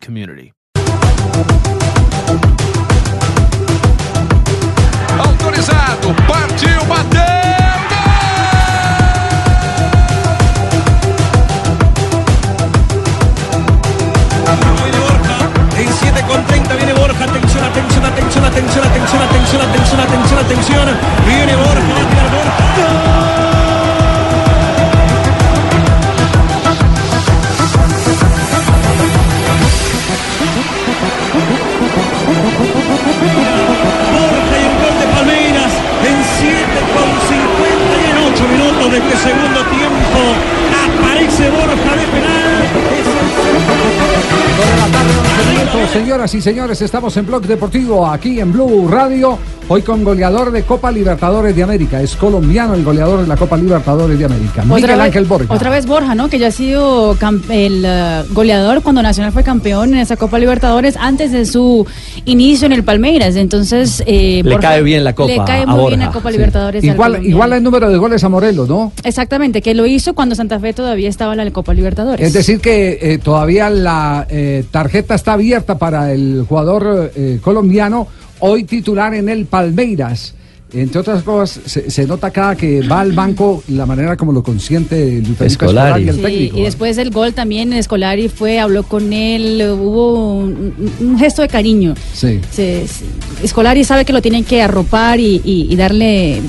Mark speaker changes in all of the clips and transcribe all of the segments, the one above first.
Speaker 1: community.
Speaker 2: Autorizado, partiu, bateu!
Speaker 3: En 7 con 30 viene Borja, atención, atención, atención, atención, atención, atención, atención, atención, atención. Viene Borja, va a tirar Borja. Borja y el gol de Palmeiras en 7 con 50 y en 8 minutos de este segundo tiempo aparece Borja de penal. Es el
Speaker 4: Minutos, Señoras y señores, estamos en Blog Deportivo aquí en Blue Radio. Hoy con goleador de Copa Libertadores de América. Es colombiano el goleador de la Copa Libertadores de América. Miguel
Speaker 5: vez-
Speaker 4: Ángel Borja.
Speaker 5: otra vez Borja, ¿no? Que ya ha sido cam- el eh, goleador cuando Nacional fue campeón en esa Copa Libertadores antes de su inicio en el Palmeiras. Entonces, eh,
Speaker 6: Le cae bien la
Speaker 5: Le
Speaker 6: copa
Speaker 5: cae
Speaker 6: a
Speaker 5: muy bien
Speaker 6: Borja,
Speaker 5: la Copa
Speaker 6: sí.
Speaker 5: Libertadores. al
Speaker 4: Igual,
Speaker 5: colombiano.
Speaker 4: igual el número de goles a Morelos, ¿no?
Speaker 5: Exactamente, que lo hizo cuando Santa Fe todavía estaba en la Copa Libertadores.
Speaker 4: Es decir que eh, todavía la eh, tarjeta está abierta para el jugador eh, colombiano, hoy titular en el Palmeiras. Entre otras cosas, se, se nota acá que va al banco la manera como lo consiente el
Speaker 6: Scolari.
Speaker 4: y el
Speaker 5: Sí,
Speaker 4: técnico.
Speaker 5: y después del gol también Escolari fue, habló con él, hubo un, un- un gesto de cariño.
Speaker 4: Sí.
Speaker 5: Se, se- Scolari sabe que lo tienen que arropar y, y- y darle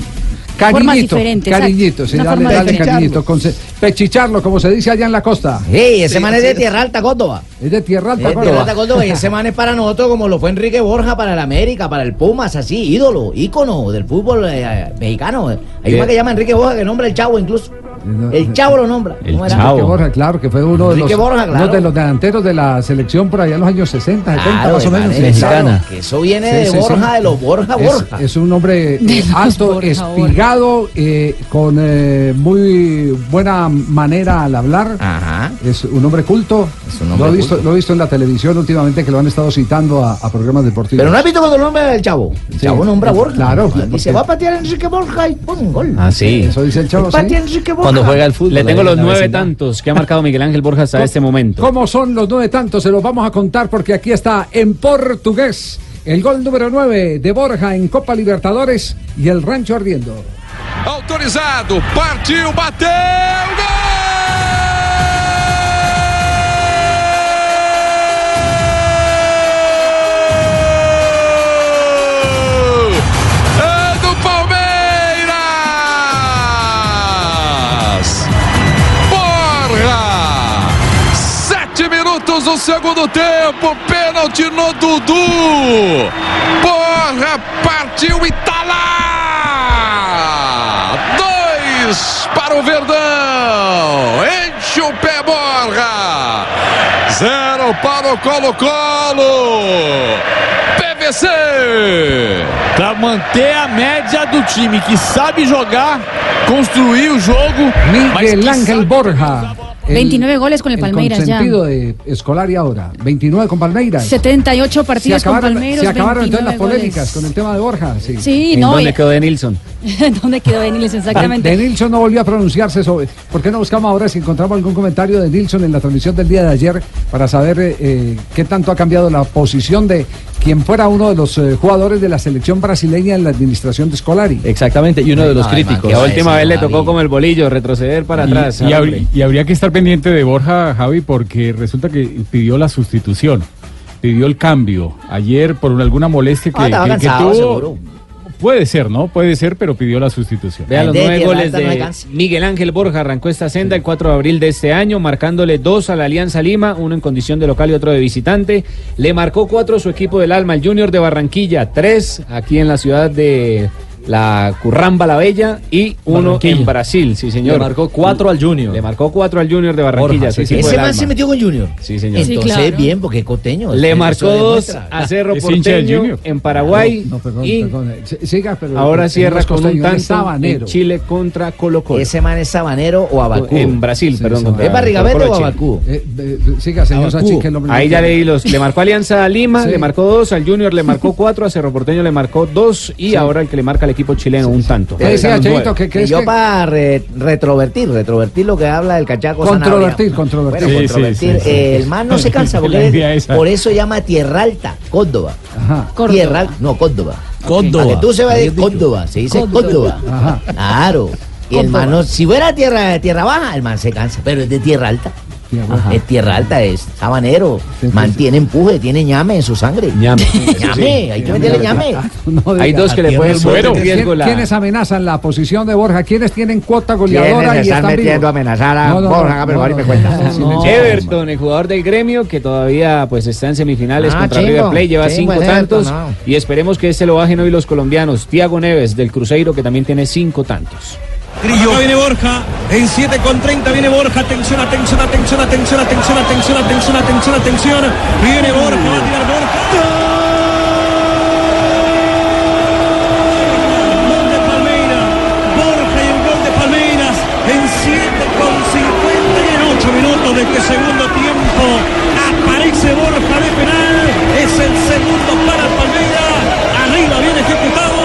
Speaker 5: formas
Speaker 4: Cariñito,
Speaker 5: diferentes.
Speaker 4: cariñito,
Speaker 5: exacto,
Speaker 4: sí,
Speaker 5: una
Speaker 4: dale,
Speaker 5: forma
Speaker 4: dale
Speaker 5: diferente.
Speaker 4: cariñito, conse- pechicharlo, como se dice allá en la costa.
Speaker 7: Ey, ese man es de Tierra Alta, Córdoba.
Speaker 4: Es de tierra
Speaker 7: Es
Speaker 4: alta,
Speaker 7: de Tierra Alta,
Speaker 4: Córdoba.
Speaker 7: Córdoba. Y ese man es para nosotros como lo fue Enrique Borja para el América, para el Pumas, así, ídolo, ícono del fútbol eh, eh, mexicano. Hay
Speaker 6: Bien.
Speaker 7: un man que llama Enrique Borja que nombra el Chavo incluso.
Speaker 4: no,
Speaker 7: El Chavo lo nombra.
Speaker 6: El
Speaker 7: ¿Cómo era?
Speaker 6: Chavo.
Speaker 4: Enrique Borja, claro, que fue uno de los,
Speaker 7: Enrique Borja, claro.
Speaker 4: uno de los delanteros de la selección por allá en los años 60, 70
Speaker 7: Claro,
Speaker 4: más o
Speaker 7: el man
Speaker 4: menos.
Speaker 7: es
Speaker 4: sí.
Speaker 7: mexicano,
Speaker 6: Mexicana.
Speaker 7: que eso viene
Speaker 4: Sí,
Speaker 7: de
Speaker 4: sí, sí.
Speaker 7: Borja, de los Borja,
Speaker 4: Es,
Speaker 7: Borja.
Speaker 4: es un hombre
Speaker 5: De
Speaker 4: eh,
Speaker 5: los
Speaker 4: alto,
Speaker 5: Borja,
Speaker 4: espigado, eh, con eh, muy buena manera al hablar.
Speaker 7: Ajá.
Speaker 4: Es un hombre culto.
Speaker 7: Es un hombre
Speaker 4: lo, he visto,
Speaker 7: culto.
Speaker 4: lo he visto en la televisión últimamente que lo han estado citando a, a programas deportivos.
Speaker 7: Pero no has visto cuando nombra el Chavo. El
Speaker 4: Sí.
Speaker 7: Chavo nombra a Borja.
Speaker 4: Claro,
Speaker 7: Y Dice,
Speaker 4: porque-
Speaker 7: va a patear Enrique Borja y pone un gol.
Speaker 6: Ah, sí.
Speaker 4: Eso dice el chavo. ¿sí?
Speaker 7: Patea Enrique Borja.
Speaker 6: Cuando juega al fútbol.
Speaker 8: Le
Speaker 6: ahí
Speaker 8: tengo
Speaker 6: en
Speaker 8: los
Speaker 6: la
Speaker 8: nueve
Speaker 6: vecindad.
Speaker 8: tantos que ha marcado Miguel Ángel Borja hasta este momento.
Speaker 4: ¿Cómo son los nueve tantos? Se los vamos a contar porque aquí está en portugués el gol número nueve de Borja en Copa Libertadores y el rancho ardiendo.
Speaker 2: Autorizado, partiu, bateu, gol! É do Palmeiras! Borra! Sete minutos do segundo tempo, pênalti no Dudu! Borra partiu e tá lá! Dois para o Verdão! Enche o pé, Borra! Zero para o Colo-Colo! PVC!
Speaker 9: Pra manter a média do time que sabe jogar, construir o jogo. mas que
Speaker 4: Miguel Ángel
Speaker 9: sabe-
Speaker 4: Borja. el-
Speaker 5: 29 goles con el Palmeiras ya.
Speaker 4: consentido de Escolari ahora. 29 con Palmeiras.
Speaker 5: 78
Speaker 4: se
Speaker 5: partidos
Speaker 4: acabaron,
Speaker 5: con Palmeiros.
Speaker 4: se acabaron entonces las
Speaker 5: 29
Speaker 4: polémicas
Speaker 5: goles.
Speaker 4: con el tema de Borja. Sí.
Speaker 5: Sí,
Speaker 8: ¿En
Speaker 5: no.
Speaker 8: dónde
Speaker 5: y-
Speaker 8: quedó de Nilsson?
Speaker 5: ¿Dónde quedó Denis? Exactamente.
Speaker 4: De Nilsson no volvió a pronunciarse sobre. ¿Por qué no buscamos ahora si encontramos algún comentario de Nilsson en la transmisión del día de ayer para saber eh, eh, qué tanto ha cambiado la posición de quien fuera uno de los eh, jugadores de la selección brasileña en la administración de Scolari?
Speaker 6: Exactamente, y uno de los
Speaker 7: Ay,
Speaker 6: críticos.
Speaker 7: Marcos.
Speaker 8: La última
Speaker 7: Ese
Speaker 8: vez le
Speaker 7: Javi.
Speaker 8: tocó como el bolillo, retroceder para atrás.
Speaker 10: Y, y
Speaker 8: hombre.
Speaker 10: habr- y habría que estar pendiente de Borja, Javi, porque resulta que pidió la sustitución, pidió el cambio. Ayer, por una- alguna molestia que,
Speaker 7: Ah, estaba
Speaker 10: que- que
Speaker 7: cansado, seguro.
Speaker 10: Puede ser, ¿no? Puede ser, pero pidió la sustitución.
Speaker 8: Vea los
Speaker 7: Gente,
Speaker 8: nueve
Speaker 7: el
Speaker 8: goles
Speaker 7: Alta no
Speaker 8: de
Speaker 7: alcanza.
Speaker 8: Miguel Ángel Borja. Arrancó esta senda el 4 de abril de este año, marcándole dos a la Alianza Lima, uno en condición de local y otro de visitante. Le marcó cuatro a su equipo del alma, el Junior de Barranquilla, tres aquí en la ciudad de la Curramba la Bella y uno en Brasil, sí señor.
Speaker 11: Le marcó cuatro al Junior.
Speaker 8: Le marcó cuatro al Junior de Barranquilla.
Speaker 7: Borja, sí,
Speaker 8: ese
Speaker 7: sí.
Speaker 8: fue
Speaker 7: Ese
Speaker 8: el
Speaker 7: man
Speaker 8: alma.
Speaker 7: se metió con Junior.
Speaker 8: Sí, señor.
Speaker 7: Entonces,
Speaker 5: claro.
Speaker 7: bien, porque es coteño.
Speaker 8: Le
Speaker 7: Eso
Speaker 8: marcó dos
Speaker 7: demuestra.
Speaker 8: a Cerro
Speaker 10: Es hincha del
Speaker 8: Porteño
Speaker 10: Junior.
Speaker 8: en Paraguay
Speaker 4: No, perdón,
Speaker 8: y
Speaker 4: perdón. eh, s- Siga, pero.
Speaker 8: ahora
Speaker 4: en
Speaker 8: cierra
Speaker 4: los
Speaker 8: con un
Speaker 4: costeños, él es
Speaker 8: tanto en
Speaker 4: habanero.
Speaker 8: Chile contra Colo Colo.
Speaker 7: Ese man es sabanero o abacudo.
Speaker 8: En Brasil,
Speaker 4: Sí,
Speaker 8: perdón.
Speaker 4: sí.
Speaker 8: contra
Speaker 7: ¿Es barriga verde
Speaker 8: Colo
Speaker 7: o
Speaker 8: Colo de Chile.
Speaker 7: abacudo?
Speaker 4: Eh, eh, siga, señor
Speaker 7: Abacú.
Speaker 4: Sánchez, que el hombre no
Speaker 8: Ahí ya
Speaker 4: quiere.
Speaker 8: leí los. Le marcó Alianza a Lima,
Speaker 4: Sí.
Speaker 8: le marcó dos, al Junior le marcó cuatro, a Cerro Porteño le marcó dos y ahora el que le marca al equipo chileno un tanto.
Speaker 4: Eh, siga,
Speaker 8: Están los
Speaker 4: Cheito,
Speaker 8: nueve.
Speaker 4: ¿qué
Speaker 7: Y
Speaker 4: crees
Speaker 7: yo
Speaker 4: que-
Speaker 7: para re- retrovertir, retrovertir lo que habla el cachaco
Speaker 4: Controvertir,
Speaker 7: Sanabria.
Speaker 4: controvertir.
Speaker 7: Bueno,
Speaker 10: Sí, sí,
Speaker 7: controvertir.
Speaker 10: sí, sí.
Speaker 7: Eh, El man no se cansa,
Speaker 10: La
Speaker 7: porque él-
Speaker 10: idea esa.
Speaker 7: por eso llama Tierra Alta, Córdoba.
Speaker 4: Ajá.
Speaker 5: Córdoba.
Speaker 7: Tierra Al- no, Córdoba. Para que tú se vayas de Córdoba, se dice Córdoba.
Speaker 4: Ajá.
Speaker 7: Claro. Y el man, no- si fuera tierra, tierra baja, el man se cansa, pero es de tierra alta.
Speaker 4: Tierra
Speaker 7: Ajá. Es tierra alta, es sabanero.
Speaker 4: Sí, sí, sí.
Speaker 7: Mantiene empuje, tiene ñame en su sangre.
Speaker 8: Ñame.
Speaker 7: Ñame, hay que meterle ñame.
Speaker 4: No diga.
Speaker 8: Hay dos que le
Speaker 11: Tierra
Speaker 7: Pues,
Speaker 8: pueden poner en
Speaker 11: del Suero.
Speaker 8: riesgo
Speaker 4: eh, ¿Quién-
Speaker 8: la-
Speaker 4: ¿Quiénes amenazan la posición de Borja? ¿Quiénes tienen cuota
Speaker 7: ¿Quiénes
Speaker 4: goleadora
Speaker 7: se
Speaker 4: y
Speaker 7: están
Speaker 4: están
Speaker 7: metiendo a
Speaker 4: vivos?
Speaker 7: amenazar a
Speaker 4: No, no,
Speaker 7: Borja?
Speaker 4: no,
Speaker 7: Hágame el
Speaker 4: no,
Speaker 7: favor y
Speaker 4: no,
Speaker 7: me
Speaker 4: no,
Speaker 7: cuenta.
Speaker 4: no, no, no.
Speaker 8: Everton, el jugador del gremio que todavía pues está en semifinales
Speaker 7: Ah,
Speaker 8: contra
Speaker 7: chingo,
Speaker 8: River Plate, lleva cinco
Speaker 7: chingo el Everton,
Speaker 8: tantos
Speaker 7: no.
Speaker 8: y esperemos que este lo bajen hoy los colombianos. Tiago Neves del Cruzeiro que también tiene cinco tantos.
Speaker 3: Acá viene Borja, en 7 con 30 viene Borja, atención, atención, atención, atención, atención, atención, atención, atención, atención, viene Borja, va a tirar Borja. Gol de Palmeiras, Borja y el gol de Palmeiras, en 7 con 50 y en 8 minutos de este segundo tiempo, aparece Borja de penal, es el segundo para Palmeiras, arriba bien ejecutado,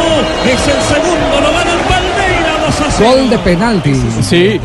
Speaker 3: es el segundo, lo gana el Palmeiras, 2 a 0.
Speaker 4: Gol de penalti.
Speaker 10: Sí,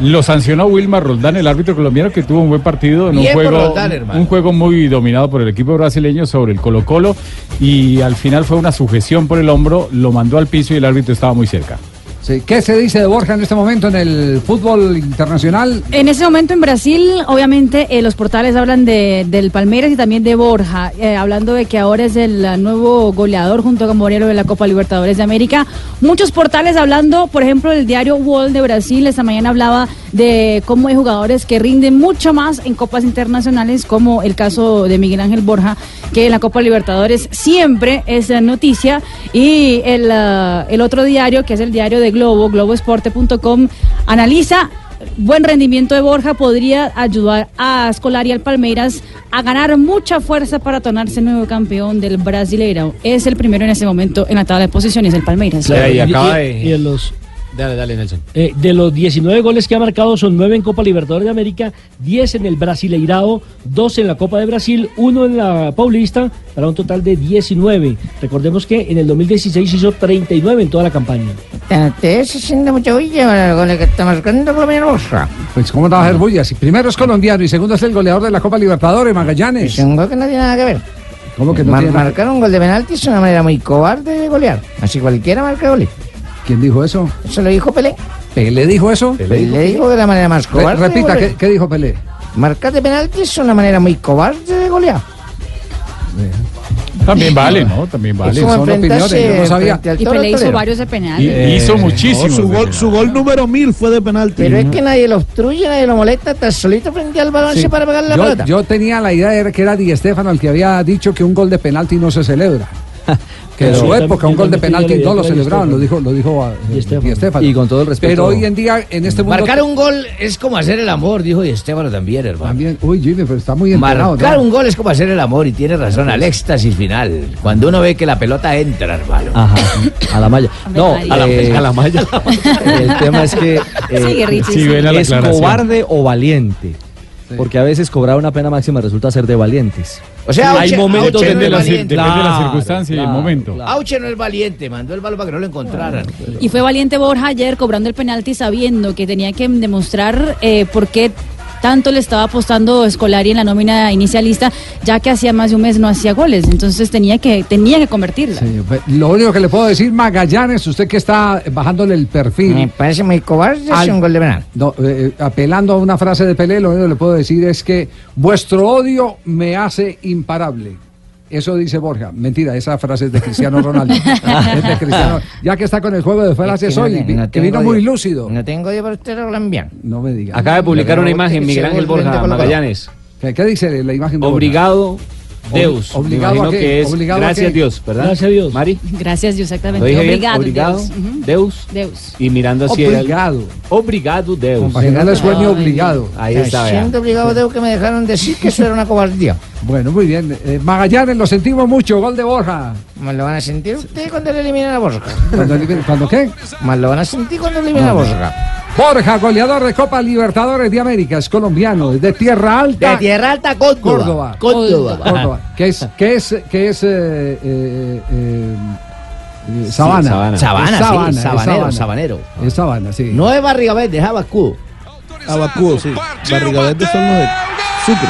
Speaker 10: lo sancionó Wilmar Roldán, el árbitro colombiano que tuvo un buen partido en un
Speaker 7: Bien por
Speaker 10: juego,
Speaker 7: Roldán, hermano.
Speaker 10: un juego muy dominado por el equipo brasileño sobre el Colo Colo y al final fue una sujeción por el hombro, lo mandó al piso y el árbitro estaba muy cerca.
Speaker 4: Sí, ¿Qué se dice de Borja en este momento en el fútbol internacional?
Speaker 5: En ese momento en Brasil, obviamente, eh, los portales hablan de, del Palmeiras y también de Borja, eh, hablando de que ahora es el eh, nuevo goleador junto con Moreno de la Copa Libertadores de América. Muchos portales hablando, por ejemplo, el diario Wall de Brasil esta mañana hablaba de cómo hay jugadores que rinden mucho más en copas internacionales, como el caso de Miguel Ángel Borja, que en la Copa Libertadores siempre es eh, noticia. Y el, eh, el otro diario, que es el diario de Globo, globoesporte.com, analiza buen rendimiento de Borja podría ayudar a Escolar y al Palmeiras a ganar mucha fuerza para tornarse nuevo campeón del Brasileirão. Es el primero en este momento en la tabla de posiciones del Palmeiras.
Speaker 8: Ahí acaba
Speaker 11: y,
Speaker 8: de-
Speaker 11: y de los,
Speaker 8: Dale, dale, Nelson.
Speaker 11: eh, de los 19 goles que ha marcado, son 9 en Copa Libertadores de América, 10 en el Brasileirao, 2 en la Copa de Brasil, 1 en la Paulista, para un total de 19. Recordemos que en el 2016 hizo 39 en toda la campaña.
Speaker 7: Te se siente mucho bulla con el que está marcando Palmeiras Borja.
Speaker 4: Pues cómo no va a hacer bullas. Si primero es colombiano y segundo es el goleador de la Copa Libertadores, Magallanes.
Speaker 7: Es un gol que no tiene nada que ver.
Speaker 4: ¿Cómo que no
Speaker 7: Mar-
Speaker 4: tiene nada-
Speaker 7: marcar un gol de penalti es una manera muy cobarde de golear. Así cualquiera marca goles.
Speaker 4: ¿Quién dijo eso?
Speaker 7: Eso lo dijo Pelé.
Speaker 4: ¿Pelé dijo eso?
Speaker 7: Le dijo de la manera más
Speaker 4: Re-
Speaker 7: cobarde. de
Speaker 4: repita,
Speaker 7: golear.
Speaker 4: ¿qué, qué dijo Pelé?
Speaker 7: Marcar de penalti es una manera muy cobarde de golear.
Speaker 10: También vale, ¿no? También
Speaker 7: Es
Speaker 10: vale.
Speaker 7: como
Speaker 4: son
Speaker 7: enfrentarse
Speaker 4: opiniones, yo no sabía.
Speaker 7: frente al
Speaker 5: Y
Speaker 7: toro
Speaker 5: Pelé hizo
Speaker 7: torero.
Speaker 5: varios de
Speaker 10: Y-
Speaker 5: penal.
Speaker 10: y hizo muchísimo.
Speaker 12: Eh, Su gol, su gol número mil fue de penalti.
Speaker 7: Pero es que nadie lo obstruye, nadie lo molesta, está solito frente al balón
Speaker 4: Sí.
Speaker 7: se para pegar la
Speaker 4: yo,
Speaker 7: pelota.
Speaker 4: yo tenía la idea de que era Di Estefano el que había dicho que un gol de penalti no se celebra. Que en
Speaker 11: Yo
Speaker 4: su
Speaker 11: también-
Speaker 4: época
Speaker 11: yo
Speaker 4: un gol de
Speaker 11: también tenía
Speaker 4: penalti
Speaker 11: la idea
Speaker 4: no
Speaker 11: que
Speaker 4: lo
Speaker 11: era Di
Speaker 4: celebraban, lo dijo,
Speaker 11: Stéfano.
Speaker 4: lo dijo eh,
Speaker 11: Di Stéfano.
Speaker 4: Di Estefano.
Speaker 11: Y con todo el respeto-
Speaker 4: Pero hoy en día, en este mundo.
Speaker 7: Marcar un gol es como hacer el amor, dijo Di Estefano también, hermano.
Speaker 4: También, uy, Jimmy, pero está muy enterado.
Speaker 7: Marcar
Speaker 4: ¿no?
Speaker 7: un gol es como hacer el amor y tiene razón al éxtasis final. Cuando uno ve que la pelota entra, hermano.
Speaker 11: Ajá, a la malla. No,
Speaker 5: A
Speaker 11: eh,
Speaker 8: malla.
Speaker 11: el tema es
Speaker 13: eh,
Speaker 11: que
Speaker 5: Sigue, Richie,
Speaker 10: Sí,
Speaker 5: sigue.
Speaker 10: ven a la
Speaker 11: es
Speaker 10: aclaración.
Speaker 11: cobarde o valiente.
Speaker 4: Sí.
Speaker 11: Porque a veces cobrar una pena máxima resulta ser de valientes.
Speaker 7: O sea,
Speaker 11: Hay
Speaker 7: Auche-
Speaker 11: momentos
Speaker 7: Auche no
Speaker 10: Depende, de
Speaker 7: es
Speaker 10: la, cir-
Speaker 7: valiente.
Speaker 10: depende de la
Speaker 11: Claro,
Speaker 10: circunstancia y el
Speaker 11: claro,
Speaker 10: momento.
Speaker 11: claro.
Speaker 7: Auche no es valiente, mandó el balón para que no lo encontraran.
Speaker 5: Y fue valiente Borja ayer cobrando el penalti sabiendo que tenía que demostrar eh, por qué tanto le estaba apostando Escolari en la nómina inicialista, ya que hacía más de un mes no hacía goles. Entonces tenía que, tenía que convertirla.
Speaker 4: Sí, pues, lo único que le puedo decir, Magallanes, usted que está bajándole el perfil,
Speaker 7: parece muy cobarde
Speaker 4: Al-
Speaker 7: hacer de penal.
Speaker 4: no, eh, apelando a una frase de Pelé, lo único que le puedo decir es que vuestro odio me hace imparable. Eso dice Borja. Mentira, esa frase es de Cristiano Ronaldo. Es de Cristiano- ya que está con el juego de frases
Speaker 7: Es que no
Speaker 4: hoy,
Speaker 7: te-
Speaker 4: vi-
Speaker 7: no
Speaker 4: que
Speaker 7: tengo
Speaker 4: vino
Speaker 7: odio.
Speaker 4: muy lúcido.
Speaker 7: No tengo yo para usted, Rolambián.
Speaker 4: No me diga.
Speaker 8: Acaba de publicar una imagen Miguel Ángel
Speaker 7: Seguramente
Speaker 8: Borja
Speaker 7: Colo Colo.
Speaker 8: Magallanes.
Speaker 4: ¿Qué, qué dice la imagen de Borja?
Speaker 8: Obligado Deus. me imagino que es gracias a Dios, ¿verdad?
Speaker 5: Gracias
Speaker 8: a Dios. Mari,
Speaker 5: Gracias Dios, exactamente.
Speaker 8: lo dije bien.
Speaker 5: Obrigado,
Speaker 8: Obrigado,
Speaker 5: Deus. Ujú.
Speaker 8: Deus.
Speaker 5: Deus.
Speaker 8: Y mirando hacia
Speaker 4: Obrigado.
Speaker 8: Obrigado, Deus.
Speaker 4: Compaginar el sueño
Speaker 8: Ay.
Speaker 4: obligado.
Speaker 8: Ahí está, vea.
Speaker 14: Siento obligado tengo que me dejaron decir que eso era una cobardía.
Speaker 4: Bueno, muy bien. Eh, Magallanes, lo sentimos mucho. Gol de Borja.
Speaker 14: Más lo van a sentir usted cuando le eliminen a Borja.
Speaker 4: ¿Cuando, ¿cuando qué?
Speaker 14: Más lo van a sentir cuando eliminen a Borja.
Speaker 4: Borja, goleador de Copa Libertadores de América, es colombiano, es de Tierra Alta.
Speaker 14: De Tierra Alta, Córdoba.
Speaker 4: Córdoba.
Speaker 14: Córdoba.
Speaker 4: Córdoba. Que es, que es, que es eh, eh, eh, eh, Sabana.
Speaker 14: Sabana.
Speaker 4: Es
Speaker 14: Sabana, sí,
Speaker 4: es
Speaker 14: sabanero, sabanero.
Speaker 4: Es Sabana, sí.
Speaker 14: No es Barrigabet, es Abacú.
Speaker 15: Abacudo, sí. Barrigabete son los de Sucre.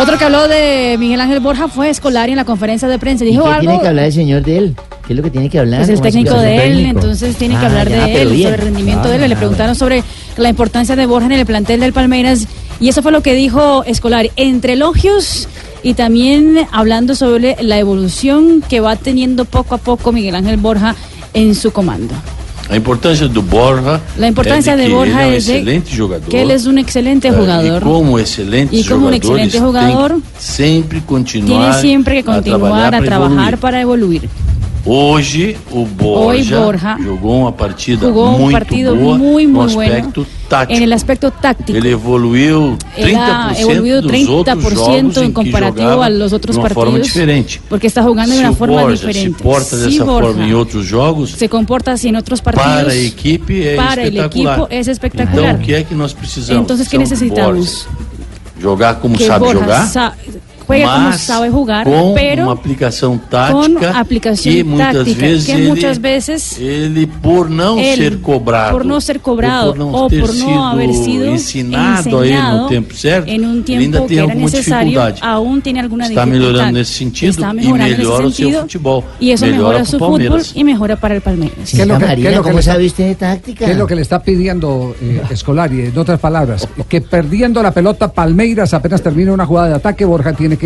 Speaker 5: Otro que habló de Miguel Ángel Borja fue Escolari en la conferencia de prensa.
Speaker 14: ¿Y
Speaker 5: Dijo
Speaker 14: qué
Speaker 5: algo. Pues
Speaker 14: tiene que hablar el señor de él? ¿Qué es lo que tiene que hablar?
Speaker 5: Es el
Speaker 14: ¿Cómo
Speaker 5: técnico
Speaker 14: que es el
Speaker 5: de él,
Speaker 14: técnico?
Speaker 5: entonces tiene que
Speaker 14: Ah,
Speaker 5: hablar
Speaker 14: ya,
Speaker 5: de
Speaker 14: pero
Speaker 5: él,
Speaker 14: bien.
Speaker 5: sobre el rendimiento
Speaker 14: Ah,
Speaker 5: de él. Le
Speaker 14: ah,
Speaker 5: preguntaron sobre la importancia de Borja en el plantel del Palmeiras y eso fue lo que dijo Escolar, entre elogios y también hablando sobre la evolución que va teniendo poco a poco Miguel Ángel Borja en su comando.
Speaker 16: A importância do Borja.
Speaker 5: La importância
Speaker 16: é de,
Speaker 5: de
Speaker 16: que
Speaker 5: Borja
Speaker 16: ele é um
Speaker 5: é de
Speaker 16: excelente jogador.
Speaker 5: Que él es un excelente
Speaker 16: eh,
Speaker 5: jugador.
Speaker 16: E como excelente
Speaker 5: Y como un excelente jugador,
Speaker 16: sempre continuar
Speaker 5: Tiene siempre que continuar
Speaker 16: a trabalhar,
Speaker 5: a
Speaker 16: pra
Speaker 5: trabajar
Speaker 16: evoluir.
Speaker 5: para evoluir.
Speaker 16: Hoje o Borja,
Speaker 5: Borja
Speaker 16: jogou uma partida
Speaker 5: jugó un
Speaker 16: muito
Speaker 5: partido
Speaker 16: boa
Speaker 5: muy,
Speaker 16: no
Speaker 5: muy bueno
Speaker 16: aspecto tático.
Speaker 5: en el aspecto táctico.
Speaker 16: Ele evoluiu
Speaker 5: Él ha
Speaker 16: 30%
Speaker 5: evoluido
Speaker 16: dos outros jogos
Speaker 5: 30% en
Speaker 16: em que
Speaker 5: comparativo
Speaker 16: jogava
Speaker 5: a los otros
Speaker 16: de uma forma
Speaker 5: partidos.
Speaker 16: diferente.
Speaker 5: Porque está jugando de
Speaker 16: Se
Speaker 5: una
Speaker 16: o
Speaker 5: forma
Speaker 16: Borja se
Speaker 5: diferente.
Speaker 16: porta
Speaker 5: Si
Speaker 16: dessa
Speaker 5: Borja
Speaker 16: forma em outros jogos,
Speaker 5: se comporta así en otros partidos.
Speaker 16: para a equipe é
Speaker 5: para el
Speaker 16: espetacular.
Speaker 5: equipo es
Speaker 16: Então,
Speaker 5: espectacular.
Speaker 16: o que é que nós precisamos?
Speaker 5: Entonces, ¿qué
Speaker 16: Precisamos de
Speaker 5: necesitamos?
Speaker 16: Borja. Jogar como
Speaker 5: que
Speaker 16: sabe
Speaker 5: Borja
Speaker 16: jogar,
Speaker 5: sa- juegue como
Speaker 16: mas
Speaker 5: sabe jugar,
Speaker 16: com
Speaker 5: pero
Speaker 16: uma aplicação
Speaker 5: con
Speaker 16: tática que
Speaker 5: aplicación
Speaker 16: muitas
Speaker 5: táctica,
Speaker 16: vezes
Speaker 5: que
Speaker 16: ele,
Speaker 5: muchas veces
Speaker 16: ele, por não
Speaker 5: él,
Speaker 16: ser cobrado,
Speaker 5: por no ser cobrado
Speaker 16: ou por não
Speaker 5: o
Speaker 16: ter
Speaker 5: por no haber sido
Speaker 16: ensinado, a ele no
Speaker 5: enseñado
Speaker 16: tempo certo,
Speaker 5: en un
Speaker 16: ele ainda tem
Speaker 5: tiempo que era
Speaker 16: alguma
Speaker 5: necesario,
Speaker 16: dificuldade.
Speaker 5: aún tiene alguna
Speaker 16: Está
Speaker 5: dificultad.
Speaker 16: melhorando nesse sentido
Speaker 5: Está
Speaker 16: e
Speaker 5: mejorando en ese
Speaker 16: melhora o seu
Speaker 5: sentido,
Speaker 16: futebol.
Speaker 5: y eso
Speaker 16: melhora
Speaker 5: mejora
Speaker 16: pro
Speaker 5: su fútbol
Speaker 16: Palmeiras.
Speaker 5: y mejora para el Palmeiras.
Speaker 4: ¿Qué es lo que, qué es lo que le está,
Speaker 14: usted táctica?
Speaker 4: qué es lo que le está pidiendo eh, Escolari? En otras palabras, que perdiendo la pelota Palmeiras apenas termina una jugada de ataque, Borja tiene que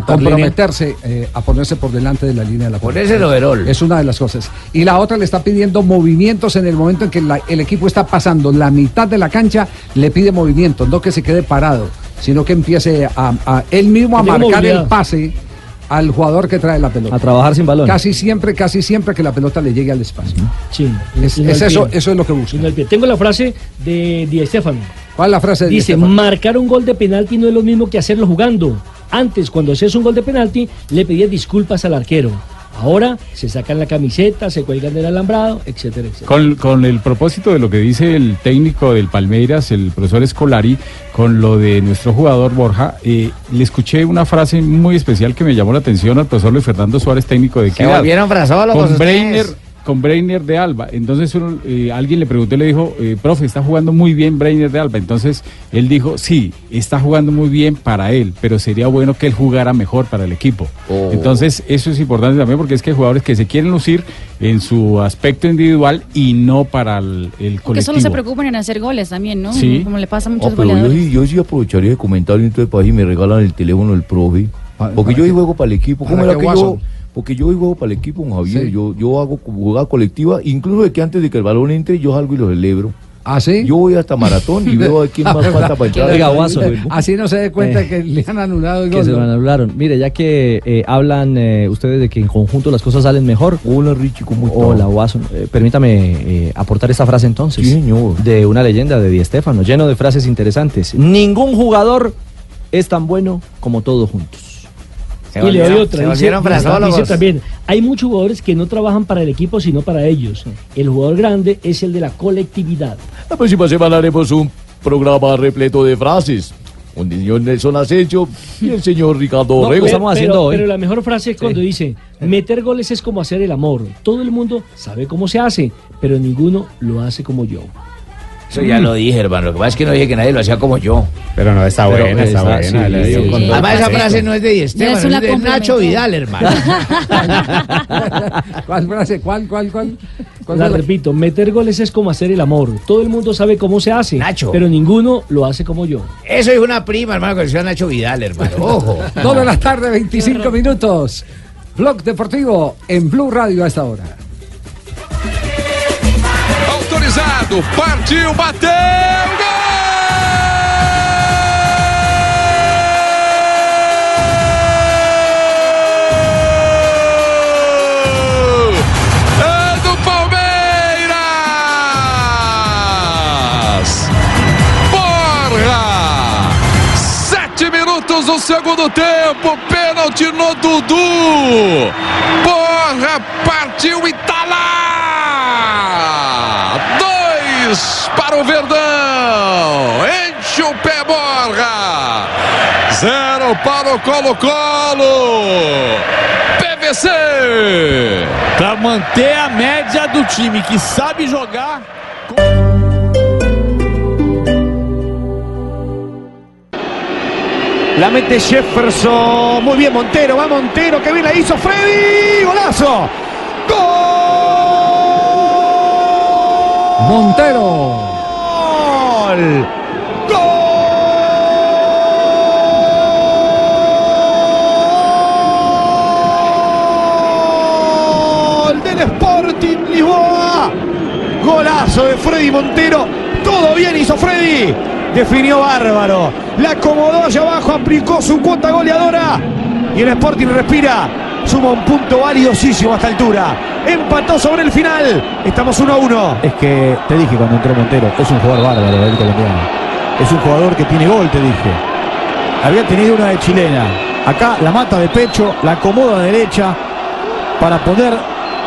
Speaker 4: comprometerse eh, a ponerse por delante de la línea de la pelota.
Speaker 14: Ponerse el overall.
Speaker 4: Es una de las cosas. Y la otra le está pidiendo movimientos en el momento en que la- el equipo está pasando la mitad de la cancha, le pide movimientos, no que se quede parado, sino que empiece a, a- él mismo a
Speaker 13: Que tenga
Speaker 4: marcar el
Speaker 13: movilidad.
Speaker 4: pase al jugador que trae la pelota.
Speaker 13: A trabajar sin balón.
Speaker 4: Casi siempre, casi siempre que la pelota le llegue al espacio.
Speaker 11: Sí.
Speaker 4: Es,
Speaker 11: Y no
Speaker 4: es
Speaker 11: al
Speaker 4: eso,
Speaker 11: pie.
Speaker 4: eso es lo que busca.
Speaker 11: Tengo la frase de Di Stefano.
Speaker 4: ¿Cuál es la frase de Di
Speaker 11: Dice,
Speaker 4: Stéfano?
Speaker 11: marcar un gol de penalti no es lo mismo que hacerlo jugando. Antes, cuando hacías un gol de penalti, le pedías disculpas al arquero. Ahora se sacan la camiseta, se cuelgan del alambrado, etcétera, etcétera.
Speaker 10: Con, con el propósito de lo que dice el técnico del Palmeiras, el profesor Escolari, con lo de nuestro jugador Borja, eh, le escuché una frase muy especial que me llamó la atención al profesor Luis Fernando Suárez, técnico de
Speaker 14: Se
Speaker 10: Equidad.
Speaker 14: volvieron frazólogos
Speaker 10: Con
Speaker 14: ustedes.
Speaker 10: Breiner, con Breiner de Alba. Entonces uno, eh, alguien le preguntó y le dijo, eh, profe, está jugando muy bien Breiner de Alba. Entonces él dijo, sí, está jugando muy bien para él, pero sería bueno que él jugara mejor para el equipo.
Speaker 4: Oh.
Speaker 10: Entonces eso es importante también porque es que hay jugadores que se quieren lucir en su aspecto individual y no para el, el
Speaker 5: que
Speaker 10: colectivo.
Speaker 5: solo se preocupan en hacer goles también, ¿no?
Speaker 10: Sí. Oh,
Speaker 5: Como le pasa a muchos
Speaker 15: Ah, pero yo,
Speaker 5: goleadores.
Speaker 15: sí- yo sí aprovecharía de comentarle entonces para si me regalan el teléfono del profe. Porque yo hoy juego para el equipo. ¿Cómo
Speaker 4: ¿Para
Speaker 15: era que
Speaker 4: qué,
Speaker 15: yo?
Speaker 4: Watson?
Speaker 15: Porque yo hoy juego para el equipo, don Javier.
Speaker 4: Sí.
Speaker 15: Yo, yo hago co- jugada colectiva, incluso de que antes de que el balón entre, yo salgo y lo celebro.
Speaker 4: ¿Ah, sí?
Speaker 15: Yo voy hasta maratón y veo a quién más falta para entrar. Eh.
Speaker 13: Oiga, Watson.
Speaker 4: Así no se dé cuenta que le han anulado el
Speaker 13: Que
Speaker 4: gol.
Speaker 13: se
Speaker 4: ¿no?
Speaker 13: lo anularon. Mire, ya que eh, hablan eh, ustedes de que en conjunto las cosas salen mejor.
Speaker 15: Hola, Richie, ¿cómo
Speaker 13: estás? Hola, Watson. Eh, permítame eh, aportar esta frase entonces. De una leyenda de Di Stefano, lleno de frases interesantes. Ningún jugador es tan bueno como todos juntos.
Speaker 11: y le doy otra. Dice, dice también, hay muchos jugadores que no trabajan para el equipo, sino para ellos. El jugador grande es el de la colectividad.
Speaker 15: La próxima semana haremos un programa repleto de frases. Con el señor Nelson Asensio y el señor Ricardo
Speaker 11: No,
Speaker 15: Orrego.
Speaker 11: pero- pero, pero la mejor frase es cuando dice, meter goles es como hacer el amor. Todo el mundo sabe cómo se hace, pero ninguno lo hace como yo.
Speaker 14: Eso ya lo dije, hermano. Lo que pasa es que no dije que nadie lo hacía como yo.
Speaker 8: Pero no, está
Speaker 14: Pero,
Speaker 8: buena, está,
Speaker 14: está-
Speaker 8: buena.
Speaker 14: sí,
Speaker 8: le dio
Speaker 14: sí.
Speaker 8: con todo
Speaker 14: Además,
Speaker 8: el
Speaker 14: esa
Speaker 8: paquete.
Speaker 14: frase no es de Di Stéfano,
Speaker 4: Ya se la
Speaker 14: es de Nacho
Speaker 4: complementó.
Speaker 14: Vidal, hermano.
Speaker 4: ¿Cuál frase? ¿Cuál, cuál, cuál? ¿Cuál
Speaker 11: La
Speaker 4: fue la-
Speaker 11: repito, meter goles es como hacer el amor. Todo el mundo sabe cómo se hace, pero ninguno lo hace como yo.
Speaker 14: Eso es una prima, hermano, que le decía Nacho Vidal, hermano. Ojo.
Speaker 4: Dos de la tarde, 25 minutos. Blog Deportivo en Blue Radio a esta hora.
Speaker 2: Autorizado, partiu, bateu! gol! É do Palmeiras! Porra! Sete minutos do segundo tempo, pênalti no Dudu! Porra, partiu e tá lá! Dois para o Verdão! Enche o pé, Borra! Zero para o Colo-Colo! PVC!
Speaker 17: Pra manter a média do time que sabe jogar.
Speaker 18: La mete Jefferson. Muy bien, Montero. Va Montero. Que bien la hizo Freddy. Golazo.
Speaker 4: Montero.
Speaker 18: Gol. Gol del Sporting Lisboa. Golazo de Freddy Montero. Todo bien hizo Freddy. Definió bárbaro. La acomodó allá abajo. Aplicó su cuota goleadora. Y el Sporting respira. Suma un punto valiosísimo a esta altura. Empató sobre el final. Estamos 1 a 1.
Speaker 19: Es que te dije cuando entró Montero, es un jugador bárbaro el colombiano. Es un jugador que tiene gol, te dije. Había tenido una de chilena. Acá la mata de pecho, la acomoda derecha para poner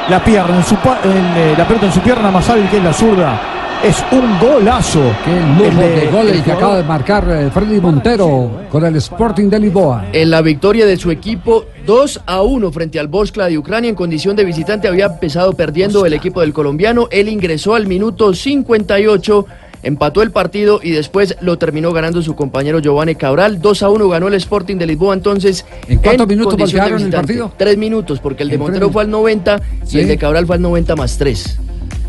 Speaker 19: la pierna en su pa- en, eh, la pelota en su pierna más hábil que es la zurda. Es un golazo. Qué
Speaker 4: Lujo de gol el que acaba de marcar eh, Freddy Montero con el Sporting de Lisboa.
Speaker 20: En la victoria de su equipo 2 a 1 frente al Boskla de Ucrania en condición de visitante había empezado perdiendo el equipo del colombiano. Él ingresó al minuto 58, empató el partido y después lo terminó ganando su compañero Giovanni Cabral. 2 a 1 ganó el Sporting de Lisboa entonces. ¿En
Speaker 4: cuántos minutos
Speaker 20: condición de
Speaker 4: voltearon el
Speaker 20: visitante.
Speaker 4: partido?
Speaker 20: Tres minutos, porque el de
Speaker 4: En tres
Speaker 20: Montero fue al 90 y
Speaker 4: Sí.
Speaker 20: el de Cabral fue al 90 más 3.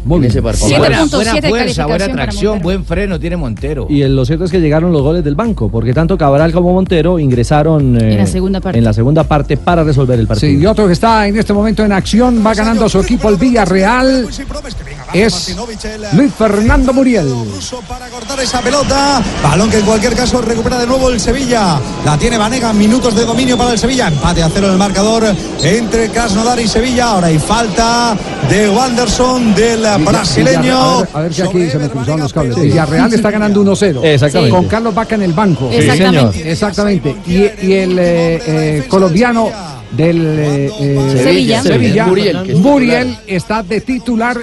Speaker 4: Muy
Speaker 20: bien. ese partido.
Speaker 7: Buena, buena fuerza, buena tracción,
Speaker 20: Montero.
Speaker 7: buen freno tiene Montero.
Speaker 13: Y en lo cierto es que llegaron los goles del banco, porque tanto Cabral como Montero ingresaron eh,
Speaker 4: En la segunda parte.
Speaker 13: en la segunda parte para resolver el partido.
Speaker 4: Sí, y otro que está en este momento en acción, va ganando su equipo el Villarreal, es Luis Fernando Muriel.
Speaker 21: cortar esa pelota. Balón que en cualquier caso recupera de nuevo el Sevilla. La tiene Vanega, minutos de dominio para el Sevilla. Empate a cero en el marcador entre Krasnodar y Sevilla. Ahora hay falta de Wanderson del brasileño.
Speaker 4: Villarreal- A ver, a ver si aquí se me cruzaron los cables. Villarreal está ganando 1-0.
Speaker 13: Exactamente.
Speaker 4: Con Carlos Vaca en el banco.
Speaker 13: Sí, Exactamente. señor.
Speaker 4: Exactamente. Y, y el eh, eh, colombiano del eh, eh,
Speaker 13: Sevilla.
Speaker 4: Sevilla,
Speaker 13: Muriel, que
Speaker 4: Muriel,
Speaker 13: es
Speaker 4: está de titular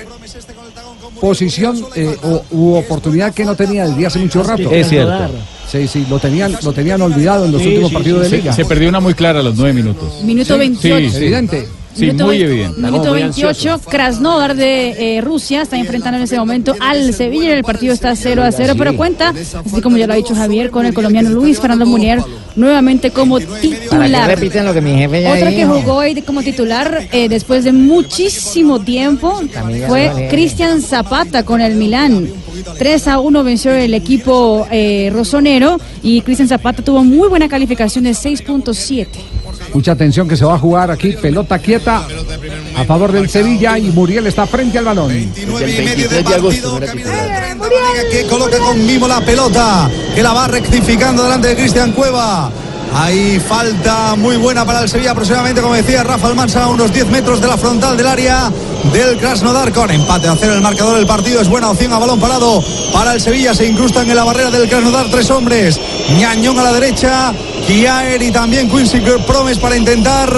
Speaker 4: posición eh, o, u oportunidad que no tenía desde hace mucho rato.
Speaker 10: Es cierto.
Speaker 4: Sí, sí, lo tenían, lo tenían olvidado en los últimos partidos de
Speaker 10: Se-
Speaker 4: liga.
Speaker 10: Se, perdió una muy clara a los nueve minutos.
Speaker 5: Minuto
Speaker 10: Sí,
Speaker 5: 28.
Speaker 10: sí.
Speaker 4: Evidente.
Speaker 10: Sí,
Speaker 5: Minuto
Speaker 10: muy
Speaker 5: vein-
Speaker 10: evidente.
Speaker 5: Minuto 28, Krasnodar de eh, Rusia está enfrentando en ese momento al Sevilla. El partido está 0 a 0, pero cuenta, así como ya lo ha dicho Javier, con el colombiano Luis Fernando Munier nuevamente como
Speaker 7: Para que
Speaker 5: titular.
Speaker 7: repiten lo que mi jefe ya
Speaker 5: Otro que
Speaker 7: dijo.
Speaker 5: jugó hoy como titular eh, después de muchísimo tiempo fue Cristian Zapata con el Milán. 3 a 1 venció el equipo eh, rosonero y Cristian Zapata tuvo muy buena calificación de 6.7.
Speaker 4: Mucha atención que se va a jugar aquí. Pelota quieta a favor del Sevilla y Muriel está frente al balón.
Speaker 21: que coloca con mimo la pelota, que la va rectificando delante de Cristian Cueva. Hay falta muy buena para el Sevilla, aproximadamente, como decía Rafa Almansa, a unos 10 metros de la frontal del área del Krasnodar. Con empate a cero el marcador del partido, es buena opción a balón parado para el Sevilla. Se incrustan en la barrera del Krasnodar tres hombres: Ñañón a la derecha, Kiaer y también Quincy Promes para intentar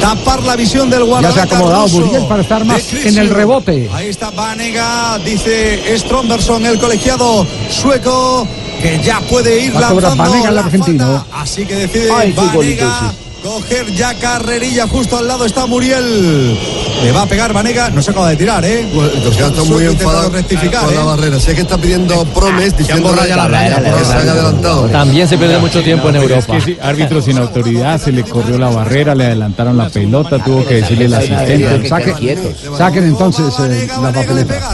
Speaker 21: tapar la visión del
Speaker 4: Ya
Speaker 21: guardameta.
Speaker 4: se ha acomodado
Speaker 21: ruso.
Speaker 4: Muriel para estar más
Speaker 21: De
Speaker 4: en el
Speaker 21: Krisic.
Speaker 4: rebote.
Speaker 21: Ahí está Vanega, dice Stromberson, el colegiado sueco, que ya puede ir
Speaker 4: Va a cobrar
Speaker 21: lanzando.
Speaker 4: Vanega el argentino.
Speaker 21: Así que decide
Speaker 4: Ay, qué
Speaker 21: Vanega
Speaker 4: golito ese.
Speaker 21: coger ya carrerilla. Justo al lado está Muriel.
Speaker 22: Le va a pegar Vanega, no se acaba de tirar, ¿eh?
Speaker 23: Entonces está muy
Speaker 22: Suelta intentando
Speaker 23: enfadado
Speaker 22: rectificar,
Speaker 23: con
Speaker 22: ¿eh?
Speaker 23: la barrera. Si es que está pidiendo Promes diciendo
Speaker 22: borrado ya la raya,
Speaker 23: que se haya adelantado.
Speaker 10: También se pierde mucho
Speaker 23: tiempo en Europa.
Speaker 10: Es que sí, árbitro sin autoridad, se le corrió la barrera, le adelantaron la pelota, tuvo que decirle el asistente.
Speaker 4: Saquen, saquen entonces eh, la papeleta.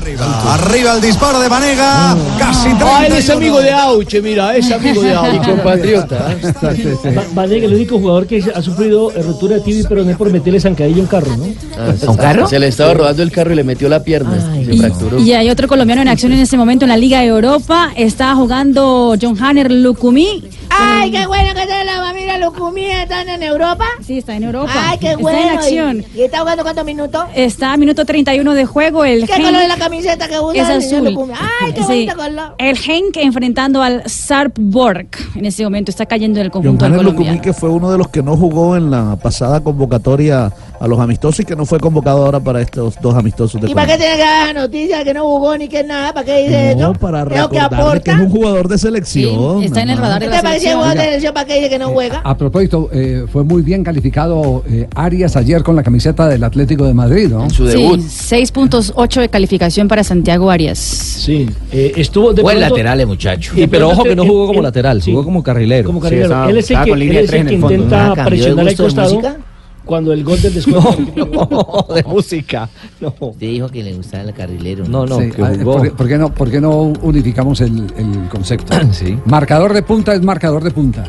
Speaker 22: Arriba el disparo de Vanega.
Speaker 4: Mm.
Speaker 22: Casi
Speaker 12: Ah,
Speaker 22: 30.
Speaker 12: él es amigo de Auche, mira, es amigo de Auche.
Speaker 11: Y compatriota. Va- Vanega, el único jugador que ha sufrido eh, rotura de tibia, pero no es por meterle zancadilla a un carro, ¿no?
Speaker 20: ¿A un carro? Se le estaba rodando el carro y le metió la pierna. se fracturó.
Speaker 5: Y hay otro colombiano en acción en este momento en la Liga de Europa. Está jugando John Hanner Lucumí.
Speaker 24: Ay, qué bueno que está la mamira Lucumía, ¿están en Europa?
Speaker 5: Sí, está en Europa.
Speaker 24: Ay, qué
Speaker 5: Está en
Speaker 24: bueno.
Speaker 5: acción.
Speaker 24: ¿Y, y está jugando cuántos minutos?
Speaker 5: Está a minuto 31 de juego el
Speaker 24: ¿Qué color es la
Speaker 5: Genk.
Speaker 24: camiseta que usa
Speaker 5: Es
Speaker 24: el señor
Speaker 5: azul.
Speaker 24: Lucumía? Ay, qué
Speaker 5: Sí.
Speaker 24: bonito color.
Speaker 5: El Henk enfrentando al Sarpborg. En este momento está cayendo en el conjunto del Colombia.
Speaker 12: que fue uno de los que no jugó en la pasada convocatoria a los amistosos y que no fue convocado ahora para estos dos amistosos de
Speaker 24: ¿Y para qué tiene que dar noticias que no jugó ni que nada? ¿Para qué dice
Speaker 12: No,
Speaker 24: eso?
Speaker 12: para
Speaker 24: Creo que
Speaker 12: recordarle que
Speaker 24: aporta.
Speaker 12: es un jugador de selección.
Speaker 24: Está en el radar
Speaker 4: de
Speaker 24: ¿Qué
Speaker 4: la
Speaker 24: te parece
Speaker 4: selección.
Speaker 24: jugador de
Speaker 4: Mira.
Speaker 24: selección? ¿Para qué dice que no juega?
Speaker 4: A propósito, eh, fue muy bien calificado eh, Arias ayer con la camiseta del Atlético de Madrid, ¿no?
Speaker 5: Sí, 6.8 de calificación para Santiago Arias.
Speaker 11: Sí, eh, estuvo de
Speaker 5: Buen
Speaker 11: lateral,
Speaker 14: eh, muchacho.
Speaker 11: Y pero ojo que no jugó como
Speaker 13: lateral, jugó como carrilero.
Speaker 11: Como carrilero.
Speaker 13: Ah,
Speaker 11: él es el que, él es el Ah, que intenta presionar al costado cuando el gol del descuento.
Speaker 14: de música. Te dijo que le gustaba el carrilero.
Speaker 4: Sí, ah, ¿por, qué- por qué no, por qué no unificamos el, el concepto? Marcador de punta es marcador de punta.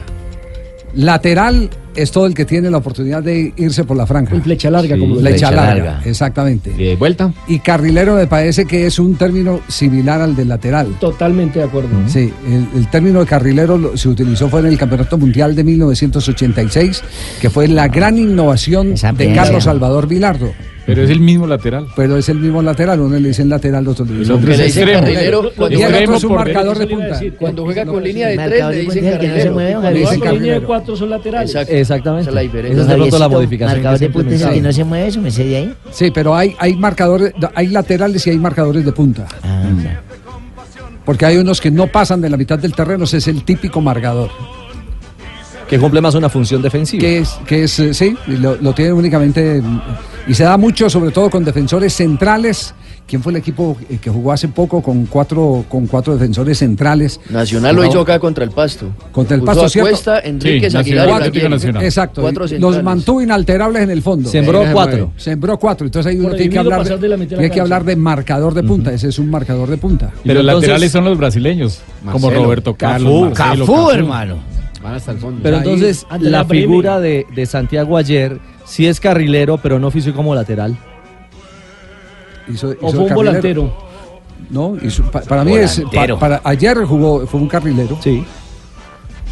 Speaker 4: Lateral es todo el que tiene la oportunidad de irse por la franja.
Speaker 11: flecha larga,
Speaker 4: como
Speaker 11: como
Speaker 4: flecha larga, exactamente.
Speaker 11: ¿Y de vuelta?
Speaker 4: Y carrilero me parece que es un término similar al de lateral.
Speaker 11: Totalmente de acuerdo.
Speaker 4: Sí, el, el término de carrilero lo- se utilizó fue en el Campeonato Mundial de 1986, que fue la gran innovación de
Speaker 10: pieza.
Speaker 4: Carlos Salvador Vilardo.
Speaker 10: Pero es el mismo lateral.
Speaker 4: Pero es el mismo lateral, uno le dicen lateral, otro le
Speaker 10: El
Speaker 4: dicen
Speaker 10: otro es
Speaker 4: lateral.
Speaker 10: extremo.
Speaker 20: Carrilero, cuando
Speaker 4: Y el
Speaker 20: juega-
Speaker 4: otro es un marcador de punta.
Speaker 20: Cuando juega con línea de tres,
Speaker 14: Marcador
Speaker 20: le
Speaker 14: de
Speaker 20: dicen
Speaker 14: punta, el que no se
Speaker 20: carrilero.
Speaker 14: mueve,
Speaker 20: Y
Speaker 14: ojalá.
Speaker 20: cuando juega
Speaker 14: Ese
Speaker 20: con línea de
Speaker 14: carrilero.
Speaker 11: cuatro son laterales.
Speaker 14: Exactamente.
Speaker 20: Esa es la diferencia.
Speaker 14: Entonces,
Speaker 4: Javiercito,
Speaker 14: la modificación.
Speaker 4: marcador
Speaker 14: Marcador
Speaker 4: de
Speaker 14: de punta es el que no se mueve, eso me sé de ahí.
Speaker 4: Sí, pero hay, hay marcadores, hay laterales y hay marcadores de punta. Porque hay unos que no pasan de la mitad del terreno, ese es el típico marcador.
Speaker 13: Que cumple más una función defensiva.
Speaker 4: Que es, que es eh, sí, lo, lo tiene únicamente. mm, Y se da mucho, sobre todo con defensores centrales. ¿Quién fue el equipo eh, que jugó hace poco con cuatro, con cuatro defensores centrales?
Speaker 20: Nacional lo hizo acá contra el Pasto.
Speaker 4: Contra el
Speaker 20: Puso
Speaker 4: Pasto,
Speaker 20: a
Speaker 4: ¿cierto?
Speaker 20: Cuesta, Enríquez, Aguilar y
Speaker 4: Cuatro,
Speaker 20: Blaquier.
Speaker 4: Exacto.
Speaker 20: Cuatro
Speaker 4: los
Speaker 20: centrales.
Speaker 4: mantuvo inalterables en el fondo.
Speaker 13: Sembró
Speaker 4: Eh,
Speaker 13: cuatro.
Speaker 4: Sembró cuatro. Entonces ahí uno
Speaker 11: Prohibido
Speaker 4: tiene que hablar
Speaker 11: pasar
Speaker 4: de,
Speaker 11: de la mitad de la
Speaker 4: tiene que
Speaker 11: cancha.
Speaker 4: hablar de marcador de punta. Ese es un marcador de punta.
Speaker 10: Pero los laterales son los brasileños, como
Speaker 4: Marcelo,
Speaker 10: Roberto
Speaker 4: Cafú,
Speaker 10: Carlos. Marcelo,
Speaker 4: Cafú, hermano.
Speaker 13: Van hasta el fondo.
Speaker 4: Ahí,
Speaker 13: Pero entonces,
Speaker 4: ante
Speaker 13: la
Speaker 4: la Bremen.
Speaker 13: figura de, de Santiago ayer sí es carrilero, pero no oficio como lateral.
Speaker 4: Hizo- hizo
Speaker 13: fue
Speaker 4: el
Speaker 13: un
Speaker 4: carrilero.
Speaker 13: volantero.
Speaker 4: No, hizo- pa- para mí es. pa-
Speaker 13: Volantero.
Speaker 4: para, ayer jugó, fue un carrilero. Sí.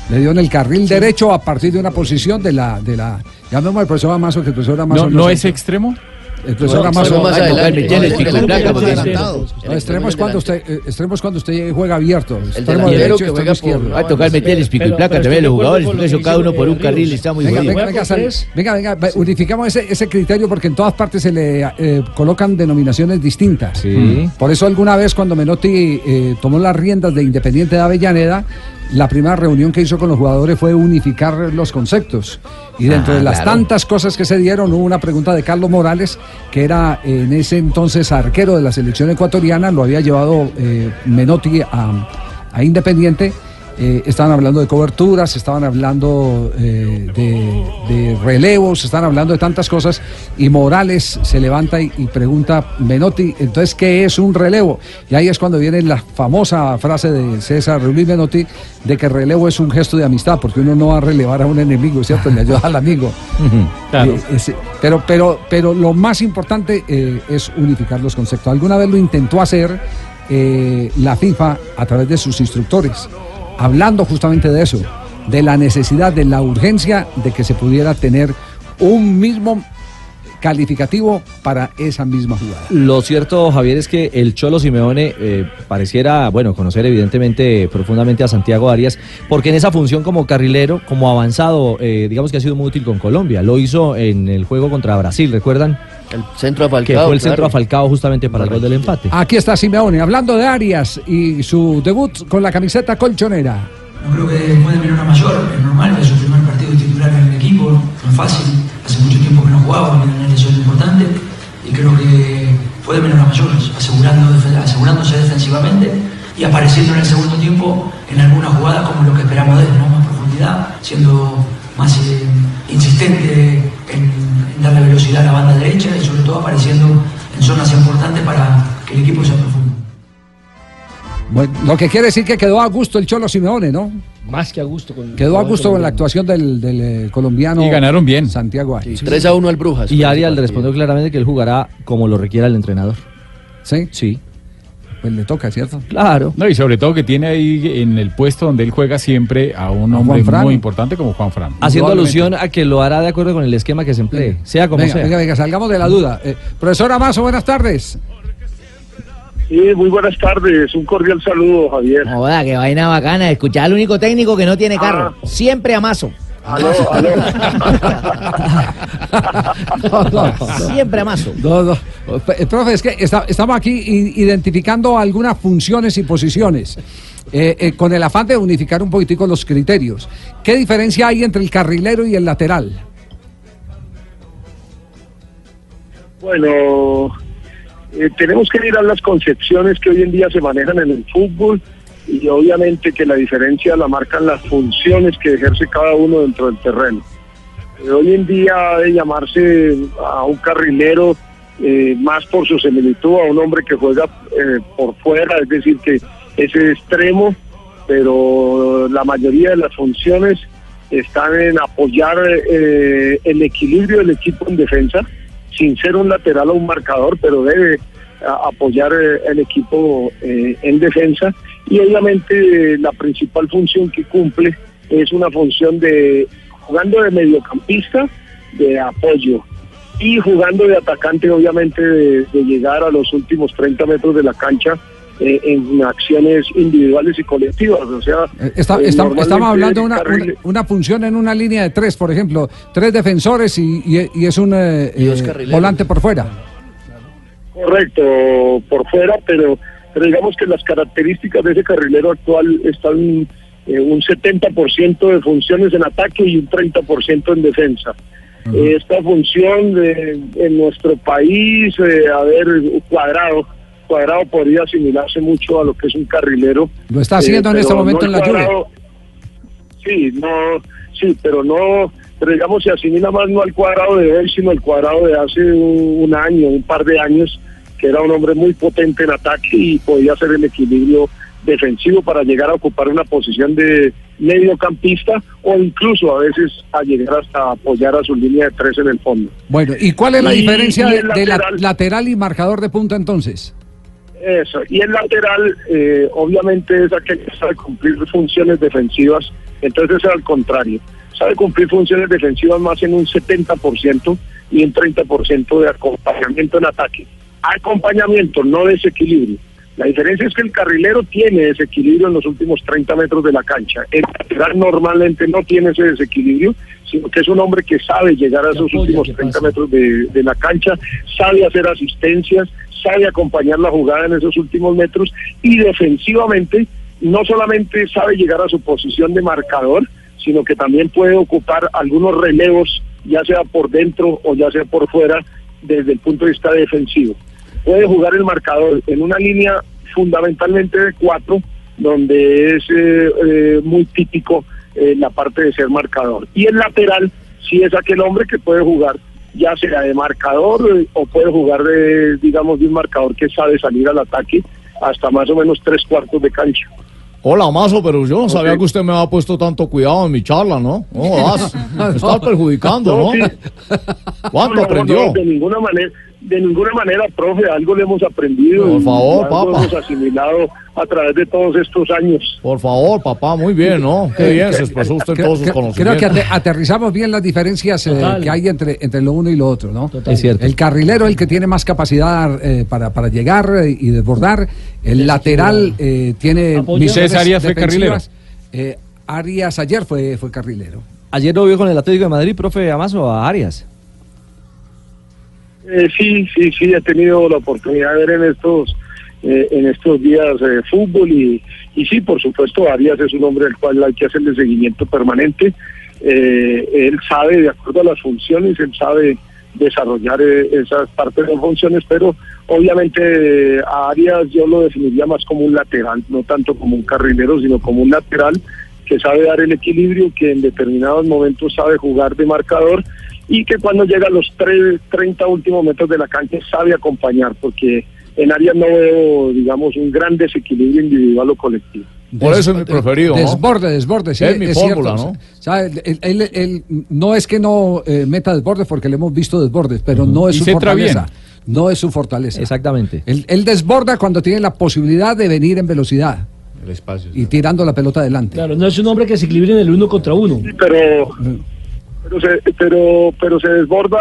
Speaker 4: Le dio en el carril derecho a partir de una posición de la. De la llamemos al profesor Amazo, que el profesor Amazo.
Speaker 10: ¿No, no es
Speaker 4: sé.
Speaker 10: extremo?
Speaker 4: El profesor
Speaker 10: No,
Speaker 4: Amazo.
Speaker 10: extremo más
Speaker 4: Ay, no,
Speaker 10: adelante.
Speaker 4: Carmen, ya
Speaker 10: No,
Speaker 4: le
Speaker 10: el
Speaker 4: explico.
Speaker 10: extremo
Speaker 4: Blanca,
Speaker 10: es
Speaker 4: porque-
Speaker 10: adelantado.
Speaker 4: No,
Speaker 10: El
Speaker 4: extremo es
Speaker 10: extremo
Speaker 4: cuando usted, eh, extremo es cuando usted juega abierto. Extremo
Speaker 14: delantero
Speaker 4: derecho,
Speaker 14: que
Speaker 4: extremo
Speaker 14: juega por-
Speaker 4: izquierdo.
Speaker 14: Va a tocar meterles pico y
Speaker 4: Pero-
Speaker 14: placa
Speaker 4: pero
Speaker 14: también a
Speaker 4: estoy de
Speaker 14: los
Speaker 4: acuerdo
Speaker 14: jugadores,
Speaker 4: con lo
Speaker 14: por eso
Speaker 4: que
Speaker 14: cada
Speaker 4: hizo,
Speaker 14: uno por
Speaker 4: eh,
Speaker 14: un carril está muy
Speaker 4: venga,
Speaker 14: jodido.
Speaker 4: venga, venga, sal- venga, venga, va, unificamos ese, ese criterio porque en todas partes se le eh, colocan denominaciones distintas. Mm.
Speaker 13: Sí.
Speaker 4: Por eso alguna vez cuando Menotti eh, tomó las riendas de Independiente de Avellaneda, la primera reunión que hizo con los jugadores fue unificar los conceptos. Y dentro
Speaker 13: Ah,
Speaker 4: de las
Speaker 13: claro.
Speaker 4: tantas cosas que se dieron, hubo una pregunta de Carlos Morales, que era en ese entonces arquero de la selección ecuatoriana, lo había llevado eh, Menotti a, a Independiente. Eh, estaban hablando de coberturas, estaban hablando eh, de, de relevos, estaban hablando de tantas cosas. Y Morales se levanta y, y pregunta, Menotti, entonces, ¿qué es un relevo? Y ahí es cuando viene la famosa frase de César Luis Menotti de que relevo es un gesto de amistad, porque uno no va a relevar a un enemigo, ¿cierto? Le ayuda al amigo.
Speaker 10: Claro.
Speaker 4: Eh, ese- pero, pero, pero lo más importante eh, es unificar los conceptos. Alguna vez lo intentó hacer eh, la FIFA a través de sus instructores, hablando justamente de eso, de la necesidad, de la urgencia de que se pudiera tener un mismo calificativo para esa misma jugada.
Speaker 13: Lo cierto, Javier, es que el Cholo Simeone eh, pareciera, bueno, conocer evidentemente profundamente a Santiago Arias, porque en esa función como carrilero, como avanzado, eh, digamos que ha sido muy útil con Colombia. Lo hizo en el juego contra Brasil, ¿recuerdan?
Speaker 20: El centro a
Speaker 13: que
Speaker 20: Falcao.
Speaker 13: fue el
Speaker 20: claro.
Speaker 13: centro a Falcao justamente para el gol del empate.
Speaker 4: Aquí está Simeone hablando de Arias y su debut con la camiseta colchonera.
Speaker 25: Creo que después de Verona Mayor, es normal, es su primer partido titular en el equipo, no es fácil, hace mucho tiempo que no jugaba, viene una lesión importante, y creo que fue de menos a mayores, asegurando, defen- asegurándose defensivamente y apareciendo en el segundo tiempo en algunas jugadas como lo que esperamos de él, ¿no? más profundidad, siendo más eh, insistente en, en darle velocidad a la banda derecha y sobre todo apareciendo en zonas importantes para que el equipo sea profundo.
Speaker 4: Bueno, lo que quiere decir que quedó a gusto el Cholo Simeone, ¿no?
Speaker 11: Más que a gusto. Con
Speaker 4: Quedó a gusto con la actuación del, del, eh, colombiano.
Speaker 13: Y ganaron
Speaker 4: bien. Santiago Arias.
Speaker 20: 3 a 1 al Brujas.
Speaker 13: Y Arias le respondió claramente que él jugará como lo requiera el entrenador.
Speaker 4: ¿Sí?
Speaker 13: Sí.
Speaker 4: Pues le toca, ¿cierto?
Speaker 13: Claro.
Speaker 10: No, y sobre todo que tiene ahí en el puesto donde él juega siempre a un hombre
Speaker 13: Fran.
Speaker 10: muy importante como Juan Fran.
Speaker 13: Haciendo alusión a que lo hará de acuerdo con el esquema que se emplee, sea como
Speaker 4: venga,
Speaker 13: sea.
Speaker 4: venga, venga, salgamos de la duda. Eh, profesora Mazo, buenas tardes.
Speaker 26: Sí, muy buenas tardes. Un cordial saludo, Javier.
Speaker 7: Ah.
Speaker 14: Joda, qué vaina bacana. Escuchar al único técnico que no tiene carro. Siempre a mazo.
Speaker 26: Aló, aló.
Speaker 27: Eh,
Speaker 14: Siempre a mazo.
Speaker 4: No, no. Eh, profe, es que está- estamos aquí i- identificando algunas funciones y posiciones eh, eh, con el afán de unificar un poquitico los criterios. ¿Qué diferencia hay entre el carrilero y el lateral?
Speaker 26: Bueno, eh, tenemos que mirar las concepciones que hoy en día se manejan en el fútbol y obviamente que la diferencia la marcan las funciones que ejerce cada uno dentro del terreno. Eh, hoy en día ha de llamarse a un carrilero eh, más por su similitud a un hombre que juega eh, por fuera, es decir, que es extremo, pero la mayoría de las funciones están en apoyar eh, el equilibrio del equipo en defensa, sin ser un lateral o un marcador, pero debe a- apoyar eh, el equipo eh, en defensa y obviamente eh, la principal función que cumple es una función de jugando de mediocampista de apoyo y jugando de atacante obviamente de, de llegar a los últimos 30 metros de la cancha eh, en acciones individuales y colectivas o sea
Speaker 4: Eh, está-
Speaker 26: eh,
Speaker 4: está-
Speaker 26: normalmente
Speaker 4: estamos hablando de
Speaker 26: el
Speaker 4: una,
Speaker 26: carril-
Speaker 4: una- una función en una línea de tres, por ejemplo, tres defensores y, y- y es un eh, eh,
Speaker 26: carrileros.
Speaker 4: volante por fuera.
Speaker 26: Correcto, por fuera, pero, pero digamos que las características de ese carrilero actual están eh, un 70% de funciones en ataque y un 30% en defensa. Eh, Esta función de- en nuestro país, eh, a ver, cuadrado, cuadrado podría asimilarse mucho a lo que es un carrilero. Eh,
Speaker 4: Lo está haciendo en
Speaker 26: pero
Speaker 4: este momento
Speaker 26: no
Speaker 4: en la
Speaker 26: el
Speaker 4: Juve.
Speaker 26: Cuadrado- Sí, no, sí, pero no, pero digamos se asimila más no al cuadrado de hoy, sino al cuadrado de hace un, un año, un par de años, que era un hombre muy potente en ataque y podía hacer el equilibrio defensivo para llegar a ocupar una posición de mediocampista o incluso a veces a llegar hasta apoyar a su línea de tres en el fondo.
Speaker 4: Bueno, ¿y cuál es la
Speaker 26: Y-
Speaker 4: diferencia
Speaker 26: y
Speaker 4: de,
Speaker 26: el
Speaker 4: de la-
Speaker 26: lateral.
Speaker 4: lateral y marcador de punta entonces?
Speaker 26: Eso, y el lateral eh, obviamente es aquel que sabe cumplir funciones defensivas, entonces es al contrario, sabe cumplir funciones defensivas más en un 70% y un 30% de acompañamiento en ataque. Acompañamiento, no desequilibrio. La diferencia es que el carrilero tiene desequilibrio en los últimos 30 metros de la cancha. El lateral normalmente no tiene ese desequilibrio, sino que es un hombre que sabe llegar a esos últimos 30 metros de, de la cancha, sabe hacer asistencias, sabe acompañar la jugada en esos últimos metros y defensivamente no solamente sabe llegar a su posición de marcador, sino que también puede ocupar algunos relevos, ya sea por dentro o ya sea por fuera, desde el punto de vista defensivo puede jugar el marcador en una línea fundamentalmente de cuatro, donde es eh, eh, muy típico eh, la parte de ser marcador. Y el lateral, si es aquel hombre que puede jugar ya sea de marcador eh, o puede jugar, de, digamos, de un marcador que sabe salir al ataque hasta más o menos tres cuartos de cancha.
Speaker 15: Hola, Mazo, pero yo no sabía que usted me había puesto tanto cuidado en mi charla, ¿no? No, vas, me estás perjudicando,
Speaker 26: No,
Speaker 15: ¿no?
Speaker 26: sí.
Speaker 15: ¿Cuánto
Speaker 26: No, no,
Speaker 15: aprendió?
Speaker 26: no, de ninguna manera, de ninguna manera, profe, algo le hemos aprendido.
Speaker 15: Por
Speaker 26: y
Speaker 15: favor,
Speaker 26: algo
Speaker 15: papa.
Speaker 26: hemos asimilado a través de todos estos años.
Speaker 15: Por favor, papá, muy bien, ¿no? Qué
Speaker 26: Eh,
Speaker 15: bien,
Speaker 26: que-
Speaker 15: se expresó usted en
Speaker 26: creo-
Speaker 15: todos sus
Speaker 26: creo-
Speaker 4: Creo que
Speaker 15: conocimientos.
Speaker 4: ate- aterrizamos bien las diferencias eh,
Speaker 15: Total.
Speaker 4: que hay entre, entre lo uno y lo otro, ¿no?
Speaker 13: Es cierto.
Speaker 4: El carrilero, el que tiene más capacidad eh, para, para llegar eh, y desbordar. El lateral eh, tiene.
Speaker 13: Apoyo.
Speaker 4: misiones
Speaker 13: César Arias fue
Speaker 4: defensivas. Eh, Arias ayer fue, fue carrilero.
Speaker 13: Ayer lo vio con el Atlético de Madrid, profe Amazo, a Arias.
Speaker 26: Eh, sí, sí, sí, he tenido la oportunidad de ver en estos eh, en estos días eh, fútbol y, y sí, por supuesto, Arias es un hombre al cual hay que hacerle seguimiento permanente. Eh, él sabe, de acuerdo a las funciones, él sabe desarrollar eh, esas partes de funciones, pero obviamente eh, a Arias yo lo definiría más como un lateral, no tanto como un carrilero, sino como un lateral que sabe dar el equilibrio, que en determinados momentos sabe jugar de marcador y que cuando llega a los tres- 30 últimos metros de la cancha sabe acompañar, porque en Arias no veo, digamos, un gran desequilibrio individual o colectivo.
Speaker 15: Por eso es mi preferido. ¿no?
Speaker 4: eh, Desborde, desborde, sí,
Speaker 15: Es mi fórmula,
Speaker 4: cierto.
Speaker 15: ¿no?
Speaker 4: O sea, él, él- él- él no es que no eh, meta desbordes, porque le hemos visto desbordes, pero no es
Speaker 10: Y
Speaker 4: su
Speaker 10: se entra
Speaker 4: fortaleza.
Speaker 10: bien.
Speaker 4: No es su fortaleza.
Speaker 13: Exactamente.
Speaker 4: Él, él desborda cuando tiene la posibilidad de venir en velocidad
Speaker 15: El espacio.
Speaker 4: y tirando la pelota adelante.
Speaker 11: Claro, no es un hombre que se equilibre en el uno contra uno.
Speaker 26: pero eh, pero se, pero pero se desborda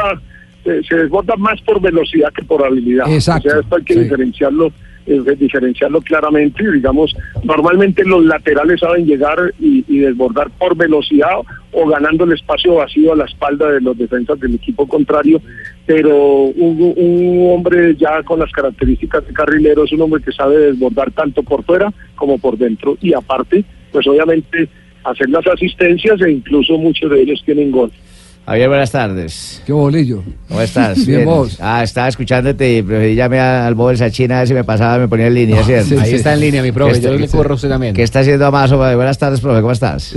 Speaker 26: eh, se, se desborda más por velocidad que por habilidad
Speaker 4: Exacto,
Speaker 26: o sea esto hay que diferenciarlo eh, diferenciarlo claramente y digamos normalmente los laterales saben llegar y, y desbordar por velocidad o ganando el espacio vacío a la espalda de los defensas del equipo contrario pero un, un hombre ya con las características de carrilero es un hombre que sabe desbordar tanto por fuera como por dentro y aparte pues obviamente hacer las asistencias e incluso muchos de ellos tienen gol.
Speaker 7: Javier, buenas tardes.
Speaker 4: Qué bolillo.
Speaker 7: ¿Cómo estás?
Speaker 4: Bien, vos.
Speaker 7: Ah, estaba escuchándote y preferí llamar a- al móvil a China a ver si me pasaba, me ponía en línea,
Speaker 8: No,
Speaker 7: ¿cierto?
Speaker 8: sí, Ahí sí. está en línea, mi profe,
Speaker 7: ¿Qué
Speaker 8: yo
Speaker 7: está-
Speaker 8: le
Speaker 7: qué
Speaker 8: corro
Speaker 7: está-
Speaker 8: a usted también.
Speaker 7: ¿Qué está haciendo Amazo? Buenas tardes, profe, ¿cómo estás?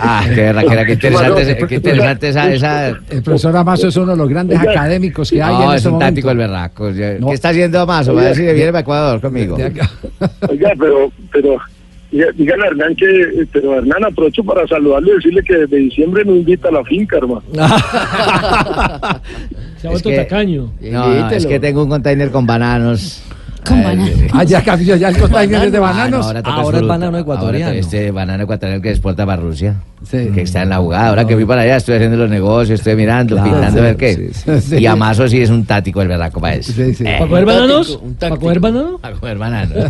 Speaker 7: ah, qué raquera, qué interesante,
Speaker 15: eh,
Speaker 7: qué interesante esa... esa...
Speaker 4: El profesor Amazo es uno de los grandes
Speaker 7: Oiga.
Speaker 4: académicos que hay en
Speaker 7: No, es
Speaker 4: este
Speaker 7: un
Speaker 4: momento. Eh,
Speaker 7: táctico el berraco. Yo- ¿Qué está haciendo Amazo? Va a
Speaker 26: Oiga,
Speaker 7: decir, viene para Ecuador conmigo.
Speaker 26: Oiga, pero, pero diga- dígale a Hernán que, eh, pero Hernán aprovecho para saludarle y decirle que desde diciembre no invita a la finca, hermano.
Speaker 11: Se ha vuelto tacaño.
Speaker 7: No, no, es que tengo un container con bananos. Con bananos.
Speaker 4: Ah, ya cambió, ya el container es de bananos.
Speaker 7: Ah, ahora, toca
Speaker 4: Ahora es
Speaker 7: fruta.
Speaker 4: banano ecuatoriano.
Speaker 7: Ahora te- este banano ecuatoriano que exporta para Rusia.
Speaker 4: Sí.
Speaker 7: Que está en la jugada. Ahora que fui para allá, estoy haciendo los negocios, estoy mirando,
Speaker 4: Claro,
Speaker 7: pintando a ver
Speaker 4: sí,
Speaker 7: qué.
Speaker 4: sí.
Speaker 7: Y Amazo sí es un tático el berraco para eso. Eh,
Speaker 11: ¿Para comer bananos? ¿Para comer bananos?
Speaker 7: Para comer bananos.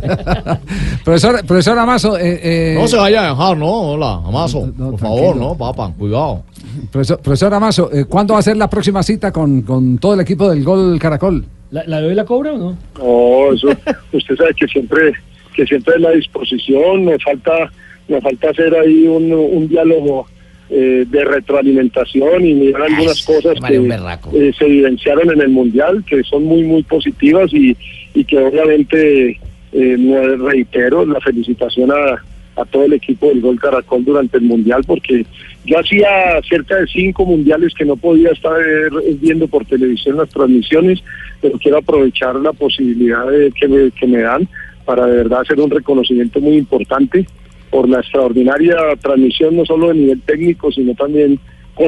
Speaker 4: Profesor, profesor Amazo, eh, eh,
Speaker 15: No se vaya a dejar, ¿no? Hola, Amazo. por favor, ¿no? Papa, cuidado.
Speaker 4: profesor, profesor Amazo, eh, ¿cuándo va a ser la próxima cita con, con todo el equipo del Gol Caracol?
Speaker 11: ¿La, la doy la cobra o no?
Speaker 26: No, eso, usted sabe que siempre, que siempre es la disposición, me falta, me falta hacer ahí un, un diálogo eh, de retroalimentación y mirar algunas cosas que
Speaker 7: Mario Berraco.
Speaker 26: eh, se evidenciaron en el mundial, que son muy, muy positivas y, y que obviamente eh, me reitero la felicitación a a todo el equipo del Gol Caracol durante el Mundial, porque yo hacía cerca de cinco mundiales que no podía estar eh, viendo por televisión las transmisiones, pero quiero aprovechar la posibilidad de- que, me, que me dan para de verdad hacer un reconocimiento muy importante por la extraordinaria transmisión, no solo de nivel técnico, sino también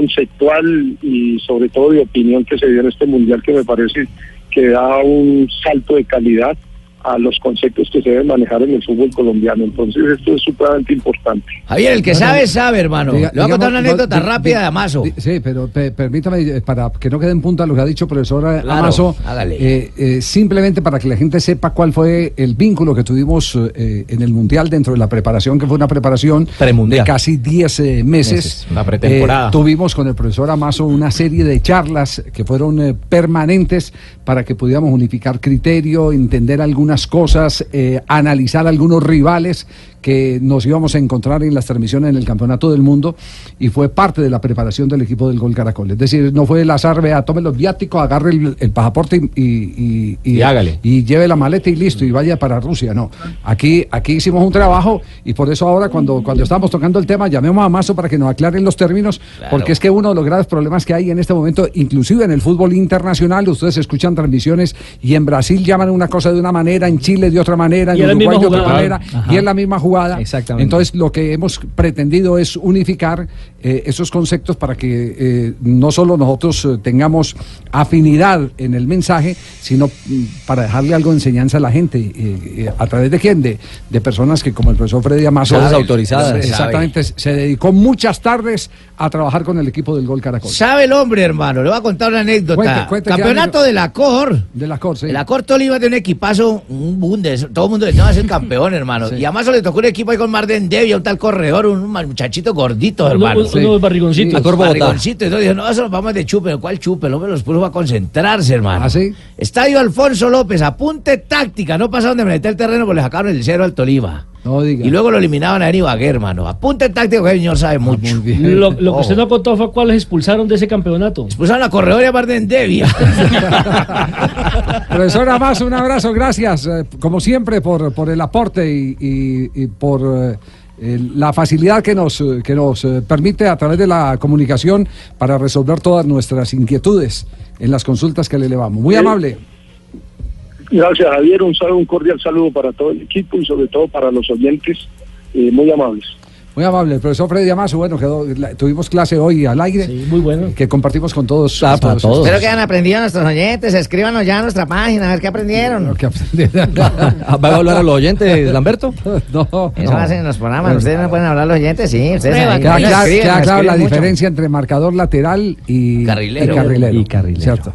Speaker 26: conceptual y sobre todo de opinión que se dio en este mundial, que me parece que da un salto de calidad a los conceptos que se deben manejar en el fútbol colombiano. Entonces esto es supremamente importante.
Speaker 7: Javier, el que sabe, sabe, hermano.
Speaker 4: Diga-
Speaker 7: Le voy a contar
Speaker 4: digamos,
Speaker 7: una
Speaker 4: no,
Speaker 7: anécdota
Speaker 4: di-
Speaker 7: rápida
Speaker 4: di-
Speaker 7: de Amazo.
Speaker 4: di- Sí, pero pe- permítame, eh, para que no quede en punta lo que ha dicho profesor eh,
Speaker 7: Claro,
Speaker 4: Amazo,
Speaker 7: hágale.
Speaker 4: eh, eh, simplemente para que la gente sepa cuál fue el vínculo que tuvimos eh, en el Mundial dentro de la preparación, que fue una preparación
Speaker 13: Premundial.
Speaker 4: de casi 10 eh, meses.
Speaker 13: Meses, la pretemporada.
Speaker 4: Eh, tuvimos con el profesor Amazo una serie de charlas que fueron eh, permanentes para que pudiéramos unificar criterio, entender algunas cosas, eh, analizar algunos rivales que nos íbamos a encontrar en las transmisiones en el Campeonato del Mundo y fue parte de la preparación del equipo del Gol Caracol. Es decir, no fue el azar, vea, tome los viáticos, agarre el, el pasaporte y, y- y-
Speaker 8: Y hágale.
Speaker 4: y lleve la maleta y listo y vaya para Rusia. No, aquí, aquí hicimos un trabajo y por eso ahora cuando, cuando estamos tocando el tema llamemos a Mazo para que nos aclaren los términos, porque es que uno de los graves problemas que hay en este momento, inclusive en el fútbol internacional, ustedes escuchan transmisiones y en Brasil llaman una cosa de una manera, en Chile de otra manera, en
Speaker 13: Y es la
Speaker 4: Uruguay
Speaker 13: misma
Speaker 4: de otra
Speaker 13: jugada.
Speaker 4: manera
Speaker 13: Ajá.
Speaker 4: y es la misma jugada.
Speaker 13: Exactamente.
Speaker 4: Entonces lo que hemos pretendido es unificar eh, esos conceptos para que eh, no solo nosotros eh, tengamos afinidad en el mensaje, sino mm, para dejarle algo de enseñanza a la gente. eh, eh, ¿A través de quién? De, de personas que como el profesor Freddy Amazo.
Speaker 13: Todas autorizadas.
Speaker 4: Exactamente. Se dedicó muchas tardes a trabajar con el equipo del Gol Caracol.
Speaker 7: Sabe el hombre, hermano. Le voy a contar una anécdota.
Speaker 4: Cuente, cuente,
Speaker 7: Campeonato
Speaker 4: que-
Speaker 7: de la COR.
Speaker 4: De la COR,
Speaker 7: La COR Tolima tiene un equipazo, un Bundes. Todo el mundo decía, "No, es el campeón, hermano. Y a Mazo le tocó un equipo ahí con Mar de Endevia, un tal corredor, un muchachito gordito,
Speaker 11: Uno-
Speaker 7: hermano.
Speaker 11: uno- unos barrigoncitos.
Speaker 7: La
Speaker 11: La COR Bogotá.
Speaker 7: Barrigoncitos. Entonces dijo, no, eso nos vamos de chupe. ¿Cuál chupe? El hombre los puso a concentrarse, hermano.
Speaker 11: ¿Ah,
Speaker 7: Estadio Alfonso López, apunte táctica. No pasaron de meter el terreno porque le sacaron el cero al Tolima. Y luego lo eliminaban a Ibaguer, hermano. Apunte táctico que el señor
Speaker 11: Ah,
Speaker 7: sabe mucho.
Speaker 11: Lo, lo que usted no contó fue cuáles expulsaron de ese campeonato.
Speaker 7: Expulsaron a Corredor y a Bardendevia.
Speaker 4: Profesora más un abrazo, gracias, eh, como siempre, por, por el aporte y, y- y por eh, el- la facilidad que nos, eh, que nos eh, permite a través de la comunicación para resolver todas nuestras inquietudes en las consultas que le elevamos. Muy
Speaker 26: Sí.
Speaker 4: amable.
Speaker 26: Gracias, Javier. Un, saludo, un cordial saludo para todo el equipo y sobre todo para los oyentes eh, muy amables.
Speaker 4: Muy amable, el profesor Freddy Amazo, bueno, quedó- la- tuvimos clase hoy al aire, muy bueno. que compartimos con todos. para
Speaker 14: Pues Espero que hayan aprendido nuestros oyentes. Escríbanos ya a nuestra página a ver qué aprendieron.
Speaker 13: ¿Va a hablar a los oyentes, Lamberto?
Speaker 4: No.
Speaker 14: Eso hacen en los programas. Ah, Ustedes no pueden hablar a los oyentes, sí. Ustedes ahí
Speaker 4: Queda,
Speaker 14: nos
Speaker 4: clara-
Speaker 14: escriben,
Speaker 4: queda
Speaker 14: nos
Speaker 4: clara la
Speaker 14: escriben mucho.
Speaker 4: diferencia entre marcador lateral y
Speaker 7: Carrilero.
Speaker 4: Y carrilero,
Speaker 7: Y
Speaker 4: Cierto.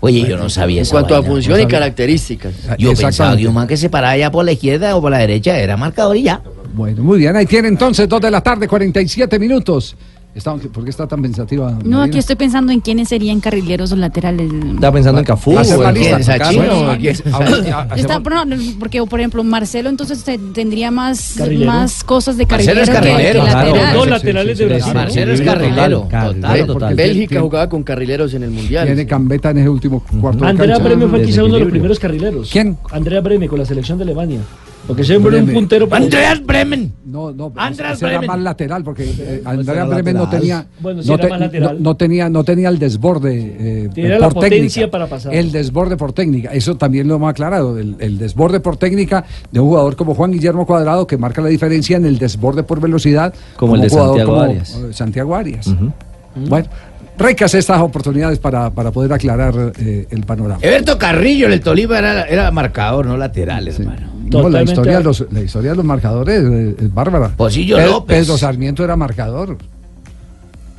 Speaker 7: Oye, yo no sabía eso.
Speaker 4: cuanto a función y
Speaker 7: características. Yo pensaba
Speaker 4: Exactamente.
Speaker 7: que un man que se paraba ya por la izquierda o por la derecha era marcador y ya.
Speaker 4: Bueno, muy bien. Ahí tiene entonces 2 de la tarde, 47 minutos. Estamos, ¿Por qué está tan pensativa?
Speaker 28: No,
Speaker 4: Marina?
Speaker 28: aquí estoy pensando en quiénes serían carrileros o laterales.
Speaker 4: Está pensando en Cafú,
Speaker 13: o en
Speaker 4: en
Speaker 13: Juan Carlos.
Speaker 28: Yo estaba- pero no, porque, por ejemplo, Marcelo entonces te- tendría más,
Speaker 13: Carrilero.
Speaker 28: más cosas de
Speaker 7: Marcelo
Speaker 28: carrilero,
Speaker 7: es carrilero.
Speaker 28: que, que
Speaker 7: Claro,
Speaker 28: lateral.
Speaker 7: los dos laterales de Brasil. Marcelo es carrilero.
Speaker 20: Total,
Speaker 4: total.
Speaker 20: Bélgica jugaba con carrileros en el Mundial.
Speaker 4: Tiene Cambeta en el último cuarto de
Speaker 11: Andrea
Speaker 4: cancha.
Speaker 11: Breme fue quizá uno de los primeros carrileros.
Speaker 4: ¿Quién?
Speaker 11: Andrea Breme con la selección de Alemania. Porque siempre era un
Speaker 4: Breme.
Speaker 11: puntero para.
Speaker 4: Andreas
Speaker 7: Bremen!
Speaker 4: No, no, pero
Speaker 11: Andreas
Speaker 4: ese era
Speaker 11: Bremen.
Speaker 4: más lateral porque eh, Andrea
Speaker 11: era
Speaker 4: Bremen no
Speaker 11: lateral.
Speaker 4: tenía,
Speaker 11: Bueno, sí
Speaker 4: no,
Speaker 11: era más lateral.
Speaker 4: no- no tenía, no tenía el desborde eh,
Speaker 11: Tenía la
Speaker 4: por
Speaker 11: potencia
Speaker 4: técnica.
Speaker 11: para pasar.
Speaker 4: El desborde por técnica, eso también lo hemos aclarado. El, el desborde por técnica de un jugador como Juan Guillermo Cuadrado que marca la diferencia en el desborde por velocidad,
Speaker 13: Como el
Speaker 4: un
Speaker 13: de
Speaker 4: jugador
Speaker 13: Santiago
Speaker 4: como,
Speaker 13: Arias.
Speaker 4: eh, Santiago Arias.
Speaker 11: Mm.
Speaker 4: Bueno, ricas estas oportunidades para, para poder aclarar eh, el panorama.
Speaker 7: Everto Carrillo, en el Tolima, era, era marcador, no lateral, hermano.
Speaker 4: No, la, historia de los, la historia de los marcadores eh, es bárbara.
Speaker 7: Pocillo
Speaker 4: Pe-
Speaker 7: López.
Speaker 4: Pedro Sarmiento era marcador.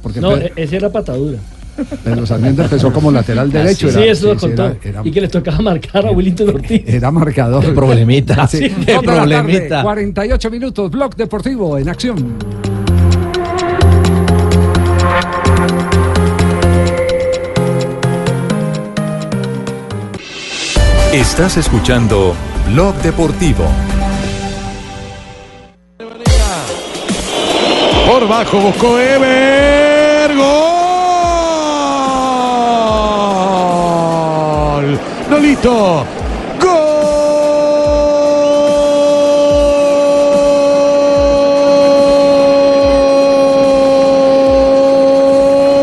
Speaker 4: Porque
Speaker 11: No,
Speaker 4: Pe-
Speaker 11: e- esa era patadura. Ah,
Speaker 4: Pedro Sarmiento empezó como lateral derecho.
Speaker 11: Sí,
Speaker 4: era-
Speaker 11: eso lo
Speaker 4: sí, sí,
Speaker 11: contó.
Speaker 4: era- era-
Speaker 11: Y que les tocaba marcar a Willington Ortiz.
Speaker 4: Era marcador. Qué problemita.
Speaker 11: sí, qué problemita.
Speaker 4: 48 minutos, Blog Deportivo en acción.
Speaker 16: Estás escuchando Blog Deportivo.
Speaker 21: Por bajo buscó Ever. Gol. Nolito.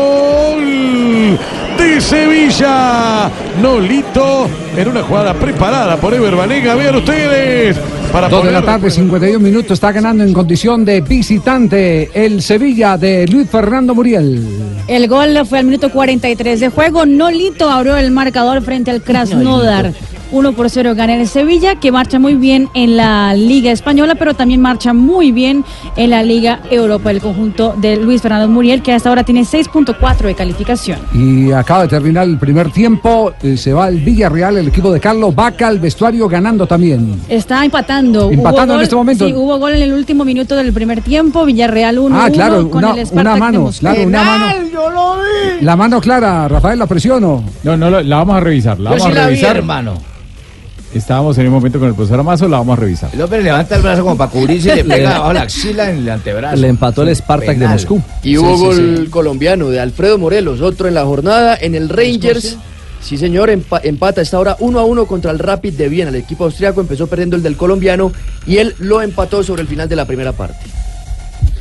Speaker 21: Gol de Sevilla. Nolito en una jugada preparada por Ever Banega. Vean ustedes. Para
Speaker 4: Dos de
Speaker 21: poner
Speaker 4: la tarde, 51 minutos, está ganando en condición de visitante el Sevilla de Luis Fernando Muriel.
Speaker 5: El gol fue al minuto 43 de juego. Nolito abrió el marcador frente al Krasnodar. 1 por 0 gana el Sevilla, que marcha muy bien en la Liga Española, pero también marcha muy bien en la Liga Europa. El conjunto de Luis Fernando Muriel, que hasta ahora tiene 6.4 de calificación.
Speaker 4: Y acaba de terminar el primer tiempo, eh, se va al Villarreal, el equipo de Carlos Vaca, al vestuario ganando también.
Speaker 5: Está empatando. Hubo
Speaker 4: Empatando en
Speaker 5: gol-
Speaker 4: este momento.
Speaker 5: Sí, hubo gol en el último minuto del primer tiempo. Villarreal 1
Speaker 4: Ah, claro,
Speaker 5: con
Speaker 4: una-
Speaker 5: el
Speaker 4: una
Speaker 5: Spartak de
Speaker 4: mano,
Speaker 5: Moscú.
Speaker 4: claro, una mano.
Speaker 5: ¡Penal! ¡Yo lo vi!
Speaker 4: La mano clara, Rafael, ¿la presiono?
Speaker 10: No, no, la- la vamos a revisar. La
Speaker 4: Yo
Speaker 10: vamos
Speaker 4: sí
Speaker 10: a
Speaker 4: la vi,
Speaker 10: revisar.
Speaker 4: hermano.
Speaker 10: Estábamos en un momento con el profesor Amazo, la vamos a revisar.
Speaker 7: López levanta el brazo como para cubrirse y le pega abajo la axila en el antebrazo.
Speaker 13: Le empató el Spartak de Moscú.
Speaker 20: Y hubo gol colombiano de Alfredo Morelos, otro en la jornada en el Rangers. Sí, señor, empa- empata esta hora 1 a 1 contra el Rapid de Viena. El equipo austriaco empezó perdiendo el del colombiano y él lo empató sobre el final de la primera parte.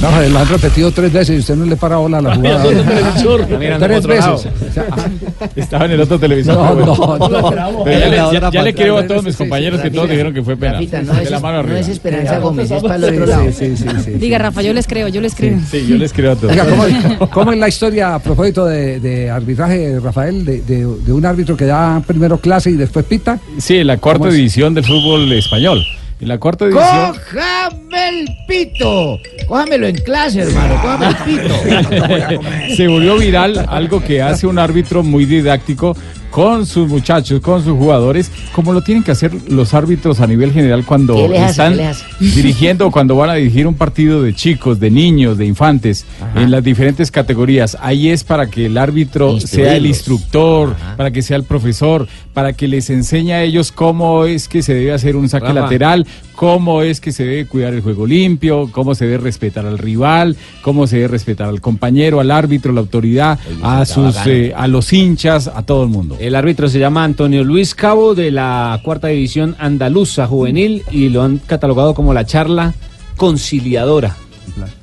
Speaker 4: No, la han repetido tres veces y usted no le para bola a la jugada.
Speaker 10: mirando el televisor. Está mirando
Speaker 4: tres
Speaker 10: por otro
Speaker 4: veces.
Speaker 10: lado. Estaba en el otro televisor.
Speaker 4: No,
Speaker 10: pero bueno.
Speaker 4: no, no.
Speaker 10: Pero ya le- ya- ya,
Speaker 4: Otra
Speaker 10: le creo a
Speaker 4: pantalla.
Speaker 10: todos mis
Speaker 4: Sí, sí,
Speaker 10: compañeros
Speaker 4: sí,
Speaker 10: que todos
Speaker 4: Rafita.
Speaker 10: dijeron que fue penal.
Speaker 4: Rafita, no
Speaker 10: De
Speaker 4: es-
Speaker 10: la mano
Speaker 4: no
Speaker 10: arriba.
Speaker 4: es Esperanza
Speaker 10: Ya,
Speaker 4: Gómez,
Speaker 10: vamos,
Speaker 4: es para el
Speaker 10: sí,
Speaker 4: otro lado.
Speaker 10: Sí, sí, sí.
Speaker 5: Diga, Rafa, yo les creo, yo les creo.
Speaker 10: Sí, yo les creo a todos.
Speaker 4: Oiga, ¿cómo, cómo es la historia a propósito de, de arbitraje, Rafael, de, de- de un árbitro que da primero clase y después pita?
Speaker 10: Sí, en la cuarta
Speaker 4: ¿Cómo es?
Speaker 10: edición del fútbol español. En la cuarta edición.
Speaker 7: ¡Cójame el pito! Cójamelo en clase, hermano. Cójame el pito.
Speaker 10: Se volvió viral algo que hace un árbitro muy didáctico con sus muchachos, con sus jugadores, como lo tienen que hacer los árbitros a nivel general cuando
Speaker 2: ¿Qué les hace?
Speaker 10: están
Speaker 2: ¿Qué les hace?
Speaker 10: dirigiendo, cuando van a dirigir un partido de chicos, de niños, de infantes, en las diferentes categorías. Ahí es para que el árbitro sea el
Speaker 29: Instruirlos.
Speaker 10: instructor, para que sea el profesor, para que les enseñe a ellos cómo es que se debe hacer un saque
Speaker 29: Rafa.
Speaker 10: lateral, cómo es que se debe cuidar el juego limpio, cómo se debe respetar al rival, cómo se debe respetar al compañero, al árbitro, a la autoridad, a
Speaker 8: estaba
Speaker 10: sus
Speaker 8: bacano.
Speaker 10: eh, a los hinchas, a todo el mundo.
Speaker 8: El árbitro se llama Antonio Luis Cabo de la cuarta división andaluza juvenil y lo han catalogado como la charla conciliadora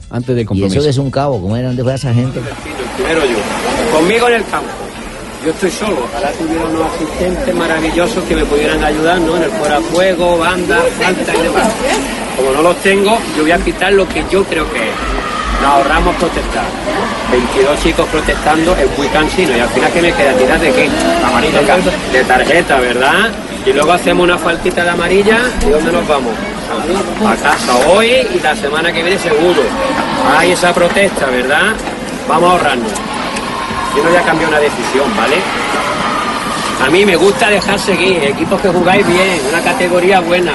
Speaker 8: antes del
Speaker 14: Y
Speaker 8: compromiso.
Speaker 14: eso que es un cabo, ¿cómo era? ¿Dónde fue esa gente?
Speaker 30: Primero yo. Conmigo en el campo. Yo estoy solo. Ojalá tuviera unos asistentes maravillosos que me pudieran ayudar, ¿no? En el fuera de juego, banda, falta y demás. Como no los tengo, yo voy a quitar lo que yo creo que es. Nos ahorramos protestar. 22 chicos protestando es muy cansino y al final que me queda tirar de qué? Amarilla, de tarjeta, ¿verdad? Y luego hacemos una faltita de amarilla y ¿dónde nos vamos? A casa hoy y la semana que viene seguro. Hay esa protesta, ¿verdad? Vamos a ahorrarnos. Yo no voy a cambiar una decisión, ¿vale? A mí me gusta dejar seguir, equipos que jugáis bien, una categoría buena.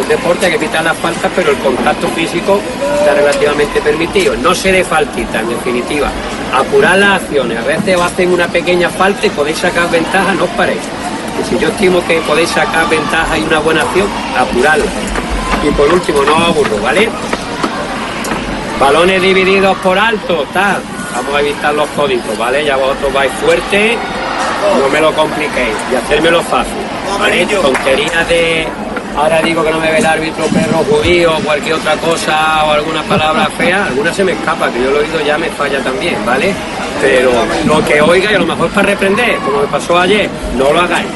Speaker 30: Un deporte que quita las faltas, pero el contacto físico está relativamente permitido. No se dé faltita, en definitiva. Apurar las acciones. A veces hacen una pequeña falta y podéis sacar ventaja, no os paréis. Y si yo estimo que podéis sacar ventaja y una buena acción, apurarla. Y por último, no os aburro, ¿vale? Balones divididos por alto, tal. Vamos a evitar los códigos, ¿vale? Ya vosotros vais fuerte, no me lo compliquéis y hacérmelo fácil, ¿vale? Tonterías de ahora digo que no me ve el árbitro perro judío o cualquier otra cosa o alguna palabra fea, alguna se me escapa, que yo lo he oído ya me falla también, ¿vale? Pero lo que oiga y a lo mejor para reprender, como me pasó ayer, no lo hagáis.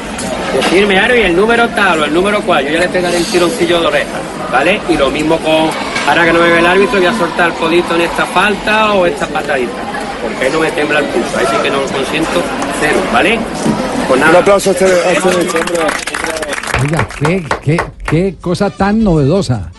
Speaker 30: Decirme, Aro, y el número tal o el número cual, yo ya le pegaré el tironcillo de oreja, ¿vale? Y lo mismo con, ahora que no me ve el árbitro, voy a soltar el codito en esta falta o esta patadita, porque ahí no me tembla el pulso, ahí sí que no lo consiento, cero, ¿vale? Pues nada.
Speaker 31: Un aplauso a este, a este hombre.
Speaker 4: Oiga, qué, qué- qué cosa tan novedosa.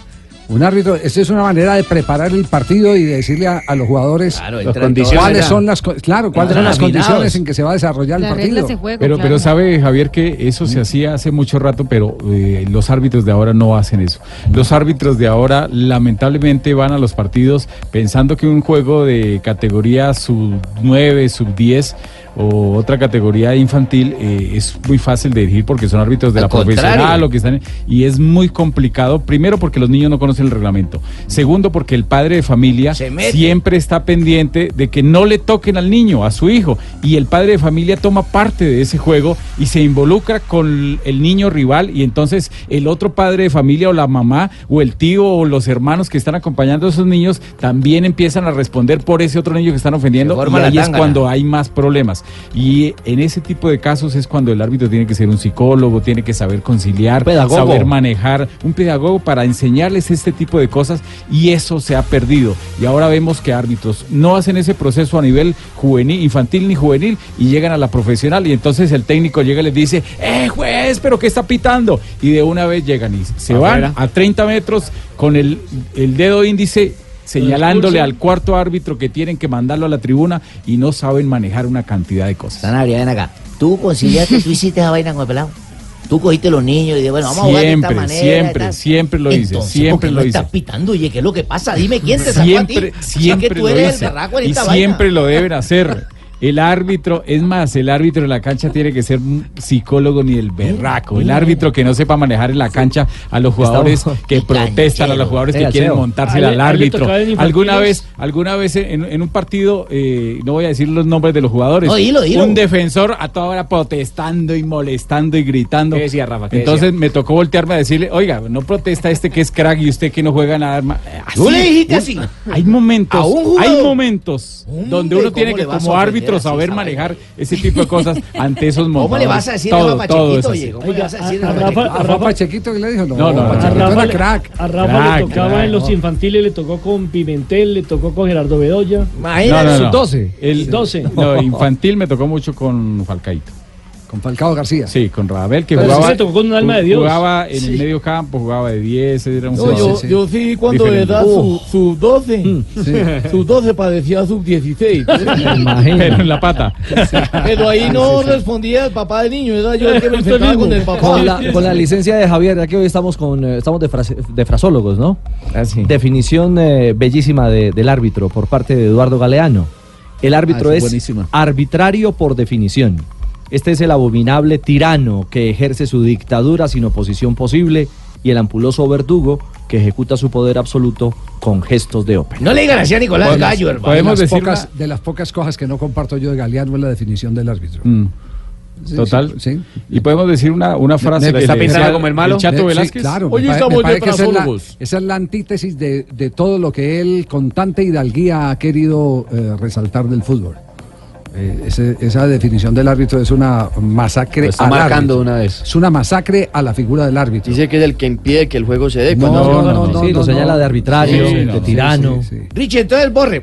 Speaker 4: Un árbitro, esta es una manera de preparar el partido y de decirle a, a los jugadores
Speaker 10: entra en condiciones
Speaker 4: cuáles
Speaker 10: ya.
Speaker 4: son las co- claro, cuáles son
Speaker 10: Entran
Speaker 4: las
Speaker 10: afinados.
Speaker 4: condiciones en que se va a desarrollar el partido.
Speaker 10: pero, pero sabe Javier que eso se hacía hace mucho rato, pero eh, los árbitros de ahora no hacen eso. Los árbitros de ahora lamentablemente van a los partidos pensando que un juego de categoría sub 9, sub 10 o otra categoría infantil eh, es muy fácil de dirigir porque son árbitros de
Speaker 21: Al
Speaker 10: la profesional
Speaker 21: contrario.
Speaker 10: lo que están en- y es muy complicado primero porque los niños no conocen el reglamento segundo porque el padre de familia
Speaker 21: mete.
Speaker 10: siempre está pendiente de que no le toquen al niño a su hijo y el padre de familia toma parte de ese juego y se involucra con el niño rival y entonces el otro padre de familia o la mamá o el tío o los hermanos que están acompañando a esos niños también empiezan a responder por ese otro niño que están ofendiendo y
Speaker 21: forma la
Speaker 10: ahí es
Speaker 21: tángana.
Speaker 10: cuando cuando hay más problemas. Y en ese tipo de casos es cuando el árbitro tiene que ser un psicólogo, tiene que saber conciliar,
Speaker 21: Pedagogo.
Speaker 10: saber manejar, un pedagogo para enseñarles este tipo de cosas y eso se ha perdido. Y ahora vemos que árbitros no hacen ese proceso a nivel juvenil, infantil ni juvenil y llegan a la profesional y entonces el técnico llega y les dice, ¡eh, juez, pero qué está pitando! Y de una vez llegan y se
Speaker 21: Afuera.
Speaker 10: van a 30 metros con el, el dedo índice señalándole
Speaker 21: expulsan.
Speaker 10: al cuarto árbitro que tienen que mandarlo a la tribuna y no saben manejar una cantidad de cosas.
Speaker 14: Sanabria, ven acá. Tú conciliaste, tú hiciste esa vaina con el pelado. Tú cogiste los niños y dijiste, bueno, vamos a jugar de
Speaker 10: siempre,
Speaker 14: esta manera.
Speaker 10: siempre,
Speaker 14: tal.
Speaker 10: siempre lo hice,
Speaker 14: Entonces, ¿por
Speaker 10: siempre
Speaker 14: qué
Speaker 10: lo
Speaker 14: no
Speaker 10: hice.
Speaker 14: estás pitando, oye, ¿qué es lo que pasa? Dime quién te sacó a ti.
Speaker 10: Siempre, siempre
Speaker 14: que tú
Speaker 10: lo
Speaker 14: eres el
Speaker 10: hice.
Speaker 14: berraco en
Speaker 10: y
Speaker 14: esta
Speaker 10: siempre lo deben hacer. El árbitro, es más, el árbitro de la cancha tiene que ser un psicólogo ni el berraco.
Speaker 14: Mm.
Speaker 10: El árbitro que no sepa manejar en la cancha a los jugadores
Speaker 21: Estamos-
Speaker 10: que protestan, a los jugadores que
Speaker 21: Oiga,
Speaker 10: quieren
Speaker 21: Seo.
Speaker 10: montársela
Speaker 21: Ah,
Speaker 10: al
Speaker 21: le- a él le
Speaker 10: árbitro.
Speaker 21: tocaba en infantiles.
Speaker 10: Alguna vez, alguna vez en, en un partido, eh, no voy a decir los nombres de los jugadores,
Speaker 21: No, dilo, dilo.
Speaker 10: un defensor a toda hora protestando y molestando y gritando.
Speaker 21: ¿Qué decía, Rafa? ¿Qué
Speaker 10: Entonces me tocó voltearme a decirle, oiga, no protesta este que es crack y usted que no juega nada más.
Speaker 21: Yo le dije que
Speaker 10: un-
Speaker 21: así.
Speaker 10: Hay momentos,
Speaker 21: A un jugador.
Speaker 10: hay momentos donde uno
Speaker 21: ¿cómo
Speaker 10: tiene que
Speaker 21: le vas a
Speaker 10: como
Speaker 21: ofender
Speaker 10: árbitro
Speaker 21: así,
Speaker 10: saber
Speaker 21: Samuel?
Speaker 10: manejar ese tipo de cosas ante esos momentos.
Speaker 21: le vas a decir eso a Pachequito, oye? ¿Cómo le vas a decir
Speaker 4: a,
Speaker 21: eso a
Speaker 4: Rafa,
Speaker 21: Pachequito?
Speaker 4: a Rafa Pachequito, ¿qué le dijo? No,
Speaker 10: No, no, no.
Speaker 4: Pachequito
Speaker 10: A Rafa
Speaker 4: era
Speaker 10: le-
Speaker 4: crack.
Speaker 11: A Rafa
Speaker 10: Crack,
Speaker 11: le tocaba
Speaker 10: crack,
Speaker 11: en los
Speaker 10: no.
Speaker 11: infantiles, le tocó con Pimentel, le tocó con Gerardo Bedoya.
Speaker 10: No, no, no. El 12. No, infantil me tocó mucho con Falcaito.
Speaker 4: Con Falcao García.
Speaker 10: Sí, con Radamel, que
Speaker 11: Pero
Speaker 10: jugaba.
Speaker 11: sí se tocó con un alma de Dios.
Speaker 10: Jugaba en el
Speaker 11: Sí.
Speaker 10: medio campo, jugaba de 10, era un
Speaker 11: No,
Speaker 10: jugador
Speaker 11: yo- yo sí,
Speaker 15: cuando
Speaker 10: diferente.
Speaker 15: era su, su 12,
Speaker 10: sí.
Speaker 15: su 12 parecía sub 16.
Speaker 10: Pero en la pata.
Speaker 15: Pero ahí no respondía el papá del niño, era yo el que me enfrentaba con el papá.
Speaker 13: Con la, con la licencia de Javier, ya que hoy estamos con eh, estamos de, frase- de frasólogos, ¿no?
Speaker 15: Ah,
Speaker 13: Definición eh, bellísima de- del árbitro por parte de Eduardo Galeano. El árbitro
Speaker 12: Ah,
Speaker 13: es
Speaker 12: es buenísima.
Speaker 13: arbitrario por definición. Este es el abominable tirano que ejerce su dictadura sin oposición posible y el ampuloso verdugo que ejecuta su poder absoluto con gestos de ópera.
Speaker 4: Podemos- de las, pocas, de las pocas cosas que no comparto yo de Galeano es la definición del árbitro.
Speaker 10: Mm.
Speaker 4: Sí,
Speaker 10: Total.
Speaker 4: sí, sí.
Speaker 10: Y podemos decir una, una frase.
Speaker 4: Me-
Speaker 10: que
Speaker 4: me- me-
Speaker 10: le decía
Speaker 4: me-
Speaker 10: el Chato
Speaker 4: me- eh, sí,
Speaker 10: Velázquez.
Speaker 4: claro, me pare- me parece que esa es la- Esa es la antítesis de, de todo lo que él con tanta hidalguía ha querido eh, resaltar del fútbol. Eh, ese- esa definición del árbitro es una masacre
Speaker 20: Lo está
Speaker 4: al
Speaker 20: marcando
Speaker 4: árbitro.
Speaker 20: de una vez.
Speaker 4: Es una masacre a la figura del árbitro.
Speaker 20: Dice que es el que impide que el juego se dé.
Speaker 4: No,
Speaker 20: cuando-
Speaker 4: no, no, no, Sí, lo no, señala no. de
Speaker 13: arbitrario, de
Speaker 4: Ah,
Speaker 13: tirano.
Speaker 25: Richie, entonces borre.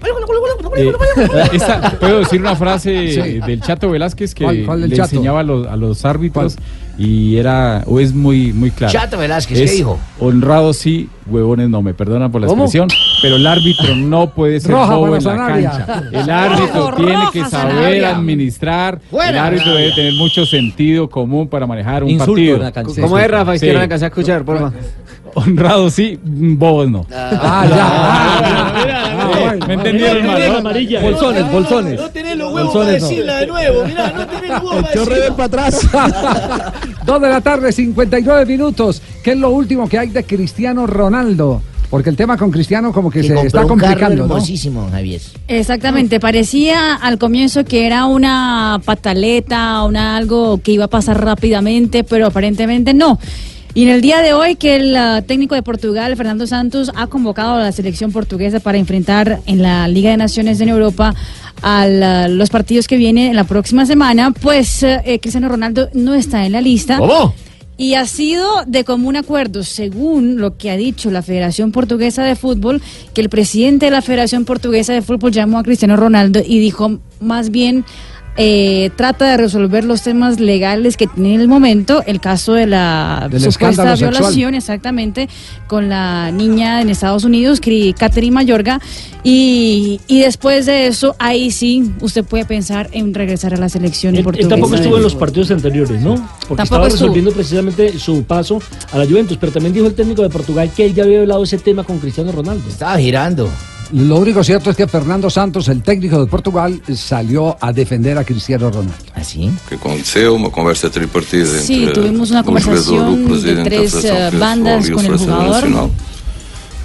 Speaker 10: Eh, esta- puedo decir una frase
Speaker 4: Sí.
Speaker 10: del Chato Velázquez que
Speaker 4: ¿Cuál- cuál del
Speaker 10: le
Speaker 4: Chato?
Speaker 10: enseñaba a los, a los árbitros y era o es muy muy claro.
Speaker 25: Chato Velázquez, ¿qué
Speaker 10: Es
Speaker 25: dijo?
Speaker 10: Honrado sí, huevones no, me perdonan por la
Speaker 25: ¿Cómo?
Speaker 10: expresión, pero el árbitro no puede ser
Speaker 4: Roja
Speaker 10: bobo
Speaker 4: para
Speaker 10: en la
Speaker 4: Sanabria.
Speaker 10: cancha. El árbitro
Speaker 4: Rojo,
Speaker 10: tiene
Speaker 4: roja,
Speaker 10: que saber
Speaker 4: Sanabria.
Speaker 10: administrar. el
Speaker 4: Fuera,
Speaker 10: árbitro
Speaker 4: Sanabria.
Speaker 10: debe tener mucho sentido común para manejar un
Speaker 8: Insulto
Speaker 10: partido.
Speaker 8: en la cancha. ¿Cómo es, Rafa?
Speaker 10: Sí.
Speaker 8: Izquierda en la cancha, escuchar, porfa.
Speaker 10: Honrado sí, bobos no.
Speaker 8: Ah,
Speaker 4: Ah,
Speaker 10: Me entendieron mal. ¿no?
Speaker 8: Bolsones, bolsones.
Speaker 15: No tenés los huevos para
Speaker 4: huevos Bolsones para no.
Speaker 15: decirla de nuevo, mirá, no tenés los huevos para
Speaker 4: Yo
Speaker 15: decirla.
Speaker 4: para atrás. Dos de la tarde, 59 minutos. ¿Qué es lo último que hay de Cristiano Ronaldo? Porque el tema con Cristiano como que,
Speaker 25: Que
Speaker 4: se
Speaker 25: compró
Speaker 4: está
Speaker 25: un carro
Speaker 4: complicando. ¿no?
Speaker 25: hermosísimo, Javier.
Speaker 5: Exactamente, parecía al comienzo que era una pataleta, una algo que iba a pasar rápidamente, pero aparentemente no. Y en el día de hoy que el ah, técnico de Portugal, Fernando Santos, ha convocado a la selección portuguesa para enfrentar en la Liga de Naciones en Europa a la- los partidos que vienen la próxima semana, pues eh, Cristiano Ronaldo no está en la lista.
Speaker 25: ¿Cómo?
Speaker 5: Y ha sido de común acuerdo, según lo que ha dicho la Federación Portuguesa de Fútbol, que el presidente de la Federación Portuguesa de Fútbol llamó a Cristiano Ronaldo y dijo más bien... eh, trata de resolver los temas legales que tiene en el momento, el caso de la
Speaker 32: Del
Speaker 5: supuesta
Speaker 32: escándalo sexual.
Speaker 5: violación, exactamente, con la niña en Estados Unidos, Cri- Catherine Mayorga, y, y después de eso, ahí sí, usted puede pensar en regresar a la selección
Speaker 11: Él, él
Speaker 5: portuguesa.
Speaker 11: tampoco
Speaker 5: de
Speaker 11: estuvo en los
Speaker 5: fútbol.
Speaker 11: partidos anteriores, ¿no? Porque
Speaker 5: Tampoco
Speaker 11: estaba
Speaker 5: estuvo.
Speaker 11: resolviendo precisamente su paso a la Juventus. Pero también dijo el técnico de Portugal que él ya había hablado ese tema con Cristiano Ronaldo.
Speaker 25: Estaba girando.
Speaker 4: Lo único cierto es que Fernando Santos, el técnico de Portugal, salió a defender a Cristiano Ronaldo.
Speaker 25: ¿Así?
Speaker 33: que aconteceu, uma conversa tripartida
Speaker 5: Sí,
Speaker 33: entre
Speaker 5: tuvimos una
Speaker 33: o jogador, o
Speaker 5: conversación de
Speaker 33: presidente
Speaker 5: tres,
Speaker 33: da Federação
Speaker 5: eh,
Speaker 33: de
Speaker 5: bandas
Speaker 33: Futebol e o
Speaker 5: con el
Speaker 33: selecionador
Speaker 5: jugador.
Speaker 33: nacional,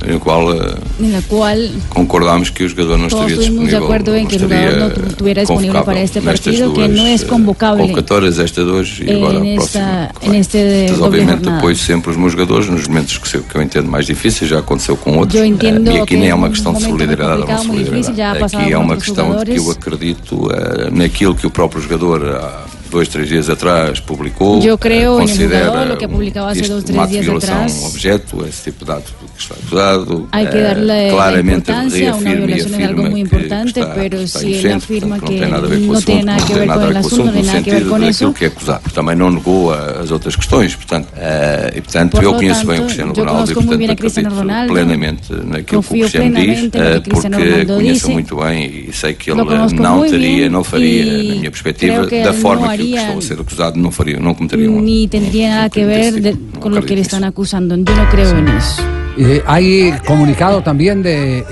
Speaker 33: em qual eh,
Speaker 5: En la cual
Speaker 33: concordámos que o jogador não
Speaker 5: todos
Speaker 33: estaria
Speaker 5: estuvimos de
Speaker 33: disponível,
Speaker 5: acuerdo en
Speaker 33: não
Speaker 5: que el jugador no tu-
Speaker 33: estaria
Speaker 5: estuviera disponible para
Speaker 33: convocável
Speaker 5: este
Speaker 33: nestas
Speaker 5: partido, que
Speaker 33: duas,
Speaker 5: no es
Speaker 33: eh,
Speaker 5: convocable
Speaker 33: convocatórias, esta de hoje e agora a
Speaker 5: en,
Speaker 33: próxima.
Speaker 5: esta, en este de
Speaker 33: Mas,
Speaker 5: doble
Speaker 33: obviamente,
Speaker 5: jornada.
Speaker 33: apoio sempre os meus jogadores nos momentos que, se- que eu entendo mais difíceis, já aconteceu com outros.
Speaker 5: Eu
Speaker 33: eh,
Speaker 5: entendo
Speaker 33: e aqui
Speaker 5: que
Speaker 33: nem é uma
Speaker 5: um
Speaker 33: questão de
Speaker 5: momento muito
Speaker 33: solidariedade ou não
Speaker 5: complicado, muito difícil, já
Speaker 33: solidariedade.
Speaker 5: passaram
Speaker 33: Aqui é
Speaker 5: por
Speaker 33: uma
Speaker 5: outros
Speaker 33: questão de que eu
Speaker 5: jogadores.
Speaker 33: acredito eh, naquilo que o próprio jogador há dois, três dias atrás publicou.
Speaker 5: Yo creo
Speaker 33: eh,
Speaker 5: en el jugador, lo que
Speaker 33: um-
Speaker 5: publicaba hace
Speaker 33: este
Speaker 5: dos,
Speaker 33: um
Speaker 5: tres
Speaker 33: ato de
Speaker 5: días
Speaker 33: violação a
Speaker 5: atrás.
Speaker 33: um objeto, esse tipo de ato que está acusado.
Speaker 5: Hay que
Speaker 33: eh,
Speaker 5: darle la
Speaker 33: claramente
Speaker 5: importancia a una
Speaker 33: reafirma e
Speaker 5: violación es algo
Speaker 33: afirma
Speaker 5: muy
Speaker 33: que
Speaker 5: importante,
Speaker 33: está-
Speaker 5: pero
Speaker 33: está
Speaker 5: si él
Speaker 33: inocente,
Speaker 5: afirma
Speaker 33: portanto,
Speaker 5: que
Speaker 33: não tem nada a ver com o
Speaker 5: no
Speaker 33: assunto,
Speaker 5: tiene nada que ver con el asunto, no tiene nada que ver
Speaker 33: no
Speaker 5: con
Speaker 33: tem
Speaker 5: eso,
Speaker 33: que é acusado. Também não negou eh, as outras questões, portanto, eh, e portanto
Speaker 5: Por
Speaker 33: eu
Speaker 5: lo
Speaker 33: conheço bem o
Speaker 5: tanto,
Speaker 33: Cristiano
Speaker 5: yo
Speaker 33: Ronaldo e
Speaker 5: conozco muy
Speaker 33: portanto
Speaker 5: bien a
Speaker 33: acredito
Speaker 5: Cristiano Ronaldo,
Speaker 33: plenamente naquilo que o
Speaker 5: confío
Speaker 33: Cristiano
Speaker 5: plenamente en lo
Speaker 33: diz,
Speaker 5: que
Speaker 33: eh,
Speaker 5: Cristiano
Speaker 33: porque
Speaker 5: Ronaldo
Speaker 33: conheço
Speaker 5: dice.
Speaker 33: muito bem e sei que
Speaker 5: Lo
Speaker 33: ele
Speaker 5: conozco
Speaker 33: não
Speaker 5: muy
Speaker 33: teria,
Speaker 5: bien
Speaker 33: não faria,
Speaker 5: y
Speaker 33: na minha perspectiva,
Speaker 5: creo que
Speaker 33: da
Speaker 5: él
Speaker 33: forma
Speaker 5: no
Speaker 33: que
Speaker 5: haría-
Speaker 33: estou a ser acusado, não faria, não cometeria um
Speaker 5: ni tendría nada que ver de- con lo que le están acusando. Yo no creo en eso.
Speaker 4: Eh, hay comunicado también del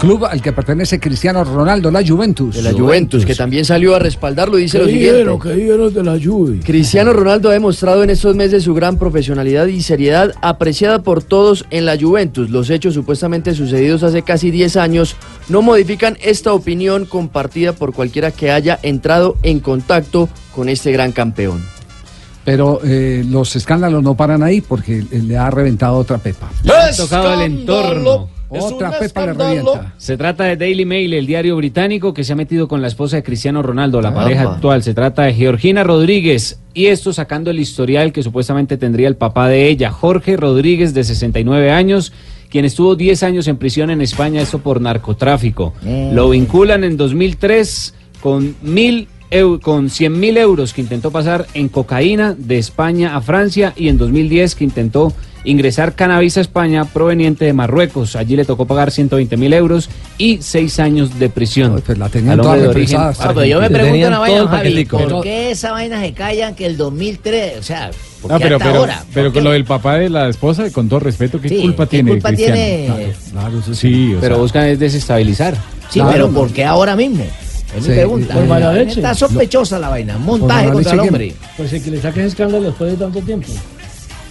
Speaker 4: club al que pertenece Cristiano Ronaldo, la Juventus.
Speaker 20: De la Juventus, que también salió a respaldarlo, dice lo
Speaker 4: ¿Qué
Speaker 20: siguiente.
Speaker 4: dijeron?
Speaker 20: que de la Juve. Cristiano Ronaldo ha demostrado en estos meses su gran profesionalidad y seriedad apreciada por todos en la Juventus. Los hechos supuestamente sucedidos hace casi 10 años no modifican esta opinión compartida por cualquiera que haya entrado en contacto con este gran campeón.
Speaker 4: Pero eh, los escándalos no paran ahí porque eh, le ha reventado otra pepa.
Speaker 8: tocado el entorno.
Speaker 4: Otra pepa le revienta.
Speaker 8: Se trata de Daily Mail, el diario británico que se ha metido con la esposa de Cristiano Ronaldo, la pareja actual. Se trata de Georgina Rodríguez y esto sacando el historial que supuestamente tendría el papá de ella, Jorge Rodríguez, de 69 años, quien estuvo 10 años en prisión en
Speaker 14: Eh.
Speaker 8: España, esto por narcotráfico. Lo vinculan en 2003 con mil eu- con 100 mil euros que intentó pasar en cocaína de España a Francia y en 2010 que intentó ingresar cannabis a España proveniente de Marruecos. Allí le tocó pagar 120 mil euros y seis años de prisión.
Speaker 4: pues la
Speaker 7: tenían
Speaker 4: todas
Speaker 7: Ah, pero yo me pregunto una vaina, Javi, ¿por qué esa vaina se callan que el 2003, o sea, ¿por qué
Speaker 10: No, pero,
Speaker 7: hasta
Speaker 10: pero,
Speaker 7: ahora?
Speaker 10: pero con lo del papá de la esposa, con todo respeto, ¿qué
Speaker 7: Sí,
Speaker 10: culpa
Speaker 7: ¿qué
Speaker 10: tiene
Speaker 7: culpa
Speaker 10: Cristiano?
Speaker 7: tiene?
Speaker 10: Claro, claro, eso sí, o
Speaker 8: Pero
Speaker 10: sea.
Speaker 8: buscan es desestabilizar.
Speaker 7: Sí, pero ¿por qué ahora mismo? Es
Speaker 10: Sí,
Speaker 7: mi pregunta.
Speaker 10: por mala
Speaker 7: La vaina
Speaker 10: leche.
Speaker 7: Está sospechosa la vaina, un montaje
Speaker 10: mala
Speaker 7: contra el
Speaker 10: leche,
Speaker 7: hombre.
Speaker 11: Pues el que le saquen escándalo después de tanto tiempo.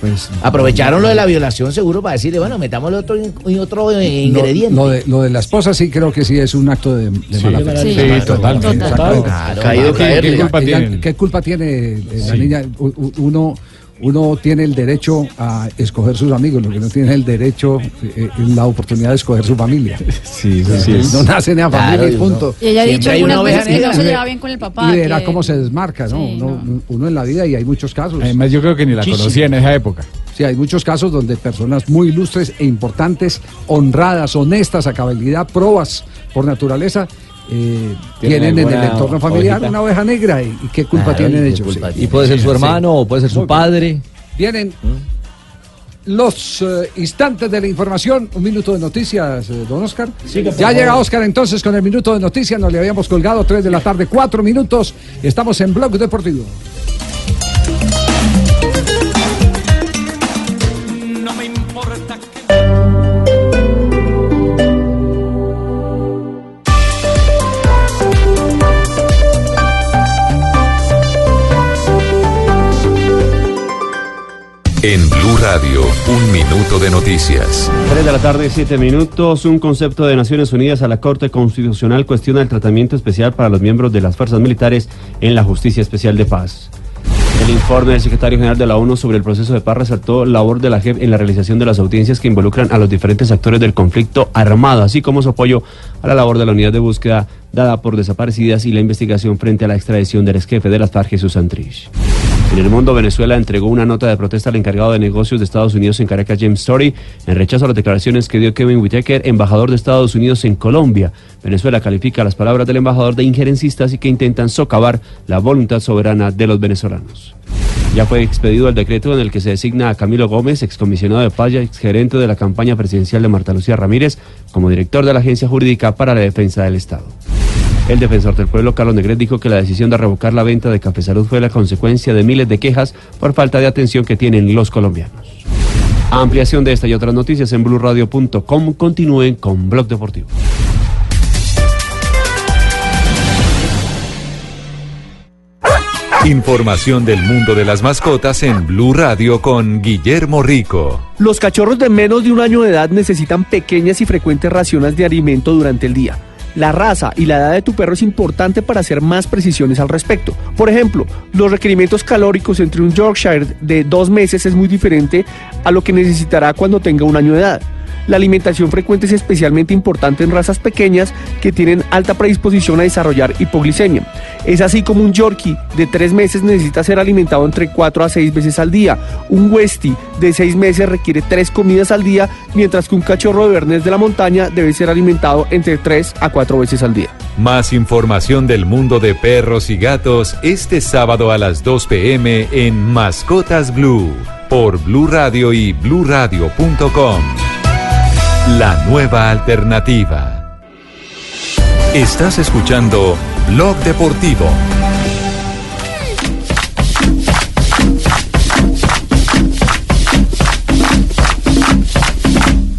Speaker 4: Pues,
Speaker 7: Aprovecharon lo de la violación seguro para decirle, bueno, metámosle otro, in- otro eh, ingrediente.
Speaker 4: Lo, lo de, lo de la esposa sí creo que sí es un acto de, de mala fe.
Speaker 7: Sí,
Speaker 4: Exacto,
Speaker 7: totalmente.
Speaker 4: exacto.
Speaker 7: Total.
Speaker 4: Claro,
Speaker 7: Caído
Speaker 4: ¿Qué-
Speaker 7: caerle.
Speaker 4: ¿Qué culpa
Speaker 7: Digan,
Speaker 4: tiene, ¿Qué culpa tiene eh, la
Speaker 7: Sí.
Speaker 4: niña? U- u- Uno, uno tiene el derecho a escoger sus amigos, lo que no tiene es el derecho, eh, la oportunidad de escoger su familia.
Speaker 10: Sí,
Speaker 4: sí, sí es. No nace en la familia y punto.
Speaker 28: Y ella ha dicho
Speaker 4: Siempre hay
Speaker 28: algunas
Speaker 4: una
Speaker 28: veces
Speaker 4: oveja
Speaker 28: que no
Speaker 4: negra.
Speaker 28: se lleva bien con el papá.
Speaker 4: y verá
Speaker 28: que-
Speaker 4: cómo se desmarca, ¿no? uno, uno en la vida y hay muchos casos.
Speaker 10: Además, yo creo que ni la
Speaker 4: Muchísimo.
Speaker 10: conocía en esa época.
Speaker 4: Sí, hay muchos casos donde personas muy ilustres e importantes, honradas, honestas, a cabalidad, probas por naturaleza, eh,
Speaker 13: Tienen
Speaker 4: tienen en el
Speaker 13: alguna
Speaker 4: entorno familiar
Speaker 13: ovejita.
Speaker 4: una oveja negra. ¿Y, y qué culpa
Speaker 13: Claro,
Speaker 4: tienen
Speaker 13: y qué
Speaker 4: ellos?
Speaker 13: culpa
Speaker 4: Sí.
Speaker 13: tienen. Y puede ser su hermano, o puede ser su
Speaker 4: Muy bien.
Speaker 13: padre.
Speaker 4: Vienen los eh, instantes de la información. Un minuto de noticias, eh, don Oscar.
Speaker 11: Siga, por
Speaker 4: ya
Speaker 11: favor.
Speaker 4: llega Oscar entonces con el minuto de noticias. Nos le habíamos colgado 3 de la tarde, 4 minutos. Estamos en Blog Deportivo.
Speaker 16: En Blue Radio, un minuto de noticias.
Speaker 29: 3 de la tarde, 7 minutos. Un concepto de Naciones Unidas a la Corte Constitucional cuestiona el tratamiento especial para los miembros de las fuerzas militares en la Justicia Especial de Paz. El informe del secretario general de la ONU sobre el proceso de paz resaltó labor de la JEP en la realización de las audiencias que involucran a los diferentes actores del conflicto armado, así como su apoyo a la labor de la unidad de búsqueda dada por desaparecidas y la investigación frente a la extradición del ex jefe de las FARC, Jesús Santrich. En el mundo, Venezuela entregó una nota de protesta al encargado de negocios de Estados Unidos en Caracas, James Story, en rechazo a las declaraciones que dio Kevin Whitaker, embajador de Estados Unidos en Colombia. Venezuela califica las palabras del embajador de injerencistas y que intentan socavar la voluntad soberana de los venezolanos. Ya fue expedido el decreto en el que se designa a Camilo Gómez, excomisionado de Paz y exgerente de la campaña presidencial de Marta Lucía Ramírez, como director de la Agencia Jurídica para la Defensa del Estado. El defensor del pueblo, Carlos Negret, dijo que la decisión de revocar la venta de Café Salud fue la consecuencia de miles de quejas por falta de atención que tienen los colombianos. Ampliación de esta y otras noticias en blurradio.com. Continúen con Blog Deportivo.
Speaker 16: Información del mundo de las mascotas en Blue Radio con Guillermo Rico.
Speaker 34: Los cachorros de menos de un año de edad necesitan pequeñas y frecuentes raciones de alimento durante el día. La raza y la edad de tu perro es importante para hacer más precisiones al respecto. Por ejemplo, los requerimientos calóricos entre un Yorkshire de dos meses es muy diferente a lo que necesitará cuando tenga un año de edad. La alimentación frecuente es especialmente importante en razas pequeñas que tienen alta predisposición a desarrollar hipoglicemia. Es así como un Yorkie de 3 meses necesita ser alimentado entre 4 a 6 veces al día. Un Westie de 6 meses requiere 3 comidas al día, mientras que un cachorro de Bernés de la montaña debe ser alimentado entre 3 a 4 veces al día.
Speaker 16: Más información del mundo de perros y gatos este sábado a las 2 p.m. en Mascotas Blue por Blue Radio y bluradio.com. La nueva alternativa. Estás escuchando Blog Deportivo.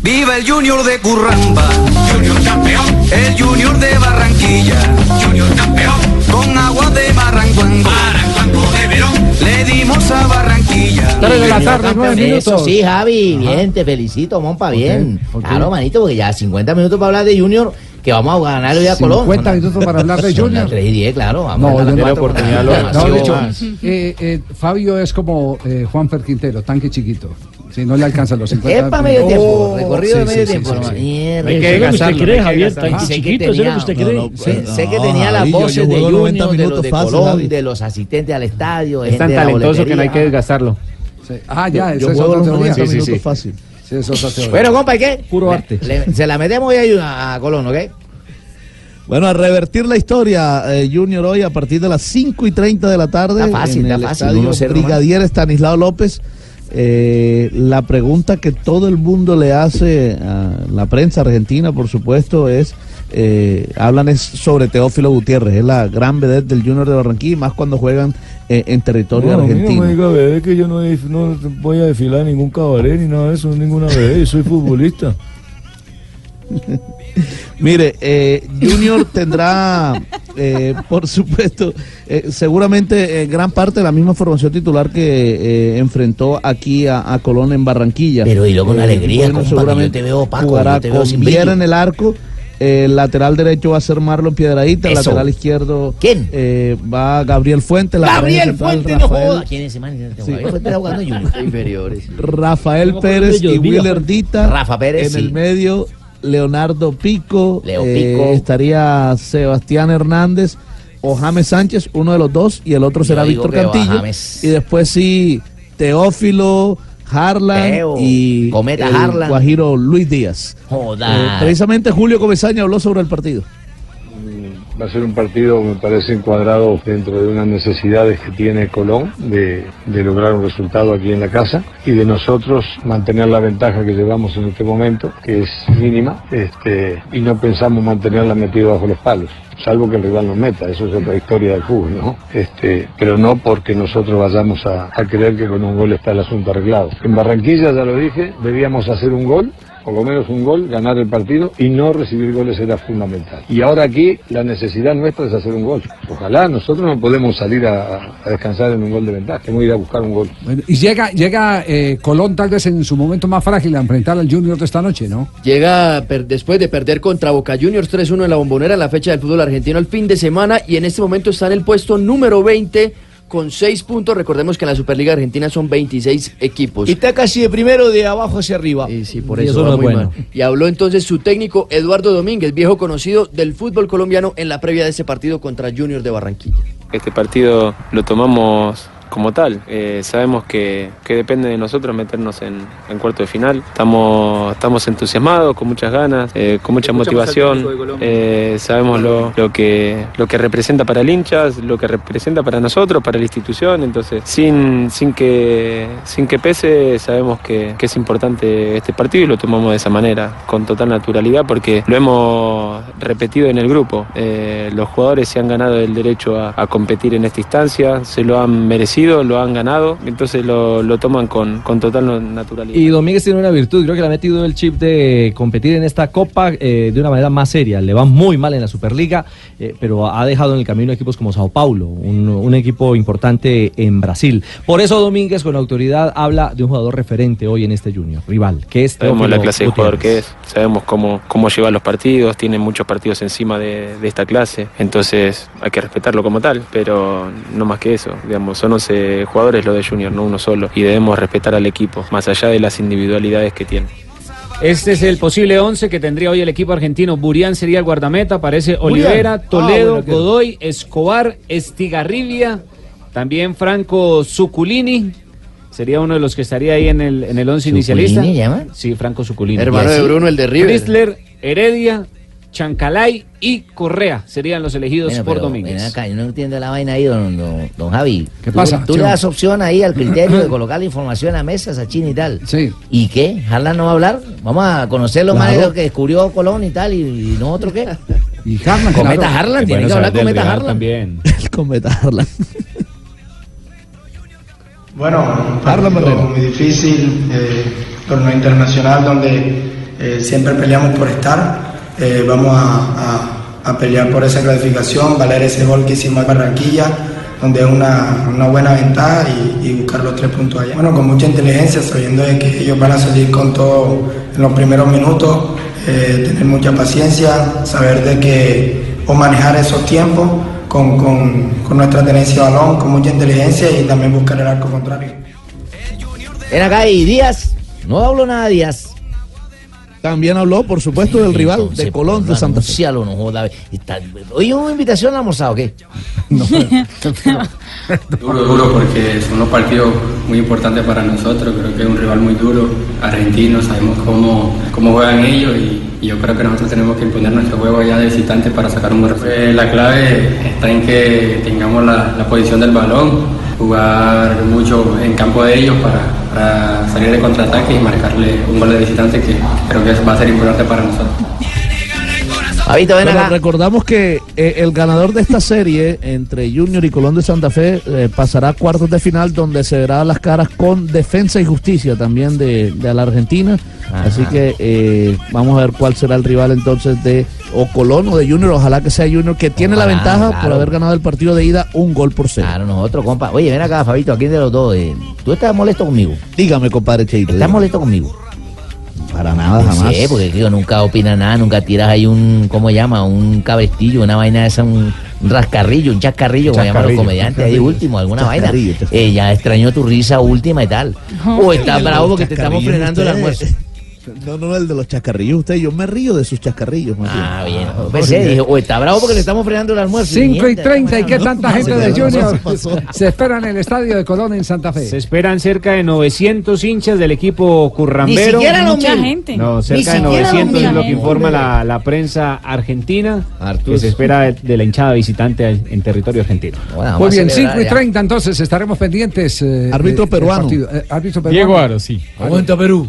Speaker 22: Viva el Junior de Curramba, Junior campeón, el Junior de Barranquilla, Junior campeón, con agua de Barrancuango, Barrancuango de Verón, le dimos a Barranquilla.
Speaker 4: Tres de la tarde, nueve
Speaker 7: Eso
Speaker 4: minutos.
Speaker 7: sí, Javi, bien, te felicito, Mompa, bien. Claro, manito, porque ya 50 minutos para hablar de Junior, que vamos a ganar hoy a Colón.
Speaker 4: 50 minutos para hablar de
Speaker 7: Son las
Speaker 4: Junior.
Speaker 7: 3 y 10, claro, vamos
Speaker 4: No,
Speaker 7: a
Speaker 4: yo
Speaker 7: ganar
Speaker 4: no.
Speaker 7: la
Speaker 4: oportunidad
Speaker 7: Demasiado.
Speaker 4: eh, Fabio es como eh, Juanfer Quintero, tanque chiquito. Si no le alcanzan los 50.
Speaker 7: Epa, medio tiempo,
Speaker 4: Oh,
Speaker 7: recorrido de
Speaker 4: sí,
Speaker 7: medio
Speaker 4: sí,
Speaker 7: tiempo,
Speaker 4: sí,
Speaker 7: hermano.
Speaker 4: sí.
Speaker 7: Mierda. Eso es lo que usted cree, Javier, tanque
Speaker 4: Ah,
Speaker 7: chiquito, eso es lo que usted cree. Sé que tenía las
Speaker 4: Javi, yo- yo
Speaker 7: voces de
Speaker 4: juego 90
Speaker 7: Junior, de los
Speaker 4: minutos
Speaker 7: de
Speaker 4: fácil,
Speaker 7: Colón,
Speaker 4: Javi.
Speaker 7: de los asistentes al estadio. de
Speaker 8: Es tan
Speaker 7: gente de la
Speaker 8: talentoso que no hay
Speaker 7: boletería.
Speaker 8: que desgastarlo.
Speaker 4: Ah, ya,
Speaker 7: Yo- yo
Speaker 4: esa es
Speaker 7: juego
Speaker 4: otra
Speaker 7: los
Speaker 4: teoría.
Speaker 7: 90 minutos
Speaker 4: fácil. Sí, esa es otra teoría.
Speaker 7: Bueno, compa, ¿y qué?
Speaker 4: Puro arte.
Speaker 7: Le- se la metemos hoy a, a Colón, ¿ok?
Speaker 12: Bueno, a revertir la historia, eh, Junior, hoy a partir de las 5 y 30 de la tarde.
Speaker 7: Está fácil,
Speaker 12: en
Speaker 7: está
Speaker 12: el
Speaker 7: fácil,
Speaker 12: estadio
Speaker 7: 1-0 nomás.
Speaker 12: Brigadier Estanislao López. eh, la pregunta que todo el mundo le hace a la prensa argentina, por supuesto, es: eh, hablan es sobre Teófilo Gutiérrez, es la gran vedette del Junior de Barranquilla, y más cuando juegan eh, en territorio
Speaker 35: No, a mí
Speaker 12: argentino.
Speaker 35: No me diga bebé que yo no, def- no voy a desfilar en ningún cabaret ni nada de eso, ninguna bebé, yo soy futbolista.
Speaker 12: Mire, eh, Junior tendrá, eh, por supuesto, eh, seguramente eh, gran parte de la misma formación titular que eh, enfrentó aquí a, a Colón en Barranquilla.
Speaker 7: Pero dilo con
Speaker 12: Eh,
Speaker 7: alegría,
Speaker 12: bueno,
Speaker 7: compa, que
Speaker 12: seguramente
Speaker 7: yo te veo opaco,
Speaker 12: jugará
Speaker 7: yo te veo
Speaker 12: con
Speaker 7: sin
Speaker 12: Viera
Speaker 7: brillo.
Speaker 12: en el arco. eh, El lateral derecho va a ser Marlon Piedradita, el
Speaker 7: Eso.
Speaker 12: lateral izquierdo eh, va Gabriel Fuentes. la pareja
Speaker 7: Gabriel
Speaker 12: central,
Speaker 7: Fuente no
Speaker 12: Rafael-
Speaker 7: joda. ¿Quién es ese man? Gabriel Fuente está jugando Junior.
Speaker 20: Inferiores.
Speaker 12: Rafael
Speaker 7: No me acuerdo
Speaker 12: Pérez
Speaker 7: de
Speaker 12: y
Speaker 7: ellos, mira,
Speaker 12: Willer Dita.
Speaker 7: Rafa Pérez,
Speaker 12: En el
Speaker 7: sí.
Speaker 12: medio, Leonardo Pico.
Speaker 7: Leo
Speaker 12: eh,
Speaker 7: Pico.
Speaker 12: Estaría Sebastián Hernández o James Sánchez, uno de los dos, y el otro
Speaker 7: Yo
Speaker 12: será
Speaker 7: digo
Speaker 12: Víctor
Speaker 7: que va
Speaker 12: Cantillo.
Speaker 7: James.
Speaker 12: Y después sí, Teófilo, Harlan
Speaker 7: Teo,
Speaker 12: y
Speaker 7: Cometa
Speaker 12: el
Speaker 7: Harlan.
Speaker 12: Guajiro Luis Díaz. Eh,
Speaker 7: Joda.
Speaker 12: precisamente Julio Comesaña habló sobre el partido.
Speaker 35: Va a ser un partido, me parece, encuadrado dentro de unas necesidades que tiene Colón de, de lograr un resultado aquí en la casa y de nosotros mantener la ventaja que llevamos en este momento, que es mínima, este, y no pensamos mantenerla metida bajo los palos, salvo que el rival nos meta, eso es otra historia del fútbol, ¿no? Este, pero no porque nosotros vayamos a, a creer que con un gol está el asunto arreglado. En Barranquilla, ya lo dije, debíamos hacer un gol por lo menos un gol, ganar el partido y no recibir goles era fundamental. Y ahora aquí la necesidad nuestra es hacer un gol. Ojalá nosotros no podemos salir a, a descansar en un gol de ventaja, hemos ir a buscar un gol.
Speaker 4: Bueno, y llega, llega eh, Colón tal vez en su momento más frágil a enfrentar al Junior de esta noche, ¿no?
Speaker 20: Llega per- después de perder contra Boca Juniors 3-1 en la bombonera en la fecha del fútbol argentino el fin de semana y en este momento está en el puesto número 20 con 6 puntos. Recordemos que en la Superliga Argentina son 26 equipos.
Speaker 25: Y está casi de primero de abajo hacia arriba.
Speaker 20: Y sí, por eso, va muy mal. Y habló entonces su técnico Eduardo Domínguez, viejo conocido del fútbol colombiano en la previa de este partido contra Junior de Barranquilla.
Speaker 23: Este partido lo tomamos como tal. Eh, sabemos que, que depende de nosotros meternos en, en cuarto de final. Estamos, estamos entusiasmados, con muchas ganas, eh, con mucha Escuchamos al técnico de motivación. Colombia. Eh, sabemos lo, lo que, lo que representa para el hincha, lo que representa para nosotros, para la institución. Entonces, sin, sin, que, sin que pese, sabemos que, que es importante este partido y lo tomamos de esa manera, con total naturalidad, porque lo hemos repetido en el grupo. Eh, los jugadores se han ganado el derecho a, a competir en esta instancia, se lo han merecido, lo han ganado, entonces lo, lo toman con, con total naturalidad.
Speaker 13: Y Domínguez tiene una virtud, creo que le ha metido el chip de competir en esta Copa eh, de una manera más seria. Le va muy mal en la Superliga, eh, pero ha dejado en el camino equipos como Sao Paulo, un, un equipo importante en Brasil. Por eso Domínguez con autoridad habla de un jugador referente hoy en este Junior, rival, que es
Speaker 23: Sabemos
Speaker 13: Teófilo
Speaker 23: la clase de jugador
Speaker 13: Este, Gutiérrez.
Speaker 23: que es, sabemos cómo, cómo lleva los partidos, tiene muchos partidos encima de, de esta clase, entonces hay que respetarlo como tal, pero no más que eso, digamos, son 11 jugadores lo de Junior, no uno solo, y debemos respetar al equipo, más allá de las individualidades que tiene.
Speaker 8: Este es el posible 11 que tendría hoy el equipo argentino. Burián sería el guardameta, aparece Olivera,
Speaker 11: Ah,
Speaker 8: Toledo,
Speaker 11: bueno, que-
Speaker 8: Godoy, Escobar, Estigarribia, también Franco Zuculini. Sería uno de los que estaría ahí en el, en el once inicialista.
Speaker 20: ¿Zuculini llaman?
Speaker 8: Sí, Franco Zuculini.
Speaker 20: Hermano de Bruno, el de River.
Speaker 8: Chrysler, Heredia, Chancalay y Correa serían los elegidos
Speaker 7: Bueno,
Speaker 8: por
Speaker 7: pero
Speaker 8: Domínguez.
Speaker 7: ven acá, yo no entiendo la vaina ahí, don, don- don Javi.
Speaker 8: ¿Qué
Speaker 7: Tú-
Speaker 8: pasa,
Speaker 7: Tú,
Speaker 8: señor?
Speaker 7: le das opción ahí al criterio de colocar la información a mesas, a China y tal.
Speaker 4: Sí.
Speaker 7: ¿Y qué? ¿Harlan no va a hablar? Vamos a conocer lo más
Speaker 25: Claro.
Speaker 7: de lo que descubrió Colón y tal, y, y nosotros qué.
Speaker 4: Y Harlan,
Speaker 7: Cometa
Speaker 4: claro.
Speaker 7: Harlan,
Speaker 4: Es
Speaker 7: tiene
Speaker 4: bueno
Speaker 7: que hablar
Speaker 4: saber del
Speaker 7: Cometa
Speaker 4: Real
Speaker 7: Harlan.
Speaker 8: También.
Speaker 12: El cometa Harlan.
Speaker 24: Bueno, un partido muy difícil, eh, torneo internacional donde eh, siempre peleamos por estar. Eh, vamos a, a- a pelear por esa clasificación, valer ese gol que hicimos en Barranquilla, donde es una, una buena ventaja y, y buscar los tres puntos allá. Bueno, con mucha inteligencia, sabiendo de que ellos van a salir con todo en los primeros minutos, eh, tener mucha paciencia, saber de que o manejar esos tiempos con, con- con nuestra tenencia de balón, con mucha inteligencia y también buscar el arco contrario.
Speaker 7: Ven acá y Díaz. No hablo nada, Díaz.
Speaker 12: También habló, por supuesto, del rival de Colón de Santa Fe.
Speaker 7: no joda. Está- Oye, una invitación a almorzar, ¿o qué?
Speaker 36: Duro, duro, porque son unos partidos muy importantes para nosotros. Creo que es un rival muy duro, argentino, sabemos cómo, cómo juegan ellos y
Speaker 25: y yo creo que nosotros tenemos que imponer nuestro juego ya de visitante para sacar un buen resultado. Eh, la clave está en que tengamos la, la posición del balón, jugar mucho en campo de ellos para, para salir de contraataque y marcarle un gol de visitante que creo que eso va a ser importante para nosotros.
Speaker 12: Pero recordamos que eh, el ganador de esta serie entre Junior y Colón de Santa Fe eh, pasará a cuartos de final donde se verán las caras con Defensa y Justicia también de, de la Argentina. Así que eh, vamos a ver cuál será el rival entonces de o Colón o de Junior. Ojalá que sea Junior que tiene la
Speaker 7: Ojalá,
Speaker 12: ventaja por
Speaker 7: claro.
Speaker 12: haber ganado el partido de ida un gol por cero.
Speaker 7: Claro, nosotros, compa. Oye, ven acá, Fabito, aquí de los dos. eh, ¿Tú estás molesto conmigo?
Speaker 12: Dígame, compadre Cheito.
Speaker 7: ¿Estás molesto conmigo?
Speaker 12: Para nada, jamás.
Speaker 7: Sí, porque digo, nunca opinas nada, nunca tiras ahí un, ¿cómo llama? Un cabestillo, una vaina esa, un un rascarrillo, un chascarrillo, como llaman los
Speaker 14: Chascarrillo,
Speaker 7: comediantes ahí
Speaker 14: chascarrillo.
Speaker 7: último, alguna vaina.
Speaker 14: Chascarrillo, chascarrillo.
Speaker 7: Eh, ya extrañó tu risa última y tal. O estás
Speaker 12: El
Speaker 7: bravo
Speaker 12: de
Speaker 7: porque
Speaker 12: los
Speaker 7: te estamos
Speaker 12: chascarrillos
Speaker 7: frenando el
Speaker 12: ustedes.
Speaker 7: almuerzo.
Speaker 12: No, no, el de los chascarrillos. Usted, yo me río de sus chascarrillos. Ah,
Speaker 7: bien. Pensé, dije, o está bravo porque le estamos frenando el almuerzo.
Speaker 4: 5 y
Speaker 7: Mierda,
Speaker 4: 30, ¿y
Speaker 7: esta
Speaker 4: qué
Speaker 7: vaina.
Speaker 4: tanta gente de Junior se espera en el estadio de Colón en Santa Fe?
Speaker 8: Se esperan cerca de 900 hinchas del equipo currambero.
Speaker 4: Ni siquiera los
Speaker 8: Mucha
Speaker 4: mil.
Speaker 8: gente. No,
Speaker 4: Ni
Speaker 8: cerca de
Speaker 4: siquiera los
Speaker 8: 900 es
Speaker 4: mil.
Speaker 8: lo que informa la, la prensa argentina. Que se espera de, de la hinchada visitante en territorio argentino.
Speaker 4: Muy bien, 5 y 30, entonces estaremos pendientes. eh,
Speaker 8: Árbitro
Speaker 4: del
Speaker 8: peruano.
Speaker 4: partido. Eh, árbitro peruano.
Speaker 10: Diego Aro, sí.
Speaker 4: Aguanta,
Speaker 10: Perú.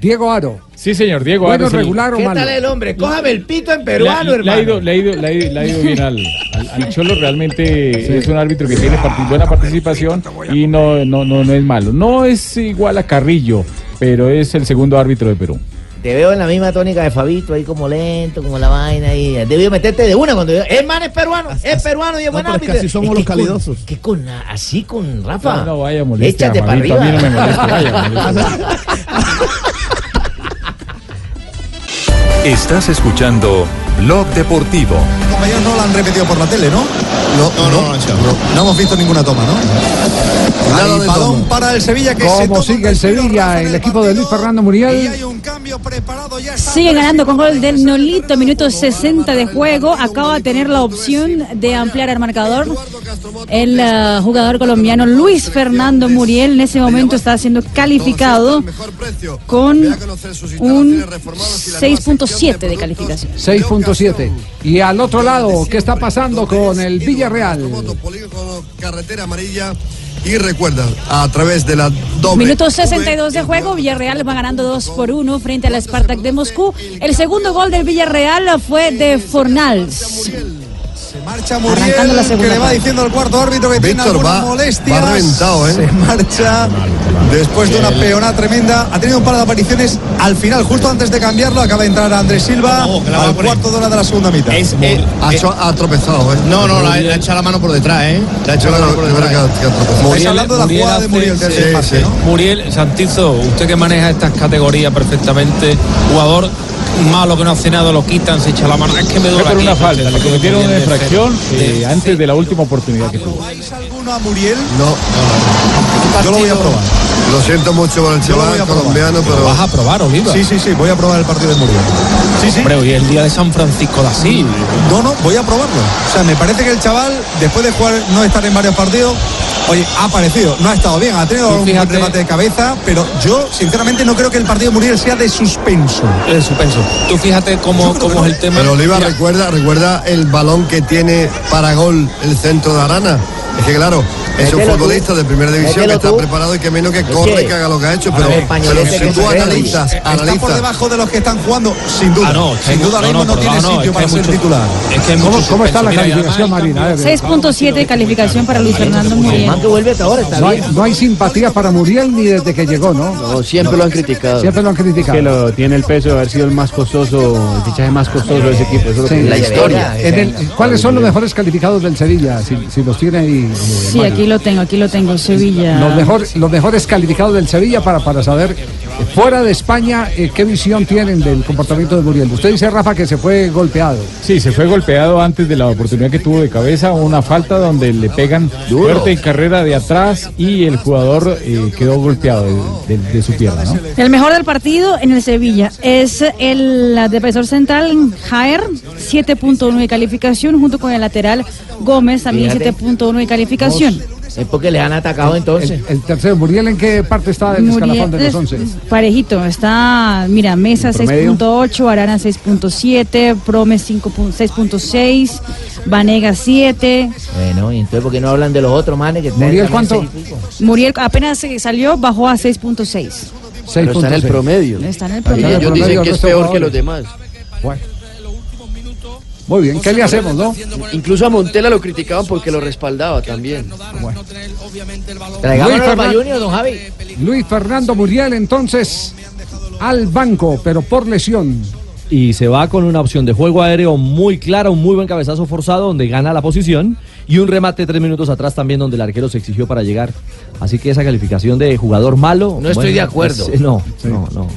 Speaker 4: Diego Aro.
Speaker 10: Sí, señor, Diego
Speaker 4: Bueno,
Speaker 10: Aro. sí.
Speaker 4: regular o
Speaker 7: ¿Qué tal el hombre? Cójame el pito en peruano,
Speaker 10: Le- le, ha
Speaker 7: hermano.
Speaker 10: ido, le, ha ido, le, ha ido, le ha ido bien al, al- al Cholo. Realmente es un árbitro que tiene parti- buena participación y no, no, no, no es malo. No es igual a Carrillo, pero es el segundo árbitro de Perú.
Speaker 7: Te veo en la misma tónica de Fabito, ahí como lento, como la vaina ahí. Debió meterte de una cuando yo. Es man, es peruano, es peruano y es buen
Speaker 12: pero es que
Speaker 7: árbitro.
Speaker 12: así somos
Speaker 7: Es
Speaker 12: los
Speaker 7: con-
Speaker 12: calidosos.
Speaker 7: que con la- así con Rafa.
Speaker 10: No, no vaya molestia,
Speaker 7: Échate para
Speaker 10: Juanito,
Speaker 7: arriba.
Speaker 10: a mí no me moleste, vaya
Speaker 16: Estás escuchando Blog Deportivo.
Speaker 21: Compañeros no la han repetido por la tele, ¿no? no, no, no, hemos visto ninguna toma, ¿no? Nada
Speaker 4: Ahí
Speaker 21: de
Speaker 4: balón
Speaker 21: toma.
Speaker 4: para el Sevilla que ¿Cómo sigue el Sevilla? El equipo de Luis Fernando Muriel.
Speaker 5: Sigue ganando con gol del Nolito, minuto 60 de juego. Acaba de tener la opción de ampliar el marcador. El eh, jugador colombiano Luis Fernando Muriel en ese momento está siendo calificado con un 6.7 de calificación.
Speaker 4: 6.7. Y al otro lado, ¿qué está pasando con el Villarreal?
Speaker 21: Carretera amarilla. Y recuerda, a través de la doble.
Speaker 5: Minuto 62 de juego, Villarreal va ganando 2 por 1 frente al Spartak de Moscú. El segundo gol del Villarreal fue de Fornals. Arrancando la segunda
Speaker 21: que le va
Speaker 5: parte.
Speaker 21: diciendo al cuarto árbitro que tiene
Speaker 5: Víctor,
Speaker 21: algunas
Speaker 5: va-
Speaker 21: molestias.
Speaker 5: va reventado, ¿eh?
Speaker 21: Se marcha después de una peonada tremenda. Ha tenido un par de apariciones al final, justo antes de cambiarlo. Acaba de entrar Andrés Silva al cuarto de hora de la segunda mitad. ha, cho- ha tropezado, ¿eh?
Speaker 15: No, no, la- le ha echado la mano por detrás, ¿eh? Le ha echado la mano por detrás.
Speaker 21: Estáis hablando de la jugada de Muriel del
Speaker 15: hace-
Speaker 21: tercer pase, ¿no?
Speaker 15: Muriel, Santizo, usted que maneja estas categorías perfectamente, jugador malo que no hace nada, lo quitan, se echa la mano. Es que me
Speaker 10: Fue
Speaker 15: duele
Speaker 10: por
Speaker 15: aquí,
Speaker 10: una falta,
Speaker 15: Santizo,
Speaker 10: le cometieron una
Speaker 15: Muriel, de
Speaker 10: infracción eh, antes de la última oportunidad que tuvo.
Speaker 21: ¿Uno a Muriel? No, Yo lo voy a probar.
Speaker 30: Lo siento mucho con el chaval colombiano, pero.
Speaker 15: vas a probar, Oliva?
Speaker 21: Sí, sí, sí, voy a probar el partido de Muriel. Sí, sí.
Speaker 15: Hombre, hoy es el día de San Francisco de Asís.
Speaker 21: No, no, voy a probarlo. O sea, me parece que el chaval, después de jugar, no estar en varios partidos, oye, ha aparecido, no ha estado bien, ha tenido algún remate de cabeza, pero yo, sinceramente, no creo que el partido de Muriel sea de suspenso.
Speaker 15: De suspenso. Tú fíjate cómo, cómo es el tema.
Speaker 30: Pero Oliva, recuerda, recuerda el balón que tiene para gol el centro de Arana. Es que claro, es un Mételo tú. futbolista de primera división que Mételo está tú. preparado y que menos que Es corre, que- que haga lo que ha hecho. Ahora Pero, ve, pero pañolete si que tú se ve. analizas, Está analizas.
Speaker 21: Está por debajo de los que están jugando, sin duda.
Speaker 30: Ah, no,
Speaker 21: sin duda, ahora mismo no, tiene sitio para ser titular.
Speaker 4: ¿Cómo, cómo está la calificación, Marina? A ver.
Speaker 5: 6.7 de calificación para Luis Fernando
Speaker 4: El
Speaker 5: Muriel.
Speaker 4: man que
Speaker 7: vuelve hasta ahora
Speaker 4: No hay, no hay simpatía para Muriel ni desde que llegó, ¿no? No,
Speaker 20: siempre lo han criticado.
Speaker 4: Siempre lo han
Speaker 20: Es
Speaker 4: criticado.
Speaker 20: que
Speaker 8: lo tiene el peso de haber sido el más costoso, el fichaje más costoso de ese equipo. Eso es lo
Speaker 4: Sí.
Speaker 8: que-
Speaker 4: En el- ¿Cuáles son los mejores calificados del Sevilla? Si, si los tiene ahí. eh,
Speaker 5: Sí,
Speaker 4: Mario.
Speaker 5: aquí lo tengo, aquí lo tengo, Sevilla.
Speaker 4: Los, mejor- los mejores calificados del Sevilla para, para saber, eh, fuera de España, eh, qué visión tienen del comportamiento de Muriel. Usted dice, Rafa, que se fue golpeado.
Speaker 10: Sí, se fue golpeado antes de la oportunidad que tuvo de cabeza, una falta donde le pegan fuerte en carrera de atrás y el jugador eh, quedó golpeado de, de- de su pierna. ¿no?
Speaker 5: El mejor del partido en el Sevilla es el defensor central Jaer, 7.1 de calificación, junto con el lateral Gómez, también
Speaker 7: Fíjate.
Speaker 5: 7.1 de calificación.
Speaker 7: Dos. Es porque le han atacado entonces.
Speaker 4: El, el tercero, Muriel, ¿en qué parte está del
Speaker 5: Muriel
Speaker 4: escalafón de los
Speaker 5: es-
Speaker 4: 11?
Speaker 5: Parejito, está, mira, Mesa
Speaker 4: ¿En promedio?
Speaker 5: 6.8, Arana 6.7, Promes 6.6, Vanega 7.
Speaker 7: Bueno, y entonces, ¿por qué no hablan de los otros manes que están
Speaker 4: Muriel,
Speaker 7: también
Speaker 4: ¿cuánto?
Speaker 7: seis y pico?
Speaker 5: Muriel apenas se salió, bajó a 6.6.
Speaker 20: Pero está en el
Speaker 4: 6.6.
Speaker 20: promedio.
Speaker 5: Está en el
Speaker 20: Y
Speaker 5: promedio.
Speaker 20: ellos dicen que es
Speaker 4: resto
Speaker 20: peor
Speaker 4: de
Speaker 20: que los
Speaker 4: jugadores.
Speaker 20: demás.
Speaker 4: Muy bien, ¿qué le hacemos, no?
Speaker 20: Incluso a Montela lo criticaban porque lo respaldaba también.
Speaker 4: Luis
Speaker 7: Traigámonos
Speaker 4: Fernan-
Speaker 7: para Junior, don Javi.
Speaker 4: Luis Fernando Muriel, entonces, al banco, pero por lesión.
Speaker 13: y se va con una opción de juego aéreo muy clara, un muy buen cabezazo forzado donde gana la posición y un remate tres minutos atrás también donde el arquero se exigió para llegar. Así que esa calificación de jugador malo.
Speaker 4: No estoy de acuerdo.
Speaker 13: pues, eh, no, no, no.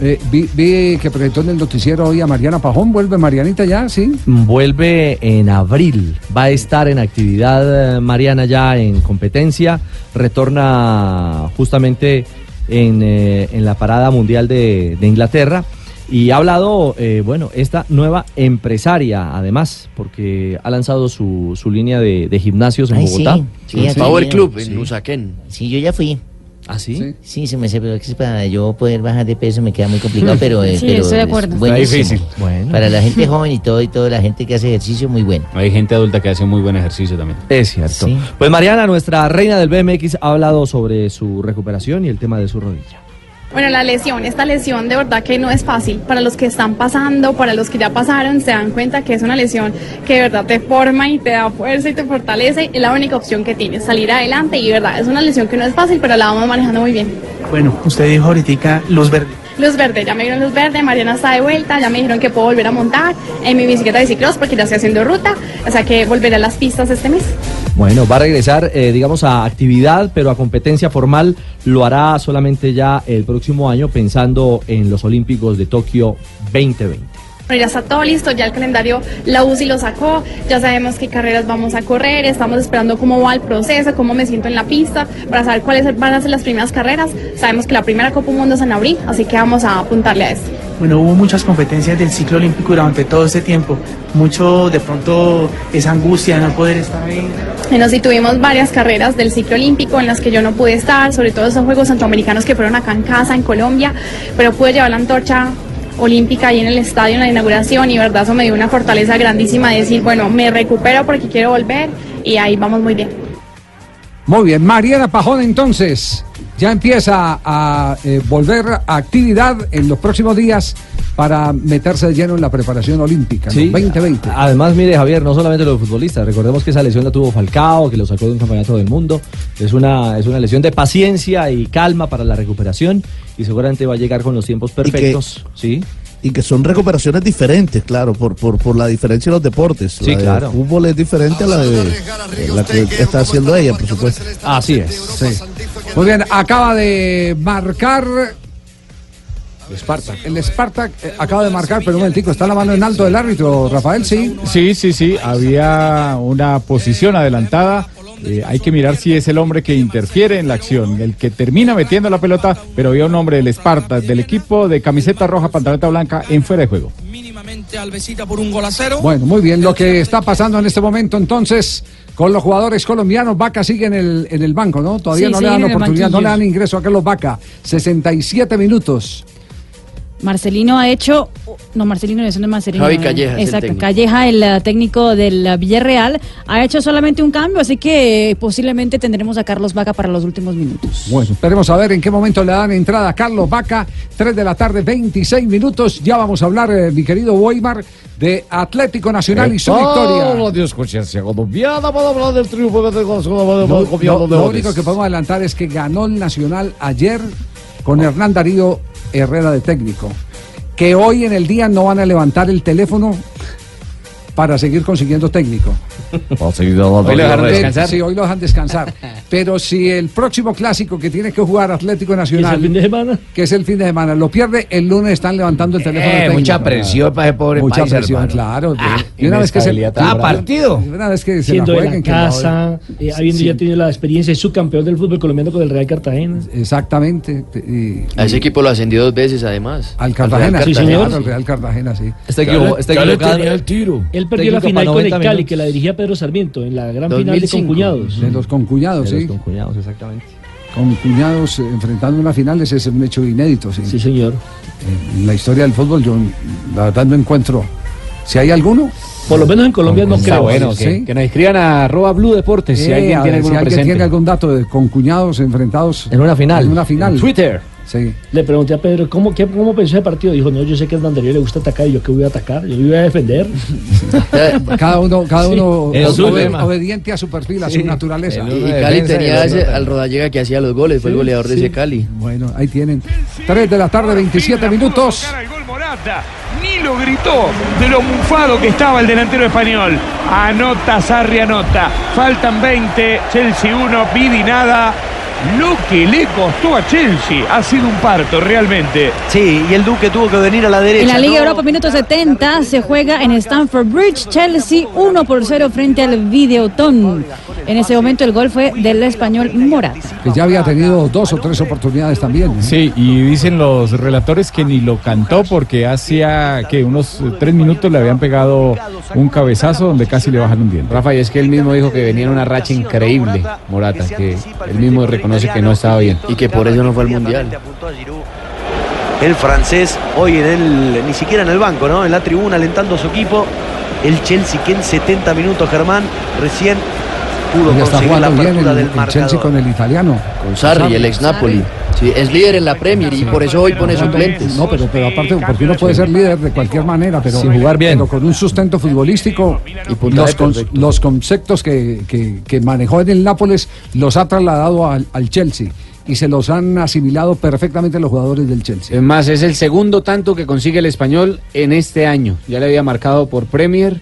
Speaker 4: Eh, vi, vi que presentó en el noticiero hoy a Mariana Pajón. ¿Vuelve Marianita ya? Sí.
Speaker 13: Vuelve en abril, va a estar en actividad eh, Mariana ya en competencia, retorna justamente en, eh, en la parada mundial de, de Inglaterra y ha hablado, eh, bueno, esta nueva empresaria además, porque ha lanzado su, su línea de, de gimnasios en
Speaker 7: Ay,
Speaker 13: Bogotá.
Speaker 7: Sí, sí,
Speaker 20: Power
Speaker 7: sí.
Speaker 20: Club en
Speaker 7: Sí.
Speaker 20: Usaquén.
Speaker 7: Sí, yo ya fui.
Speaker 13: ¿Ah, sí?
Speaker 7: Sí, se me hace, pero es que para yo poder bajar de peso me queda muy complicado, pero, eh,
Speaker 5: Sí,
Speaker 7: pero
Speaker 5: estoy de acuerdo.
Speaker 7: es
Speaker 5: Está
Speaker 7: buenísimo.
Speaker 8: difícil. Bueno.
Speaker 7: Para la gente joven y todo, y toda la gente que hace ejercicio, muy bueno.
Speaker 8: Hay gente adulta que hace muy buen ejercicio también.
Speaker 13: Es cierto. Pues Mariana, nuestra reina del BMX, ha hablado sobre su recuperación y el tema de su rodilla.
Speaker 37: Bueno, la lesión, esta lesión de verdad que no es fácil. Para los que están pasando, para los que ya pasaron, se dan cuenta que es una lesión que de verdad te forma y te da fuerza y te fortalece. Es la única opción que tienes, salir adelante. Y de verdad, es una lesión que no es fácil, pero la vamos manejando muy bien.
Speaker 34: Bueno, usted dijo ahorita luz verde.
Speaker 37: Luz verde, ya me dieron luz verde, Mariana está de vuelta, ya me dijeron que puedo volver a montar en mi bicicleta de ciclos porque ya estoy haciendo ruta, o sea que volveré a las pistas este mes.
Speaker 13: Bueno, va a regresar, eh, digamos, a actividad, pero a competencia formal lo hará solamente ya el próximo año, pensando en los Olímpicos de Tokio 2020.
Speaker 37: Bueno, ya está todo listo, ya el calendario la UCI lo sacó, ya sabemos qué carreras vamos a correr, estamos esperando cómo va el proceso, cómo me siento en la pista, para saber cuáles van a ser las primeras carreras. Sabemos que la primera Copa Mundo es en abril, así que vamos a apuntarle a eso.
Speaker 34: Bueno, hubo muchas competencias del ciclo olímpico durante todo este tiempo. Mucho, de pronto, esa angustia de no poder estar ahí.
Speaker 37: Bueno, sí tuvimos varias carreras del ciclo olímpico en las que yo no pude estar, sobre todo esos Juegos Centroamericanos que fueron acá en casa, en Colombia, pero pude llevar la antorcha olímpica ahí en el estadio, en la inauguración, y verdad eso me dio una fortaleza grandísima de decir, bueno, me recupero porque quiero volver y ahí vamos muy bien.
Speaker 4: Muy bien, Mariana Pajón entonces ya empieza a eh, volver a actividad en los próximos días para meterse de lleno en la preparación olímpica, ¿no? 2020.
Speaker 13: Además, mire, Javier, no solamente los futbolistas, recordemos que esa lesión la tuvo Falcao, que lo sacó de un campeonato del mundo. Es una, es una lesión de paciencia y calma para la recuperación y seguramente va a llegar con los tiempos perfectos. ¿sí?
Speaker 12: Y que son recuperaciones diferentes, claro, por, por, por la diferencia de los deportes.
Speaker 13: Sí,
Speaker 12: La de
Speaker 13: claro.
Speaker 12: fútbol es diferente a la, de, eh, la que está haciendo ella, por supuesto.
Speaker 13: Así es.
Speaker 4: Muy bien, acaba de marcar. El Spartak. El Spartak eh, acaba de marcar, pero un momentico, está la mano en alto del árbitro, Rafael, sí.
Speaker 10: Sí, sí, sí, había una posición adelantada. eh, hay que mirar si es el hombre que interfiere en la acción, el que termina metiendo la pelota, pero había un hombre del Esparta, del equipo de camiseta roja, pantaleta blanca, en fuera de juego.
Speaker 4: Albecita por un gol a cero. Bueno, muy bien, lo que está pasando en este momento entonces con los jugadores colombianos, Vaca sigue en el, en el banco, ¿no? Todavía
Speaker 5: Sí,
Speaker 4: no le
Speaker 5: siguen en
Speaker 4: dan
Speaker 5: el
Speaker 4: oportunidad, no le
Speaker 5: banquillo.
Speaker 4: dan ingreso a Carlos Vaca. 67 minutos.
Speaker 5: Marcelino ha hecho, oh, no Marcelino, eso no es Marcelino.
Speaker 4: Javi
Speaker 5: eh,
Speaker 4: Calleja es el
Speaker 5: Exacto,
Speaker 4: técnico.
Speaker 5: Calleja, el eh, técnico del eh, Villarreal, ha hecho solamente un cambio, así que eh, posiblemente tendremos a Carlos Vaca para los últimos minutos.
Speaker 4: Bueno, esperemos a ver en qué momento le dan entrada a Carlos Vaca. 3 de la tarde, 26 minutos. Ya vamos a hablar, eh, mi querido Weimar, de Atlético Nacional y su victoria.
Speaker 35: Oh,
Speaker 15: Hola, Dios, conciencia colombiana para hablar del triunfo de la segunda
Speaker 4: Lo,
Speaker 15: de
Speaker 4: lo- lo único que podemos adelantar es que ganó el Nacional ayer con Hernán Darío Herrera de técnico. Que hoy en el día no van a levantar el teléfono para seguir consiguiendo técnico.
Speaker 35: Oh,
Speaker 15: Hoy le dejaron
Speaker 4: Pero-
Speaker 15: descansar.
Speaker 4: Sí, hoy lo dejan descansar. Pero si el próximo clásico que tiene que jugar Atlético Nacional.
Speaker 11: el fin
Speaker 4: de semana? Que es el fin de semana. Lo pierde, el lunes están levantando el teléfono.
Speaker 7: Eh,
Speaker 4: técnico.
Speaker 7: mucha presión para ese pobre
Speaker 4: Mucha
Speaker 7: paisa,
Speaker 4: presión,
Speaker 7: hermano.
Speaker 4: claro. de-
Speaker 7: Ah,
Speaker 4: y una vez que se.
Speaker 7: inestabilidad temporal. Ah, partido.
Speaker 4: Una vez que se la
Speaker 11: Siendo de
Speaker 4: jueguen,
Speaker 11: la
Speaker 4: que la
Speaker 11: casa,
Speaker 4: jueguen.
Speaker 11: eh, habiendo
Speaker 4: Sí.
Speaker 11: ya tenido la experiencia, es subcampeón del fútbol colombiano con el Real Cartagena.
Speaker 4: Exactamente. y-
Speaker 20: A ese equipo lo ascendió dos veces además.
Speaker 4: Al Cartagena,
Speaker 20: Real
Speaker 4: sí,
Speaker 20: Cartagena. Este
Speaker 4: señor. Al Real Cartagena, sí.
Speaker 20: Está equivo- Ya le- está ya le equivocado. tenía el
Speaker 11: tiro. El perdió la final con el Cali, minutos. que la dirigía Pedro Sarmiento, en la gran 2005. final de Concuñados.
Speaker 4: De los Concuñados, sí.
Speaker 38: De los Concuñados, exactamente.
Speaker 4: Concuñados eh, enfrentando una final, ese es un hecho inédito, sí.
Speaker 11: Sí, señor.
Speaker 4: En la historia del fútbol yo la verdad no encuentro. Si hay alguno...
Speaker 11: Por lo menos en Colombia no, no creo.
Speaker 8: Bueno, ¿sí? que, que, nos escriban a arroba Blue Deportes eh, si alguien, tiene,
Speaker 4: si alguien tiene algún dato de concuñados enfrentados
Speaker 38: en una final.
Speaker 4: En una final. En
Speaker 8: Twitter.
Speaker 4: Sí.
Speaker 11: Le pregunté a Pedro, ¿cómo, qué, ¿cómo pensó el partido? Dijo, no, yo sé que a Andrés le gusta atacar, y yo que voy a atacar, yo voy a defender.
Speaker 4: cada uno, cada uno sí. obed obediente a su perfil, a su naturaleza.
Speaker 20: Y, y Cali tenía ese, al Rodallega que hacía los goles, fue el goleador de ese Cali.
Speaker 4: Bueno, ahí tienen. 3 de la tarde, 27 minutos.
Speaker 18: Ni lo gritó de lo mufado que estaba el delantero español. Anota, Sarri anota. Faltan 20, Chelsea 1, Pidi nada. Lo que le costó a Chelsea ha sido un parto realmente.
Speaker 39: Sí, y el Duque tuvo que venir a la derecha.
Speaker 5: En la Liga ¿no? Europa, minuto 70, se juega en Stamford Bridge, Chelsea 1 por 0 frente al Videoton. En ese momento el gol fue del español Morata.
Speaker 4: Que ya había tenido dos o tres oportunidades también. ¿eh?
Speaker 10: Sí, y dicen los relatores que ni lo cantó porque hacía que unos tres minutos le habían pegado un cabezazo donde casi le bajan un diente.
Speaker 8: Rafa, y es que él mismo dijo que venía en una racha increíble, Morata, que él mismo reconoció conoce que no estaba bien.
Speaker 20: Y que por eso no fue al Mundial.
Speaker 39: El francés, hoy en el, ni siquiera en el banco, ¿no? En la tribuna alentando a su equipo. El Chelsea que en 70 minutos, Germán, recién pudo
Speaker 4: y
Speaker 39: conseguir la apertura
Speaker 4: el,
Speaker 39: del marcador.
Speaker 4: Chelsea con el italiano.
Speaker 20: Con Sarri, el ex Napoli. Sí, es líder en la Premier y por eso hoy pone suplentes.
Speaker 4: No, pero, pero aparte, porque uno puede ser líder de cualquier manera, pero,
Speaker 38: Sin jugar bien.
Speaker 4: Pero con un sustento futbolístico, y los, con, los, conceptos que, que, que, manejó en el Nápoles los ha trasladado al, al Chelsea y se los han asimilado perfectamente los jugadores del Chelsea.
Speaker 8: Es más, es el segundo tanto que consigue el español en este año. Ya le había marcado por Premier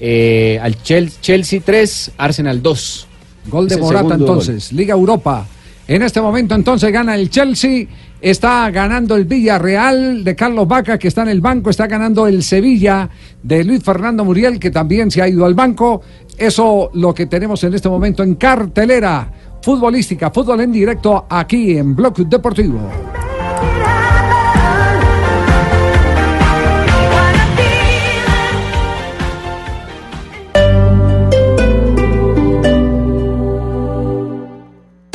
Speaker 8: eh, al Chelsea 3, Arsenal 2.
Speaker 4: Gol de Morata entonces, gol. Liga Europa. En este momento entonces gana el Chelsea, está ganando el Villarreal de Carlos Vaca que está en el banco, está ganando el Sevilla de Luis Fernando Muriel que también se ha ido al banco. Eso lo que tenemos en este momento en cartelera futbolística, fútbol en directo aquí en Block Deportivo.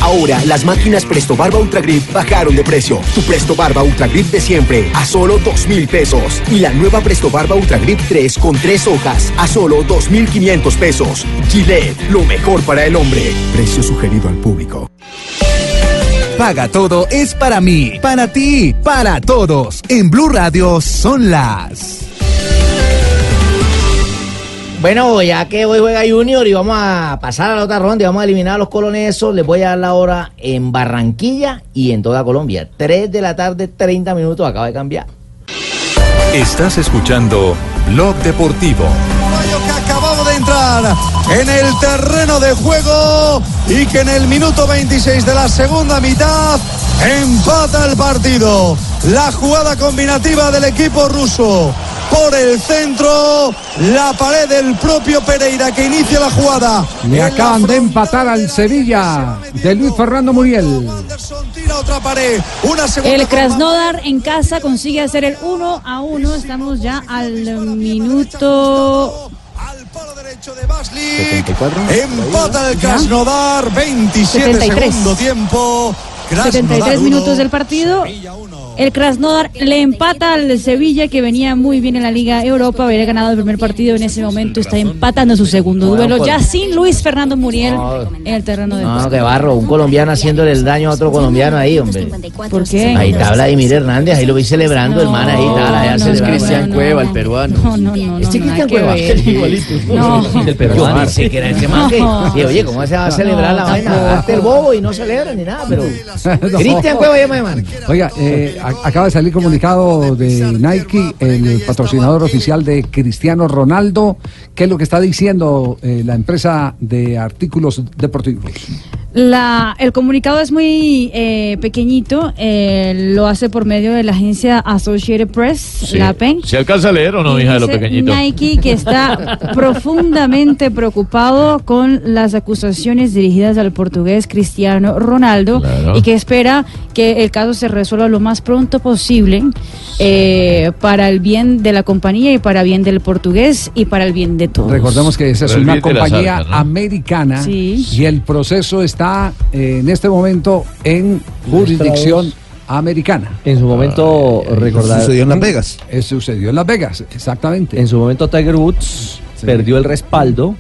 Speaker 34: Ahora, las máquinas Presto Barba Ultra Grip bajaron de precio. Tu Presto Barba Ultra Grip de siempre a solo 2 mil pesos. Y la nueva Presto Barba Ultra Grip 3 con 3 hojas a solo 2 mil 500 pesos. Gillette, lo mejor para el hombre. Precio sugerido al público.
Speaker 40: Paga todo es para mí, para ti, para todos. En Blue Radio son las.
Speaker 7: Bueno, ya que hoy juega Junior y vamos a pasar a la otra ronda y vamos a eliminar a los colonesos, les voy a dar la hora en Barranquilla y en toda Colombia. 3 de la tarde, 30 minutos, acaba de cambiar.
Speaker 41: Estás escuchando Blog Deportivo
Speaker 21: de entrar en el terreno de juego y que en el minuto 26 de la segunda mitad empata el partido. La jugada combinativa del equipo ruso por el centro, la pared del propio Pereira que inicia la jugada.
Speaker 4: Le acaban de empatar al Sevilla de Luis Fernando Muriel.
Speaker 5: Otra pared, una el Krasnodar en casa consigue hacer el 1 a 1. Estamos ya al minuto
Speaker 21: al palo derecho de Baslik. Empata el Krasnodar, 27 73. segundo tiempo.
Speaker 5: Krasnodar 73 minutos del partido. El Krasnodar le empata al Sevilla que venía muy bien en la Liga Europa, había ganado el primer partido en ese momento, está empatando su segundo duelo ya sin Luis Fernando Muriel no, en el terreno de
Speaker 20: pues,
Speaker 7: No, qué barro, un colombiano haciéndole el daño a otro colombiano ahí, hombre.
Speaker 5: ¿Por qué?
Speaker 7: Ah. Ahí está Vladimir Hernández, ahí lo vi celebrando, no, hermana, ahí está, allá
Speaker 20: no, es Cristian Cueva, el peruano.
Speaker 5: No, no, no.
Speaker 7: Este Cristian Cueva, igualito. No, el peruano. Dice que era ese man que, oye, ¿cómo se va a celebrar la vaina? Hasta el bobo y no celebra ni nada, pero Cristian Cueva llama de mano.
Speaker 4: Oiga, eh acaba de salir comunicado de Nike, el patrocinador oficial de Cristiano Ronaldo. ¿Qué es lo que está diciendo eh, la empresa de artículos deportivos?
Speaker 5: La, el comunicado es muy eh, pequeñito, eh, lo hace por medio de la agencia Associated Press, sí. la PEN.
Speaker 15: ¿Se alcanza a leer o no, hija, de lo pequeñito?
Speaker 5: Nike que está profundamente preocupado con las acusaciones dirigidas al portugués Cristiano Ronaldo claro. y que espera que el caso se resuelva lo más pronto posible. eh, para el bien de la compañía y para bien del portugués y para el bien de todos.
Speaker 4: Recordemos que esa es
Speaker 27: Pero el
Speaker 4: una
Speaker 27: bien de las
Speaker 4: compañía
Speaker 27: arcas, ¿no?
Speaker 4: americana
Speaker 5: Sí.
Speaker 4: y el proceso está eh, en este momento en jurisdicción americana.
Speaker 13: En su momento, recordar.
Speaker 4: Ah, Sucedió en Las
Speaker 13: Vegas.
Speaker 4: sucedió en Las Vegas, exactamente.
Speaker 13: En su momento, Tiger Woods perdió el respaldo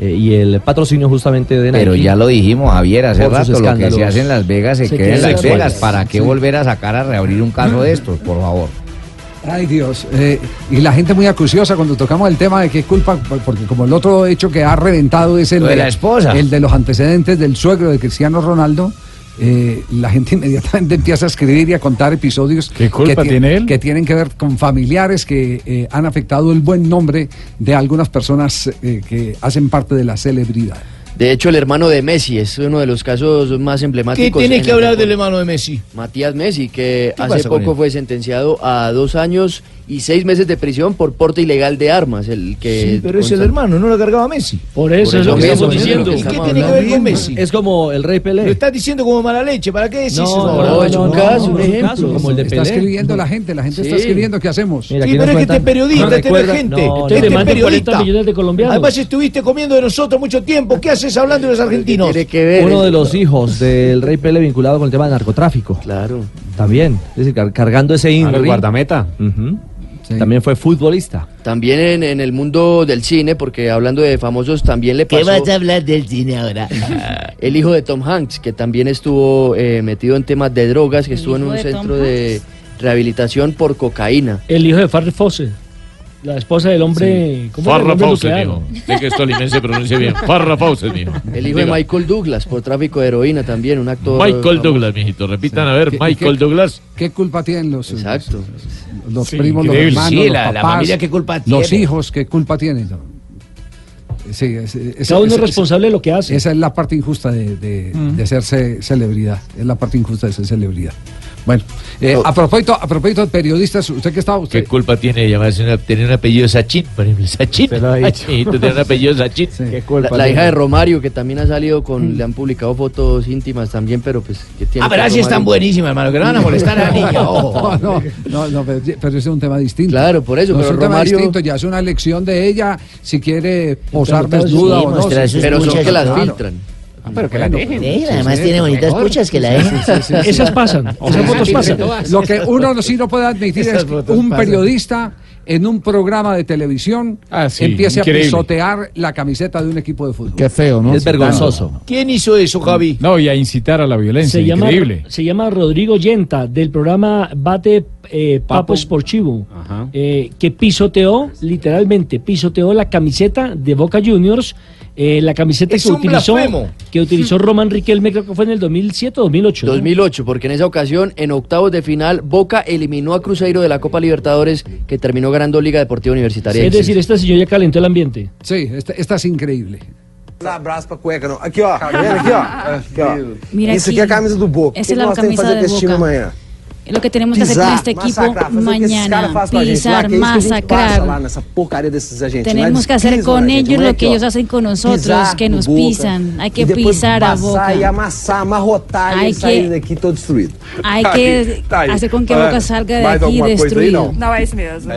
Speaker 13: eh, y el patrocinio justamente de Nike.
Speaker 14: Pero ya lo dijimos, Javier, hace
Speaker 13: Por
Speaker 14: rato, lo
Speaker 13: sus
Speaker 14: que
Speaker 13: escándalos.
Speaker 14: se hace en Las Vegas se,
Speaker 13: Se
Speaker 14: queda en
Speaker 13: queda
Speaker 14: Las
Speaker 13: sexual.
Speaker 14: Vegas. ¿Para qué
Speaker 13: Sí.
Speaker 14: volver a sacar a reabrir un caso de estos, por favor?
Speaker 4: Ay Dios, eh, y la gente muy acuciosa cuando tocamos el tema de qué culpa, porque como el otro hecho que ha reventado es el
Speaker 14: Lo de la esposa.
Speaker 4: el de los antecedentes del suegro de Cristiano Ronaldo, eh, la gente inmediatamente empieza a escribir y a contar episodios
Speaker 10: culpa
Speaker 4: que,
Speaker 10: tiene
Speaker 4: que tienen que ver con familiares que eh, han afectado el buen nombre de algunas personas eh, que hacen parte de la celebridad.
Speaker 20: De hecho, el hermano de Messi es uno de los casos más emblemáticos. en el deporte.
Speaker 7: hermano de Messi?
Speaker 20: Matías Messi, que
Speaker 7: ¿Qué
Speaker 20: hace
Speaker 7: pasa con
Speaker 20: poco
Speaker 7: él?
Speaker 20: fue sentenciado a dos años y seis meses de prisión por porte ilegal de armas. El que
Speaker 7: Sí, pero es el hermano, no lo cargaba Messi.
Speaker 20: Por eso Por es lo eso que mismo, estamos es lo que diciendo.
Speaker 7: ¿Y qué
Speaker 20: estamos
Speaker 7: tiene que ver
Speaker 20: hablando.
Speaker 7: con Messi?
Speaker 13: Es como el Rey Pelé.
Speaker 7: Lo estás diciendo como mala leche, ¿para qué decís
Speaker 13: No,
Speaker 7: eso?
Speaker 13: no, no, es un caso, un ejemplo. como el de
Speaker 4: está
Speaker 13: Pelé.
Speaker 4: escribiendo la gente, la gente está
Speaker 13: Sí.
Speaker 4: escribiendo, ¿qué hacemos?
Speaker 13: Mira,
Speaker 7: Sí, pero es que este periodista, este no es gente, este es periodista. Además estuviste comiendo de nosotros mucho tiempo, ¿qué haces hablando de los argentinos?
Speaker 13: Uno de los hijos del Rey Pele vinculado con el tema de narcotráfico.
Speaker 20: Claro.
Speaker 13: También, es decir, car- cargando ese INRI.
Speaker 20: el
Speaker 13: guardameta. También fue futbolista.
Speaker 20: También en, en el mundo del cine, porque hablando de famosos, también le pasó.
Speaker 7: ¿Qué vas a hablar del cine ahora?
Speaker 20: El hijo de Tom Hanks, que también estuvo eh, metido en temas de drogas, que estuvo en
Speaker 11: hijo
Speaker 20: un
Speaker 11: de Tom
Speaker 20: centro de rehabilitación por cocaína.
Speaker 11: El hijo de Farrell Fawcett, la esposa del hombre. ¿cómo era el
Speaker 27: Farrah
Speaker 11: hombre
Speaker 27: Fawcett,
Speaker 11: nuclear?
Speaker 27: mijo. Sé que es tolimense, pronuncia bien. Farrah Fawcett, mijo.
Speaker 20: El hijo de
Speaker 27: Diga.
Speaker 20: Michael Douglas por tráfico de heroína también, un actor.
Speaker 27: Michael
Speaker 20: famoso.
Speaker 27: Douglas, mijito. Repitan, a ver,
Speaker 20: ¿Qué-
Speaker 27: Michael
Speaker 20: qué-
Speaker 27: Douglas.
Speaker 4: ¿Qué culpa tienen los,
Speaker 20: Exacto.
Speaker 4: los, los
Speaker 27: Sí,
Speaker 4: primos, los
Speaker 27: increíble.
Speaker 4: hermanos,
Speaker 27: Sí,
Speaker 4: los
Speaker 27: la- la
Speaker 4: papás,
Speaker 27: familia, ¿qué culpa
Speaker 4: los
Speaker 27: tiene?
Speaker 4: hijos, qué culpa tienen? No. Sí, es, es-
Speaker 11: Cada uno
Speaker 4: esa-
Speaker 11: es responsable de lo que hace.
Speaker 4: Esa es la parte injusta de, de-
Speaker 11: Mm.
Speaker 4: de ser ce- celebridad. Es la parte injusta de ser celebridad. Bueno, eh, a propósito, a propósito de periodistas, ¿usted qué estaba?
Speaker 27: ¿Qué
Speaker 4: Usted,
Speaker 27: culpa tiene de llamarse una, tener un apellido Sachin, por ejemplo? Sachin. Mijito, tener un apellido Sachin. ¿Qué
Speaker 20: La, la hija de Romario, que también ha salido con. Le han publicado fotos íntimas también, pero pues. Que tiene
Speaker 7: Ah, pero así están buenísimas, hermano, que no van a molestar a la niña, ojo.
Speaker 4: No, no, no, pero, pero ese es un tema distinto.
Speaker 20: Claro, por eso,
Speaker 4: No, es
Speaker 20: pero
Speaker 4: un tema
Speaker 20: Romario-
Speaker 4: distinto, ya es una elección de ella si quiere posar
Speaker 20: Pero-
Speaker 4: desnuda
Speaker 20: sí,
Speaker 4: o no.
Speaker 20: mostrar
Speaker 4: si
Speaker 20: sus
Speaker 4: quiere-
Speaker 20: Pero son que las
Speaker 4: Claro.
Speaker 20: filtran.
Speaker 11: Ah,
Speaker 4: pero que la dejen.
Speaker 20: Sí, además
Speaker 7: tiene bonitas
Speaker 4: puchas
Speaker 7: puchas que la dejen.
Speaker 11: Esas pasan, esas fotos pasan.
Speaker 4: Lo que uno sí no puede admitir
Speaker 11: Esas
Speaker 4: es que
Speaker 11: fotos
Speaker 4: un
Speaker 11: pasan.
Speaker 4: periodista en un programa de televisión
Speaker 11: Ah,
Speaker 10: sí,
Speaker 4: empiece a
Speaker 10: increíble.
Speaker 4: pisotear la camiseta de un equipo de fútbol.
Speaker 10: Qué feo, ¿no? Es vergonzoso.
Speaker 4: ¿Quién hizo eso, Javi?
Speaker 10: No, y a incitar a la violencia.
Speaker 11: Se llama,
Speaker 10: increíble.
Speaker 11: se llama Rodrigo Yenta, del programa Bate eh, Papo Sportivo, eh, que pisoteó, literalmente, pisoteó la camiseta de Boca Juniors, eh, la camiseta
Speaker 20: Es
Speaker 11: que
Speaker 20: un
Speaker 11: utilizó,
Speaker 20: blasfemo.
Speaker 11: que utilizó Román Riquelme, creo que fue en el 2007 o 2008. ¿no?
Speaker 20: 2008, porque en esa ocasión, en octavos de final, Boca eliminó a Cruzeiro de la Copa Libertadores, que terminó ganando Liga Deportiva Universitaria.
Speaker 11: Es decir, esta señora ya calentó el ambiente.
Speaker 4: Sí, esta, esta es increíble.
Speaker 15: Dá abraço pra cueca, não. Aqui, ó. Tá vendo aqui, ó? Aqui, ó.
Speaker 5: Mira
Speaker 15: Isso
Speaker 5: aqui.
Speaker 15: aqui é a camisa do Boca.
Speaker 5: Essa
Speaker 15: o que
Speaker 5: é a
Speaker 15: nós temos que
Speaker 5: camisa
Speaker 15: fazer
Speaker 5: do
Speaker 15: com esse time
Speaker 5: Boca.
Speaker 15: amanhã?
Speaker 5: Es lo que tenemos que
Speaker 15: Pisar,
Speaker 5: hacer con este
Speaker 15: massacrar,
Speaker 5: equipo
Speaker 15: fazer o que esses caras
Speaker 5: mañana.
Speaker 15: fazem com a gente lá,
Speaker 5: Pisar,
Speaker 15: que é isso que a gente passa lá
Speaker 5: masacrar.
Speaker 15: nessa porcaria desses argentinos.
Speaker 5: Tenemos
Speaker 15: Eles
Speaker 5: que hacer
Speaker 15: pisam na
Speaker 5: con
Speaker 15: gente,
Speaker 5: ellos
Speaker 15: amanhã
Speaker 5: lo que
Speaker 15: aqui, ó.
Speaker 5: ellos hacen con nosotros,
Speaker 15: Pisar
Speaker 5: que
Speaker 15: no
Speaker 5: nos
Speaker 15: Boca.
Speaker 5: pisan. Hay
Speaker 15: E
Speaker 5: que
Speaker 15: depois
Speaker 5: pisar a
Speaker 15: amassar E
Speaker 5: boca.
Speaker 15: amassar, amarrotar
Speaker 5: Ai,
Speaker 15: e sair
Speaker 5: que-
Speaker 15: daqui todo destruído.
Speaker 5: Hay que hacer con que Boca salga de
Speaker 15: Mais
Speaker 5: aquí
Speaker 15: alguma coisa aí,
Speaker 5: destruido.
Speaker 15: não?
Speaker 23: No, es mesmo.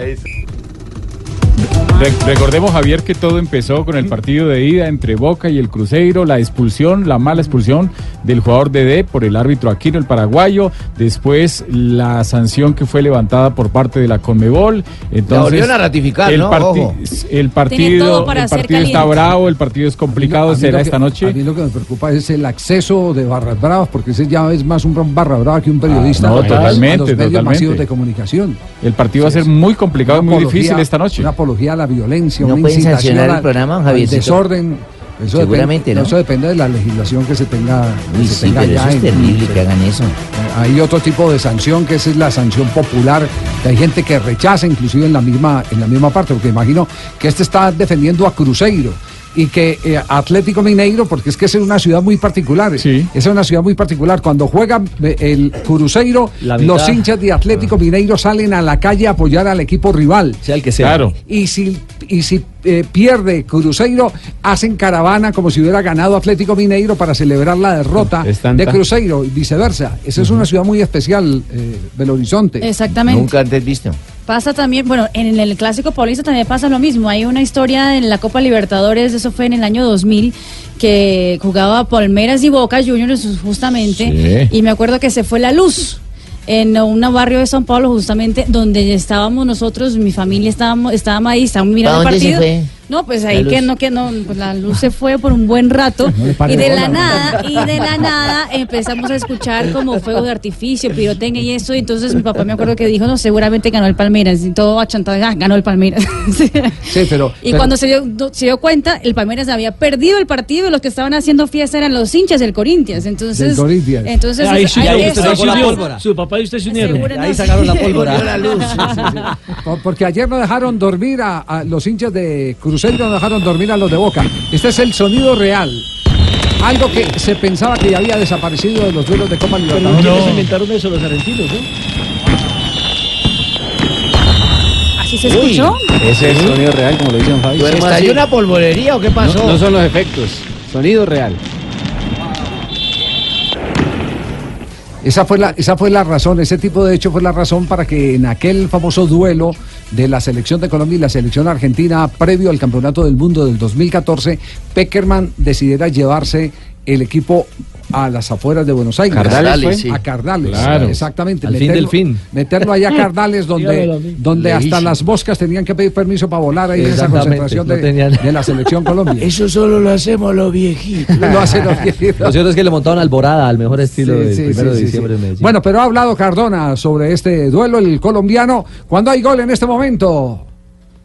Speaker 10: Re- recordemos, Javier, que todo empezó con el partido de ida entre Boca y el Cruzeiro, la expulsión, la mala expulsión del jugador D por el árbitro Aquino, el paraguayo, después la sanción que fue levantada por parte de la Conmebol. Entonces,
Speaker 14: volvieron a ratificar,
Speaker 10: el
Speaker 14: ¿no?
Speaker 10: parti-
Speaker 14: Ojo.
Speaker 10: El
Speaker 4: Tienen
Speaker 10: partido,
Speaker 4: todo para
Speaker 10: el
Speaker 4: ser
Speaker 10: partido está
Speaker 4: calientes.
Speaker 10: bravo, el partido es complicado,
Speaker 4: A mí
Speaker 10: será
Speaker 4: lo que-
Speaker 10: esta noche.
Speaker 4: A mí lo que me preocupa es el acceso de barras bravas, porque ese ya es más un barra brava que un periodista.
Speaker 10: Ah, no,
Speaker 4: a los-
Speaker 10: totalmente,
Speaker 4: a los medios
Speaker 10: totalmente.
Speaker 4: masivos de comunicación.
Speaker 10: El partido va a ser muy complicado y muy
Speaker 4: apología-
Speaker 10: difícil esta noche.
Speaker 4: Una apología a la violencia,
Speaker 10: ¿No
Speaker 4: una
Speaker 10: pueden
Speaker 4: incitación
Speaker 10: sancionar el
Speaker 4: al-
Speaker 10: programa,
Speaker 4: al
Speaker 10: Javiercito?
Speaker 4: desorden. Eso
Speaker 14: Seguramente,
Speaker 4: depende,
Speaker 14: ¿no?
Speaker 4: Eso depende de la legislación que se tenga. que se tenga
Speaker 14: pero
Speaker 4: ya
Speaker 14: eso es
Speaker 4: en- Eh,
Speaker 14: terrible que hagan eso.
Speaker 4: Hay otro tipo de sanción que esa es la sanción popular, que hay gente que rechaza inclusive en la misma, en la misma parte, porque imagino que este está defendiendo a Cruzeiro. y que eh, Atlético Mineiro, porque es que es una ciudad muy particular, es una ciudad muy particular, cuando juega eh, el Cruzeiro,
Speaker 13: La mitad.
Speaker 4: los hinchas de
Speaker 14: Ah.
Speaker 4: Atlético Mineiro salen a la calle a apoyar al equipo rival.
Speaker 13: Sea el que sea. Claro.
Speaker 4: Y si, y si eh, pierde Cruzeiro, hacen caravana como si hubiera ganado Atlético Mineiro para celebrar la derrota
Speaker 13: Es tanta.
Speaker 4: de Cruzeiro y viceversa. Esa es una ciudad muy especial, eh, Belo Horizonte.
Speaker 5: Exactamente. Nunca
Speaker 4: antes visto.
Speaker 5: Pasa también, bueno, en el Clásico Paulista también pasa lo mismo. Hay una historia en la Copa Libertadores, eso fue en el año 2000, que jugaba Palmeras y Boca Juniors justamente.
Speaker 27: Sí.
Speaker 5: Y me acuerdo que se fue la luz en un barrio de San Pablo justamente donde estábamos nosotros, mi familia estábamos, estábamos ahí, estábamos mirando el
Speaker 7: ¿Para
Speaker 5: partido.
Speaker 7: dónde se
Speaker 5: No, pues
Speaker 7: La
Speaker 5: ahí que
Speaker 7: luz.
Speaker 5: no, que no, pues la luz se fue por un buen rato
Speaker 7: le pare
Speaker 5: y de
Speaker 7: bola,
Speaker 5: la
Speaker 7: ¿no?
Speaker 5: nada, y de la nada empezamos a escuchar como fuego de artificio, pirotecnia y eso, y entonces mi papá me acuerdo que dijo, no, seguramente ganó el Palmeiras, y todo achantado, ah, ganó el Palmeiras.
Speaker 4: Sí, pero.
Speaker 5: Y
Speaker 4: pero-
Speaker 5: cuando se dio, do- se dio cuenta, el Palmeiras había perdido el partido y los que estaban haciendo fiesta eran los hinchas del Corinthians. Entonces,
Speaker 4: Del Corinthians.
Speaker 5: entonces
Speaker 11: Ahí sí, ahí
Speaker 5: eso-
Speaker 11: usted se unió.
Speaker 5: pólvora.
Speaker 11: Su papá y usted se unieron.
Speaker 5: Seguro no. Ahí sacaron la pólvora.
Speaker 4: Volvió la luz. Po- Porque ayer no dejaron dormir a, a los hinchas de Cruzeiro, no dejaron dormir a los de Boca. Este es el sonido real. Algo que se pensaba que ya había desaparecido de los duelos de Copa
Speaker 11: Pero
Speaker 4: Libertadores.
Speaker 11: no. inventaron eso los argentinos, ¿eh? ¿no?
Speaker 5: ¿Así se escuchó?
Speaker 8: Ese es el sonido real, como lo dicen Fabio.
Speaker 7: ¿Se estalló una polvorería o qué pasó?
Speaker 8: No, no son los efectos, sonido real.
Speaker 4: Esa fue, la, esa fue la razón, ese tipo de hecho fue la razón para que en aquel famoso duelo de la selección de Colombia y la selección argentina previo al Campeonato del Mundo del 2014, Peckerman decidiera llevarse el equipo a las afueras de Buenos Aires.
Speaker 13: Cardales,
Speaker 4: ¿Fue?
Speaker 13: sí.
Speaker 4: A Cardales,
Speaker 13: Claro.
Speaker 4: exactamente.
Speaker 13: Al fin del fin.
Speaker 4: Meterlo allá a Cardales,
Speaker 13: Dígamelo a mí.
Speaker 4: donde, donde hasta
Speaker 13: Lejísimo.
Speaker 4: las moscas tenían que pedir permiso para volar ahí en esa
Speaker 13: Exactamente,
Speaker 4: concentración
Speaker 13: no
Speaker 4: de,
Speaker 13: tenían-
Speaker 4: de la selección Colombia.
Speaker 7: Eso solo lo hacemos los viejitos.
Speaker 4: Lo hacen los
Speaker 13: Lo cierto es que le montaron alborada al mejor estilo
Speaker 4: Sí,
Speaker 13: del
Speaker 4: sí,
Speaker 13: primero
Speaker 4: sí,
Speaker 13: de
Speaker 4: sí,
Speaker 13: diciembre
Speaker 4: sí.
Speaker 13: en Medellín.
Speaker 4: Bueno, pero ha hablado Cardona sobre este duelo, el colombiano. Cuando hay gol en este momento?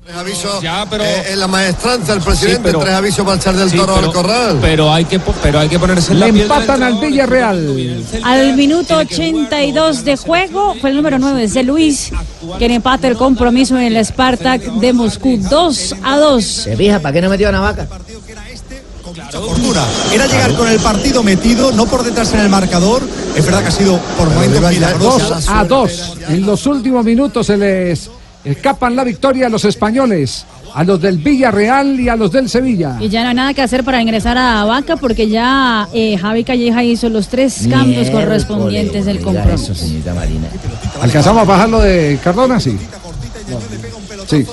Speaker 28: Tres avisos eh, en la maestranza del presidente, tres avisos para echar del
Speaker 23: Sí,
Speaker 28: toro al
Speaker 23: pero-
Speaker 28: corral.
Speaker 23: Pero hay que, po- pero hay que ponerse en
Speaker 4: Le
Speaker 23: la piel del
Speaker 4: empatan al Villarreal.
Speaker 5: Al minuto 82 de juego fue el número 9 de Luis, quien empata el compromiso en el Spartak de Moscú 2 a 2. Se
Speaker 7: fija, ¿para qué no metió a Navaca?
Speaker 21: Fortuna. Era llegar con el partido metido, no por detrás en el marcador. Es verdad que ha sido por momentos milagroso.
Speaker 4: 2 a 2. En los últimos minutos se les escapan la victoria a los españoles, a los del Villarreal y a los del Sevilla.
Speaker 5: Y ya no hay nada que hacer para ingresar a Vaca porque ya eh, Javi Calleja hizo los tres cambios
Speaker 7: Miércoles,
Speaker 5: correspondientes del compromiso.
Speaker 7: señorita Marina.
Speaker 4: ¿Alcanzamos a bajar lo de Cardona? Sí. Sí.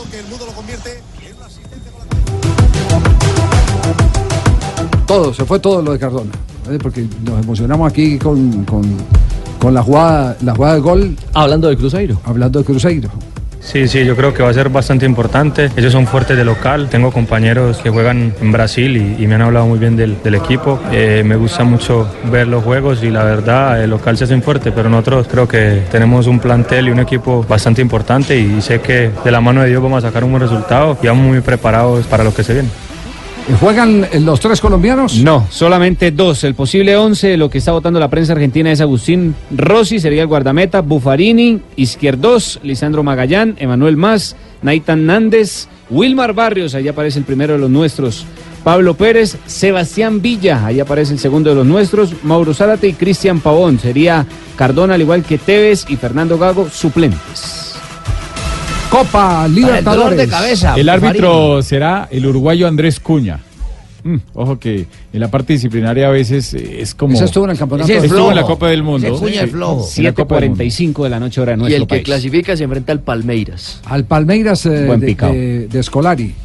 Speaker 4: Todo, se fue todo lo de Cardona. ¿eh? Porque nos emocionamos aquí con, con- con la jugada, la jugada de gol.
Speaker 13: Hablando de Cruzeiro.
Speaker 4: Hablando de Cruzeiro.
Speaker 24: Sí, sí, yo creo que va a ser bastante importante. Ellos son fuertes de local. Tengo compañeros que juegan en Brasil y, y me han hablado muy bien del, del equipo. Eh, me gusta mucho ver los juegos y la verdad, el local se hacen fuerte, pero nosotros creo que tenemos un plantel y un equipo bastante importante y sé que de la mano de Dios vamos a sacar un buen resultado y vamos muy preparados para lo que se viene.
Speaker 4: ¿Juegan eh, los tres colombianos?
Speaker 8: No, solamente dos. El posible 11, lo que está votando la prensa argentina es Agustín Rossi, sería el guardameta, Buffarini, Izquierdos, Lisandro Magallán, Emanuel Más, Naitan Nández, Wilmar Barrios, ahí aparece el primero de los nuestros. Pablo Pérez, Sebastián Villa, ahí aparece el segundo de los nuestros, Mauro Zárate y Cristian Pavón. Sería Cardona, al igual que Tevez y Fernando Gago, suplentes.
Speaker 4: Copa
Speaker 10: Libertadores. El árbitro será el uruguayo Andrés Cuña. Mm, ojo que en la parte disciplinaria a veces eh, es como.
Speaker 4: Ese estuvo en el campeonato. Ese es
Speaker 10: Estuvo
Speaker 4: flojo.
Speaker 10: en la Copa del Mundo.
Speaker 4: Ese Cuña es flojo.
Speaker 10: Sí, en la Copa del Mundo.
Speaker 8: 7.45 de la noche hora de
Speaker 20: Y
Speaker 8: nuestro
Speaker 20: el que
Speaker 8: país.
Speaker 20: clasifica se enfrenta al Palmeiras.
Speaker 4: Al Palmeiras eh,
Speaker 8: Buen
Speaker 4: de,
Speaker 8: picao.
Speaker 4: de- de Scolari.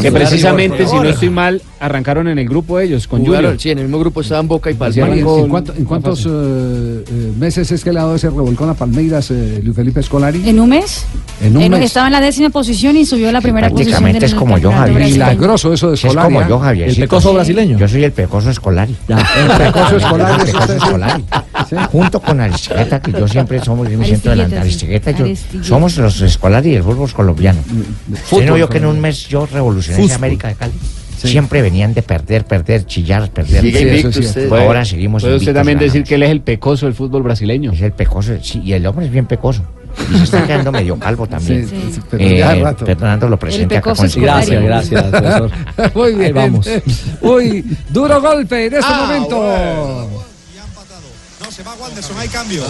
Speaker 8: Que precisamente, si no estoy mal, arrancaron en el grupo ellos, con Junior.
Speaker 20: Jugaron, sí, en el mismo grupo estaban Boca y
Speaker 4: María,
Speaker 20: Palmeiras.
Speaker 4: ¿En, cuánto- en cuántos eh, eh, meses es que le ha dado ese revolcón a Palmeiras, eh, Luis Felipe Scolari?
Speaker 5: ¿En un mes?
Speaker 4: En un
Speaker 5: Él
Speaker 4: mes. Ah,
Speaker 5: Estaba en la décima posición y subió a la primera posición. del campeonato brasileño.
Speaker 4: Milagroso eso de
Speaker 7: Es
Speaker 4: Scolari.
Speaker 7: como
Speaker 4: ¿eh?
Speaker 7: yo, Javier. brasileño. Yo soy el pecoso escolari. El
Speaker 4: pecoso Scolari,
Speaker 7: El
Speaker 4: eso
Speaker 7: pecoso
Speaker 4: está-
Speaker 7: escolari. Junto con Aristigueta, que yo siempre somos, yo me siento delante. Aristigueta, yo
Speaker 25: Aristigueta.
Speaker 7: somos los escolares del fútbol colombiano.
Speaker 25: Fútbol
Speaker 7: Si no, yo que en
Speaker 25: colombiano.
Speaker 7: un mes yo revolucioné esa
Speaker 25: Fútbol.
Speaker 7: América de Cali. Siempre venían de perder, perder, chillar, perder.
Speaker 8: Sigue
Speaker 7: perder.
Speaker 8: invicto usted.
Speaker 7: Ahora seguimos
Speaker 8: Puede usted
Speaker 7: invictos,
Speaker 8: también
Speaker 7: ganamos.
Speaker 8: decir que él es el pecoso del fútbol brasileño.
Speaker 7: Es el pecoso, sí, y el hombre es bien pecoso. Y se está quedando medio calvo también. Eh,
Speaker 4: Sí, sí, pero ya al rato.
Speaker 7: Fernando lo presenta acá con su
Speaker 13: Gracias, gracias, profesor.
Speaker 4: Muy bien.
Speaker 13: vamos.
Speaker 4: Uy, duro golpe en este
Speaker 21: Ah,
Speaker 4: momento.
Speaker 21: No, se va Wanderson, hay cambio.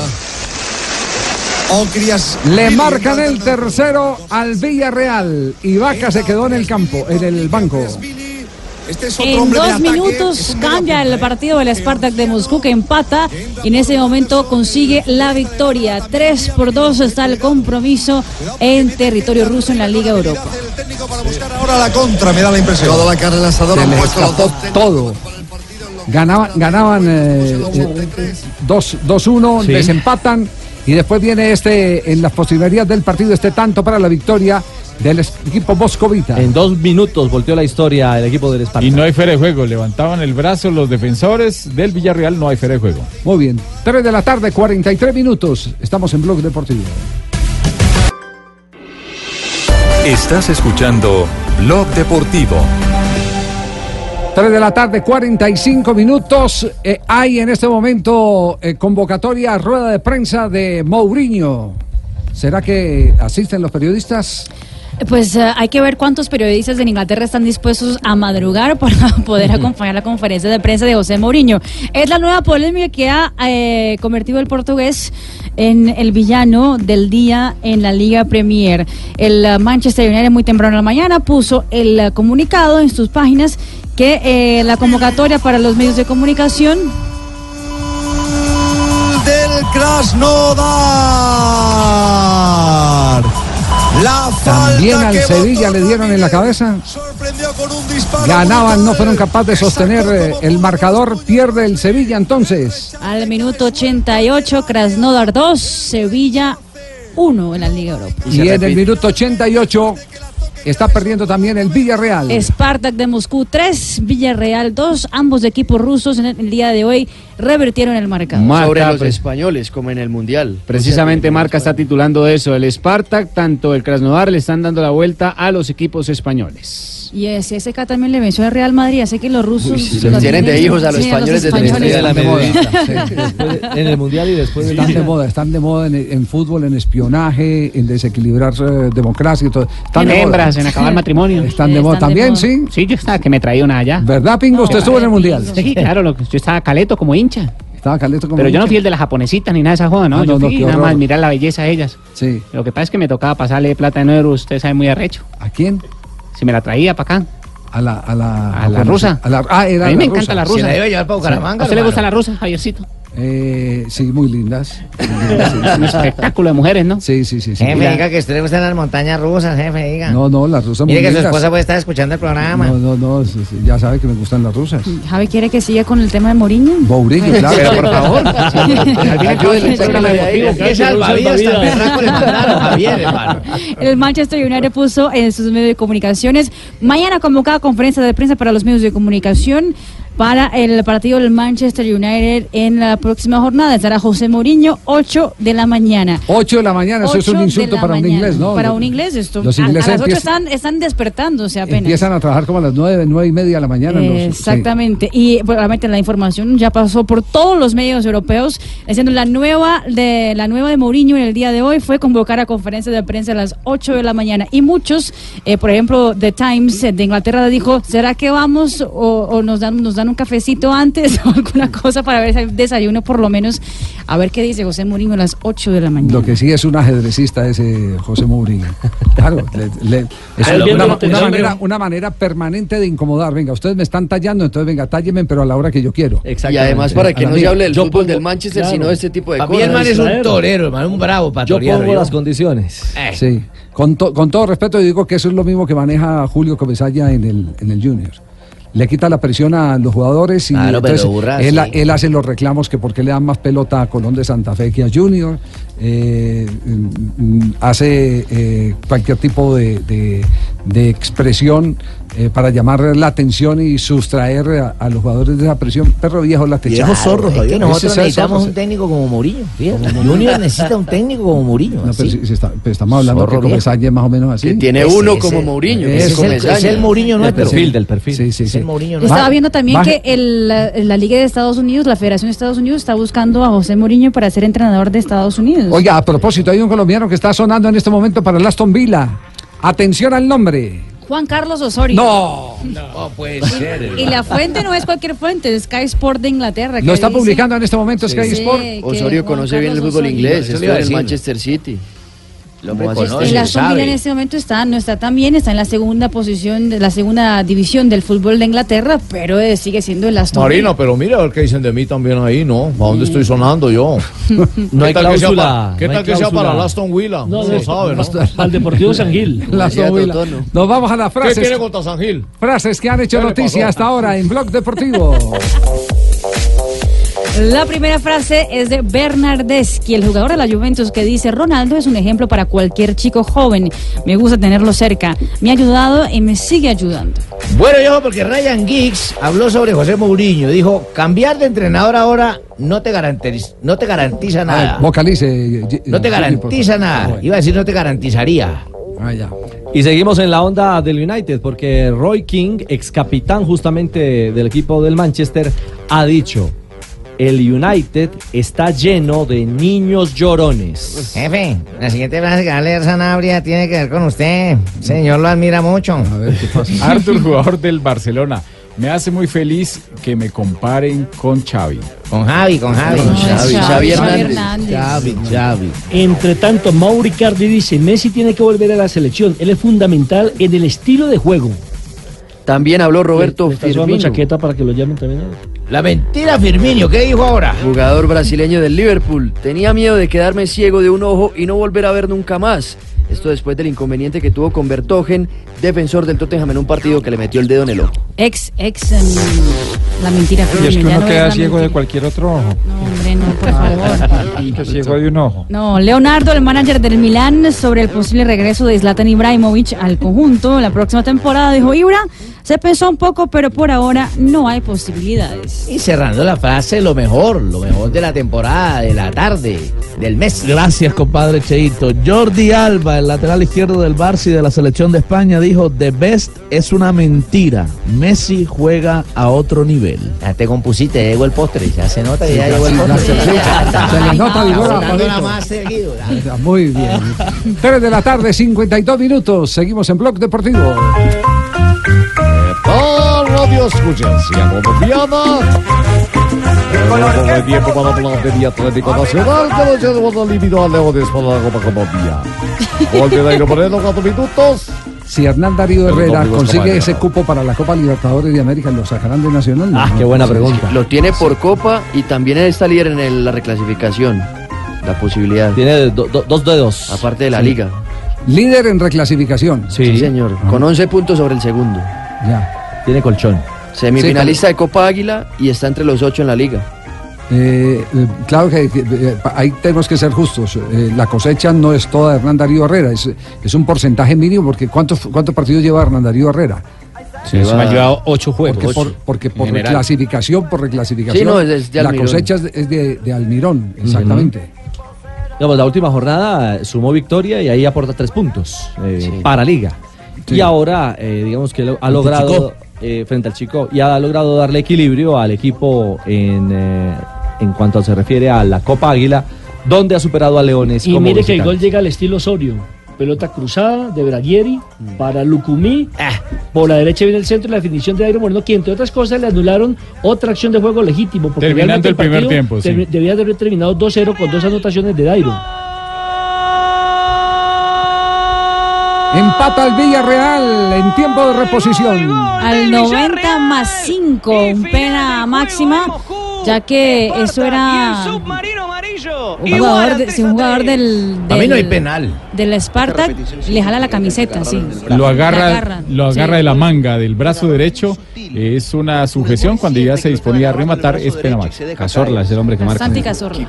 Speaker 21: Ocrias
Speaker 4: Le marcan el tercero al Villarreal. Y Vaca se quedó en el campo, en el banco.
Speaker 21: Este es otro
Speaker 5: En
Speaker 21: hombre de
Speaker 5: dos
Speaker 21: ataque.
Speaker 5: minutos cambia el partido del Spartak de Moscú que empata y en ese momento consigue la victoria. 3 por 2 está el compromiso en territorio ruso en la Liga Europa.
Speaker 21: Ahora la contra, me da la impresión. Toda la carne lanzadora han puesto los dos
Speaker 4: todo. Ganaban, ganaban eh, eh, dos- 2-1,
Speaker 13: Sí.
Speaker 4: desempatan y después viene este en las posibilidades del partido este tanto para la victoria del es- equipo Boscovita.
Speaker 13: En dos minutos volteó la historia el equipo del Spartak.
Speaker 10: Y no hay fuera de juego. Levantaban el brazo los defensores del Villarreal. No hay fuera de juego.
Speaker 4: Muy bien. 3 de la tarde, 43 minutos. Estamos en Blog Deportivo.
Speaker 16: Estás escuchando Blog Deportivo.
Speaker 4: 3 de la tarde, 45 minutos. Eh, hay en este momento eh, convocatoria a rueda de prensa de Mourinho. ¿Será que asisten los periodistas?
Speaker 5: Pues eh, hay que ver cuántos periodistas en Inglaterra están dispuestos a madrugar para poder acompañar la conferencia de prensa de José Mourinho. Es la nueva polémica que ha eh, convertido el portugués en el villano del día en la Liga Premier. El eh, Manchester United muy temprano en la mañana puso el eh, comunicado en sus páginas que eh, la convocatoria para los medios de comunicación
Speaker 21: del Krasnodar. La
Speaker 4: También
Speaker 21: falta
Speaker 4: al
Speaker 21: que
Speaker 4: Sevilla le dieron en la cabeza. Ganaban, no fueron capaces de sostener eh, el marcador. Pierde el Sevilla entonces.
Speaker 5: al minuto 88, Krasnodar 2, Sevilla 1 en la Liga Europa.
Speaker 4: Y, en el minuto 88 está perdiendo también el Villarreal.
Speaker 5: Spartak de Moscú 3, Villarreal 2. Ambos equipos rusos en el día de hoy revertieron el marcador.
Speaker 24: Sobre Marca, los
Speaker 8: pues.
Speaker 24: pre- españoles, como en el Mundial.
Speaker 8: Precisamente Marca está titulando eso. El Spartak, tanto el Krasnodar, le están dando la vuelta a los equipos españoles.
Speaker 5: Y el CSK también le venció al Real Madrid. Así que los rusos.
Speaker 8: sí,
Speaker 5: los
Speaker 8: los tienen de hijos a los
Speaker 5: sí,
Speaker 8: españoles desde el
Speaker 4: Están de moda.
Speaker 5: Sí.
Speaker 4: En el mundial y después están de moda, están de moda en, en fútbol, en espionaje, en desequilibrar eh, democracia y todo. Están
Speaker 8: En
Speaker 4: de moda.
Speaker 8: hembras, en acabar matrimonio.
Speaker 4: Están de moda también, sí.
Speaker 8: Sí, yo estaba que me traía una allá.
Speaker 4: ¿Verdad, Pingo? ¿Usted estuvo en el mundial?
Speaker 8: Sí, claro, lo que- yo estaba caleto como hincha.
Speaker 4: Estaba caleto como
Speaker 8: Pero yo no
Speaker 4: hincha.
Speaker 8: fui el de las japonesitas ni nada de esa joda, ¿no?
Speaker 4: Ah, no,
Speaker 8: yo
Speaker 4: no,
Speaker 8: fui
Speaker 4: qué
Speaker 8: nada más
Speaker 4: horror.
Speaker 8: mirar la belleza de ellas.
Speaker 4: Sí.
Speaker 8: Lo que pasa es que me tocaba pasarle plata en euros, usted sabe, muy arrecho.
Speaker 4: ¿A quién?
Speaker 8: Si me la traía para acá.
Speaker 4: A la, a la,
Speaker 8: a la rusa.
Speaker 4: A, la- ah, era
Speaker 8: mí
Speaker 4: la
Speaker 8: me encanta
Speaker 4: rusa.
Speaker 8: la rusa.
Speaker 4: Se la iba a llevar para Bucaramanga,
Speaker 8: ¿A usted le
Speaker 4: hermano.
Speaker 8: gusta la rusa, Javiercito?
Speaker 4: Eh, sí, muy lindas.
Speaker 8: Un espectáculo de mujeres, ¿no?
Speaker 4: Sí, sí, sí. sí.
Speaker 7: Jefe,
Speaker 4: Mira,
Speaker 7: diga que usted le gustan las montañas rusas, jefe, diga.
Speaker 4: No, no, las rusas muy
Speaker 7: Mire que su
Speaker 4: lindas.
Speaker 7: esposa puede estar escuchando el programa.
Speaker 4: No, no, no, sí, sí, ya sabe que me gustan las rusas.
Speaker 5: Javi quiere que siga con el tema de Mourinho. Pues,
Speaker 4: Mourinho, claro. Pero, por favor.
Speaker 5: Ayúdenle, sáquenlo de ahí.
Speaker 7: Qué salvavidas tan berraco le mandaron, Javier, hermano.
Speaker 5: El Manchester United puso en sus medios de comunicaciones. Mañana convocada conferencia de prensa para los medios de comunicación para el partido del Manchester United en la próxima jornada. Estará José Mourinho, 8 de la mañana.
Speaker 4: 8 de la mañana, eso es
Speaker 5: Ocho
Speaker 4: un
Speaker 5: de
Speaker 4: insulto
Speaker 5: la
Speaker 4: para un
Speaker 5: mañana.
Speaker 4: inglés, ¿no?
Speaker 5: Para un inglés, esto.
Speaker 4: Los
Speaker 5: a-
Speaker 4: ingleses
Speaker 5: a, las 8
Speaker 4: empiezan-
Speaker 5: están, están despertándose apenas.
Speaker 4: Empiezan a trabajar como a las 9, 9 y media de la mañana. los- sí.
Speaker 5: Exactamente. Y bueno, realmente la información ya pasó por todos los medios europeos, siendo la nueva de la nueva de Mourinho en el día de hoy fue convocar a conferencias de prensa a las 8 de la mañana y muchos, eh, por ejemplo, The Times de Inglaterra dijo, ¿será que vamos o, o nos dan nos dan un cafecito antes o alguna cosa para ver si hay desayuno por lo menos a ver qué dice José Mourinho a las 8 de la mañana?
Speaker 4: Lo que sí es un ajedrecista ese José Mourinho. Claro, le- le- es
Speaker 13: Ah,
Speaker 4: una,
Speaker 13: lo viendo
Speaker 4: una
Speaker 13: televisión,
Speaker 4: manera,
Speaker 13: ¿no?
Speaker 4: una manera permanente de incomodar. Venga, ustedes me están tallando, entonces venga, tállenme, pero a la hora que yo quiero. Eh,
Speaker 20: Y además para que
Speaker 4: A la
Speaker 20: no se
Speaker 4: mía.
Speaker 20: hable del
Speaker 4: Yo
Speaker 20: fútbol
Speaker 4: pongo-
Speaker 20: del Manchester,
Speaker 4: claro.
Speaker 20: sino de este tipo de
Speaker 4: Pa' mí
Speaker 20: cosas.
Speaker 4: el man es un torero,
Speaker 7: hermano, un bravo Eh. para
Speaker 13: Yo pongo las condiciones.
Speaker 4: Sí. Con, to- con todo respeto, yo digo que eso es lo mismo que maneja Julio Comesaña en el, en el Junior. Le quita la presión a los jugadores y
Speaker 7: Claro, pero
Speaker 4: entonces
Speaker 7: Urra,
Speaker 4: él,
Speaker 7: sí.
Speaker 4: ha- él hace los reclamos que por qué le dan más pelota a Colón de Santa Fe que a Junior. eh, mm, mm, hace eh, cualquier tipo de, de- de expresión eh, para llamar la atención y sustraer a, a los jugadores de esa presión. Perro viejo la atención.
Speaker 7: Claro, es que nosotros
Speaker 4: Ese es el zorro,
Speaker 7: necesitamos
Speaker 4: sí.
Speaker 7: un técnico como Murillo. fíjate. Junior necesita un técnico como Murillo.
Speaker 4: No, pero
Speaker 7: así.
Speaker 4: si- si está- pero estamos hablando
Speaker 7: Zorro
Speaker 4: que
Speaker 7: viejo.
Speaker 4: Comesaña es más o menos así.
Speaker 7: Que tiene Ese, uno ese. como Mourinho, que
Speaker 4: Eso.
Speaker 7: es Comesaña. Es el Mourinho
Speaker 4: Del
Speaker 7: nuestro.
Speaker 4: perfil,
Speaker 13: del perfil.
Speaker 4: Sí, sí, sí.
Speaker 5: Yo Estaba viendo también que el, la, la Liga de Estados Unidos, la Federación de Estados Unidos, está buscando a José Mourinho para ser entrenador de Estados Unidos.
Speaker 4: Oiga, a propósito, hay un colombiano que está sonando en este momento para el Aston Villa. Atención al nombre.
Speaker 5: Juan Carlos Osorio.
Speaker 4: No.
Speaker 5: No puede ser. Y la fuente no es cualquier fuente, es Sky Sport de Inglaterra.
Speaker 4: Lo está publicando en este momento Sky Sport.
Speaker 20: Osorio conoce bien el fútbol inglés,
Speaker 4: Eso le
Speaker 20: estuvo
Speaker 4: iba a
Speaker 20: en el
Speaker 4: decir.
Speaker 20: Manchester City. Como
Speaker 5: El,
Speaker 20: asistente.
Speaker 5: Aston Villa en este momento está, no está tan bien, está en la segunda posición, de la segunda división del fútbol de Inglaterra, pero eh, sigue siendo el Aston Villa.
Speaker 2: Marina, pero mira a ver qué dicen de mí también ahí, ¿no? ¿A dónde
Speaker 5: Mm.
Speaker 2: estoy sonando yo?
Speaker 13: No hay
Speaker 2: ¿Qué tal que sea
Speaker 13: cláusula,
Speaker 2: para- ¿Qué
Speaker 13: no
Speaker 2: tal
Speaker 13: hay
Speaker 2: que sea
Speaker 13: cláusula.
Speaker 2: para el Aston Villa?
Speaker 13: No,
Speaker 2: No,
Speaker 13: no,
Speaker 2: lo sabe, ¿no?
Speaker 13: hasta- al Deportivo San Gil.
Speaker 4: La Aston Villa. Nos vamos a la frase.
Speaker 2: ¿Qué tiene contra San Gil?
Speaker 4: Frases que han hecho
Speaker 2: ¿Qué le
Speaker 4: noticia
Speaker 2: pasó?
Speaker 4: hasta ahora en Blog Deportivo.
Speaker 5: La primera frase es de Bernardeschi, el jugador de la Juventus, que dice, Ronaldo es un ejemplo para cualquier chico joven. Me gusta tenerlo cerca. Me ha ayudado y me sigue ayudando.
Speaker 7: Bueno, yo porque Ryan Giggs habló sobre José Mourinho. Dijo, cambiar de entrenador ahora no te garantiza, no te garantiza nada.
Speaker 4: Vocalice.
Speaker 7: no te garantiza
Speaker 14: Ah,
Speaker 7: nada. Iba a decir no te garantizaría.
Speaker 4: Ah,
Speaker 13: Y seguimos en la onda del United porque Roy King, ex capitán justamente del equipo del Manchester, ha dicho, el United está lleno de niños llorones.
Speaker 14: Jefe, la siguiente frase que va a leer Sanabria tiene que ver con usted. Señor, lo admira mucho. A ver qué pasa.
Speaker 10: Arthur, jugador del Barcelona. Me hace muy feliz que me comparen con Xavi.
Speaker 7: Con Javi, con
Speaker 11: Javi.
Speaker 10: Con
Speaker 11: Xavi, Xavi Hernández.
Speaker 7: Xavi, Xavi.
Speaker 11: Entre tanto, Mauro Icardi dice, Messi tiene que volver a la selección. Él es fundamental en el estilo de juego.
Speaker 20: También habló Roberto
Speaker 11: Le- le está sudando
Speaker 20: Firmino.
Speaker 11: chaqueta para que lo llamen también.
Speaker 7: La mentira Firmino, ¿qué dijo ahora?
Speaker 20: Jugador brasileño del Liverpool. Tenía miedo de quedarme ciego de un ojo y no volver a ver nunca más. Esto después del inconveniente que tuvo con Bertogen, defensor del Tottenham en un partido que le metió el dedo en el ojo.
Speaker 5: Ex, ex, em, la mentira.
Speaker 20: Y es que
Speaker 5: Firmino, ya
Speaker 20: uno
Speaker 5: no
Speaker 20: queda
Speaker 5: es la
Speaker 20: ciego de
Speaker 5: mentira.
Speaker 23: Cualquier otro ojo.
Speaker 5: No, hombre, no, por favor.
Speaker 23: Que ciego de un ojo.
Speaker 5: No, Leonardo, el manager del Milán, sobre el posible regreso de Zlatan Ibrahimovic al conjunto la próxima temporada, dijo Ibra, se pensó un poco, pero por ahora no hay posibilidades.
Speaker 7: Y cerrando la frase, lo mejor, lo mejor de la temporada, de la tarde, del mes.
Speaker 29: Gracias, compadre Cheito. Jordi Alba, el lateral izquierdo del Barça y de la selección de España, dijo: The best es una mentira. Messi juega a otro nivel.
Speaker 14: Ya te compusiste, ya llegó el postre. Ya se nota que ya llegó el postre.
Speaker 4: Se le nota vigor a
Speaker 14: Fernando
Speaker 4: Pablito.
Speaker 14: Lamas, seguido.
Speaker 4: Muy bien. 3 de la tarde, 52 minutos. Seguimos en Blog Deportivo.
Speaker 2: Todo radio escuchas y agobiada. Con el tiempo para hablar de mi Atlético Nacional, que nos llevó al límite a Leo de España como Colombia. Gol de Dairo Moreno, cuatro minutos.
Speaker 4: Si Hernán Darío
Speaker 2: Pero
Speaker 4: Herrera
Speaker 2: conmigo es
Speaker 4: consigue
Speaker 2: compañero.
Speaker 4: ese cupo para la Copa Libertadores de América, ¿lo sacarán de Nacional?
Speaker 13: Ah,
Speaker 4: No, no, sí, sí.
Speaker 20: Lo tiene por Copa y también está líder en el- la reclasificación. La posibilidad.
Speaker 13: Tiene dos dedos.
Speaker 20: Aparte de la
Speaker 4: Sí.
Speaker 20: liga.
Speaker 4: Líder en reclasificación. Ah.
Speaker 20: Sí, señor. Con 11 puntos sobre el segundo.
Speaker 4: Ya.
Speaker 13: Tiene colchón.
Speaker 20: Semifinalista de Copa Águila y está entre los 8 en la liga.
Speaker 4: Eh, eh, claro que que, eh, pa- ahí tenemos que ser justos. Eh, la cosecha no es toda de Hernán Darío Herrera, es, es un porcentaje mínimo porque ¿cuántos, cuántos partidos lleva Hernán Darío Herrera?
Speaker 8: Sí, eso me ha llevado ocho juegos.
Speaker 4: Porque por, porque
Speaker 8: En
Speaker 4: por
Speaker 8: general.
Speaker 4: reclasificación, por reclasificación,
Speaker 8: Sí, no, es- es de
Speaker 4: la
Speaker 8: Almirón.
Speaker 4: cosecha es de, es de- de Almirón, exactamente.
Speaker 13: Digamos, la última jornada eh, sumó victoria y ahí aporta tres puntos eh, para Liga. Y ahora, eh, digamos que lo- ha
Speaker 12: al
Speaker 13: logrado
Speaker 12: Chico.
Speaker 13: eh, frente al chico y ha logrado darle equilibrio al equipo en, eh, en cuanto se refiere a la Copa Águila, donde ha superado a Leones.
Speaker 11: Y
Speaker 13: como
Speaker 11: mire que el
Speaker 13: visitante.
Speaker 11: gol llega al estilo Osorio. Pelota cruzada de Braguieri
Speaker 20: Mm.
Speaker 11: para Lucumí.
Speaker 20: Ah.
Speaker 11: Por la derecha viene el centro y la definición de Dairo Moreno, que entre otras cosas le anularon otra acción de juego legítimo. Porque
Speaker 10: Terminando
Speaker 11: realmente
Speaker 10: el primer
Speaker 11: partido
Speaker 10: tiempo, sí.
Speaker 11: termi- Debía de haber terminado 2-0 con dos anotaciones de Dairo.
Speaker 4: Empata al Villarreal en tiempo de reposición.
Speaker 5: Al 90 más 5, un pena máxima, ya que eso era un jugador, de- si un jugador del,
Speaker 10: A mí no hay
Speaker 5: del-
Speaker 10: penal.
Speaker 5: Del Spartak le jala la camiseta, sí.
Speaker 10: Lo agarra,
Speaker 5: La agarran,
Speaker 10: lo agarra
Speaker 5: sí.
Speaker 10: de la manga del brazo derecho. Eh, Es una sujeción cuando ya se disponía a rematar. Es pena máxima. Cazorla es el hombre que marca.
Speaker 5: Santi Cazorla.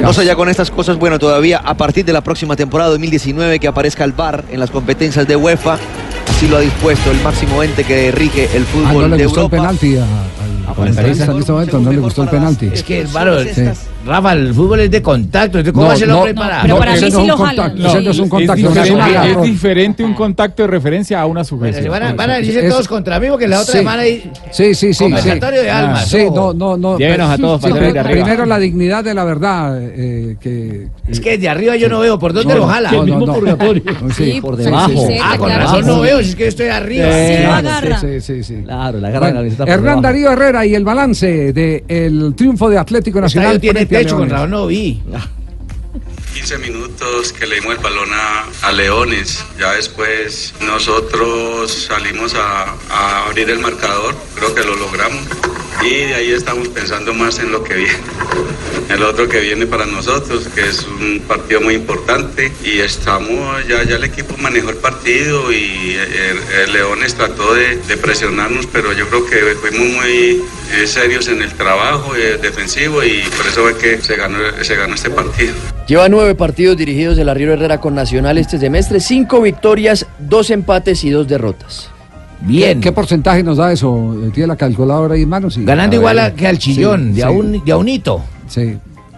Speaker 34: No sé, ya con estas cosas, bueno, todavía a partir de la próxima temporada 2019 que aparezca el VAR en las competencias de UEFA, así lo ha dispuesto el máximo ente que rige el
Speaker 4: Ah,
Speaker 34: fútbol
Speaker 4: no le
Speaker 34: de
Speaker 4: gustó el
Speaker 34: Europa.
Speaker 4: penalti a- al comentarista
Speaker 34: comentarista.
Speaker 4: en este momento, no le gustó el penalti.
Speaker 7: Es que, hermano,
Speaker 34: Sí.
Speaker 7: Rafa, el fútbol es de contacto. ¿Cómo
Speaker 10: No,
Speaker 7: hace el
Speaker 10: no,
Speaker 7: hombre
Speaker 10: no,
Speaker 7: para.?
Speaker 10: pero para mí
Speaker 7: ese
Speaker 10: sí
Speaker 7: es
Speaker 10: lo
Speaker 7: un
Speaker 10: jalan.
Speaker 7: contacto,
Speaker 10: No,
Speaker 7: ese no es un contacto,
Speaker 10: es
Speaker 7: ese es un
Speaker 10: diferente, es
Speaker 7: agarrón.
Speaker 10: diferente un contacto de referencia a una sujeción.
Speaker 7: Se van a, van a decirse todos contra mí porque la otra
Speaker 4: Sí.
Speaker 7: semana hay
Speaker 4: Sí, sí, sí.
Speaker 7: conversatorio
Speaker 4: sí.
Speaker 7: de almas.
Speaker 4: Sí, no, no, no.
Speaker 7: Llévenos a todos
Speaker 4: Sí,
Speaker 7: para
Speaker 4: pri-
Speaker 7: de arriba.
Speaker 4: primero la dignidad de la verdad. eh, que,
Speaker 7: Es que de arriba yo no veo. ¿Por dónde
Speaker 4: No,
Speaker 7: lo jala?
Speaker 4: no, El mismo no, no. purgatorio. Sí,
Speaker 7: Sí, por
Speaker 4: sí,
Speaker 7: debajo.
Speaker 4: sí,
Speaker 7: ah, con
Speaker 4: claro.
Speaker 7: razón no veo. Si es que estoy arriba.
Speaker 4: Claro,
Speaker 7: agarra.
Speaker 4: sí, sí, sí.
Speaker 13: Claro, la
Speaker 4: Bueno, Hernán Darío Herrera y el balance del triunfo de Atlético Nacional.
Speaker 7: Estadio tiene
Speaker 4: frente a
Speaker 7: techo, con
Speaker 4: Leones.
Speaker 7: razón no vi.
Speaker 26: 15 minutos que le dimos el balón a, a Leones. Ya después nosotros salimos a, a abrir el marcador. Creo que lo logramos. Y de ahí estamos pensando más en lo que viene. El otro que viene para nosotros, que es un partido muy importante. Y estamos, ya, ya el equipo manejó el partido y el, el Leones trató de, de presionarnos, pero yo creo que fuimos muy eh, serios en el trabajo eh, defensivo y por eso es que se ganó, se ganó este partido.
Speaker 20: Lleva nueve partidos dirigidos el Arriero Herrera con Nacional este semestre, cinco victorias, dos empates y dos derrotas.
Speaker 4: Bien. ¿Qué, qué porcentaje nos da eso? Eh, ¿Tiene la calculadora ahí en manos?
Speaker 7: Ganando igual a- que al Chillón, de a un- de a un hito.
Speaker 4: Sí.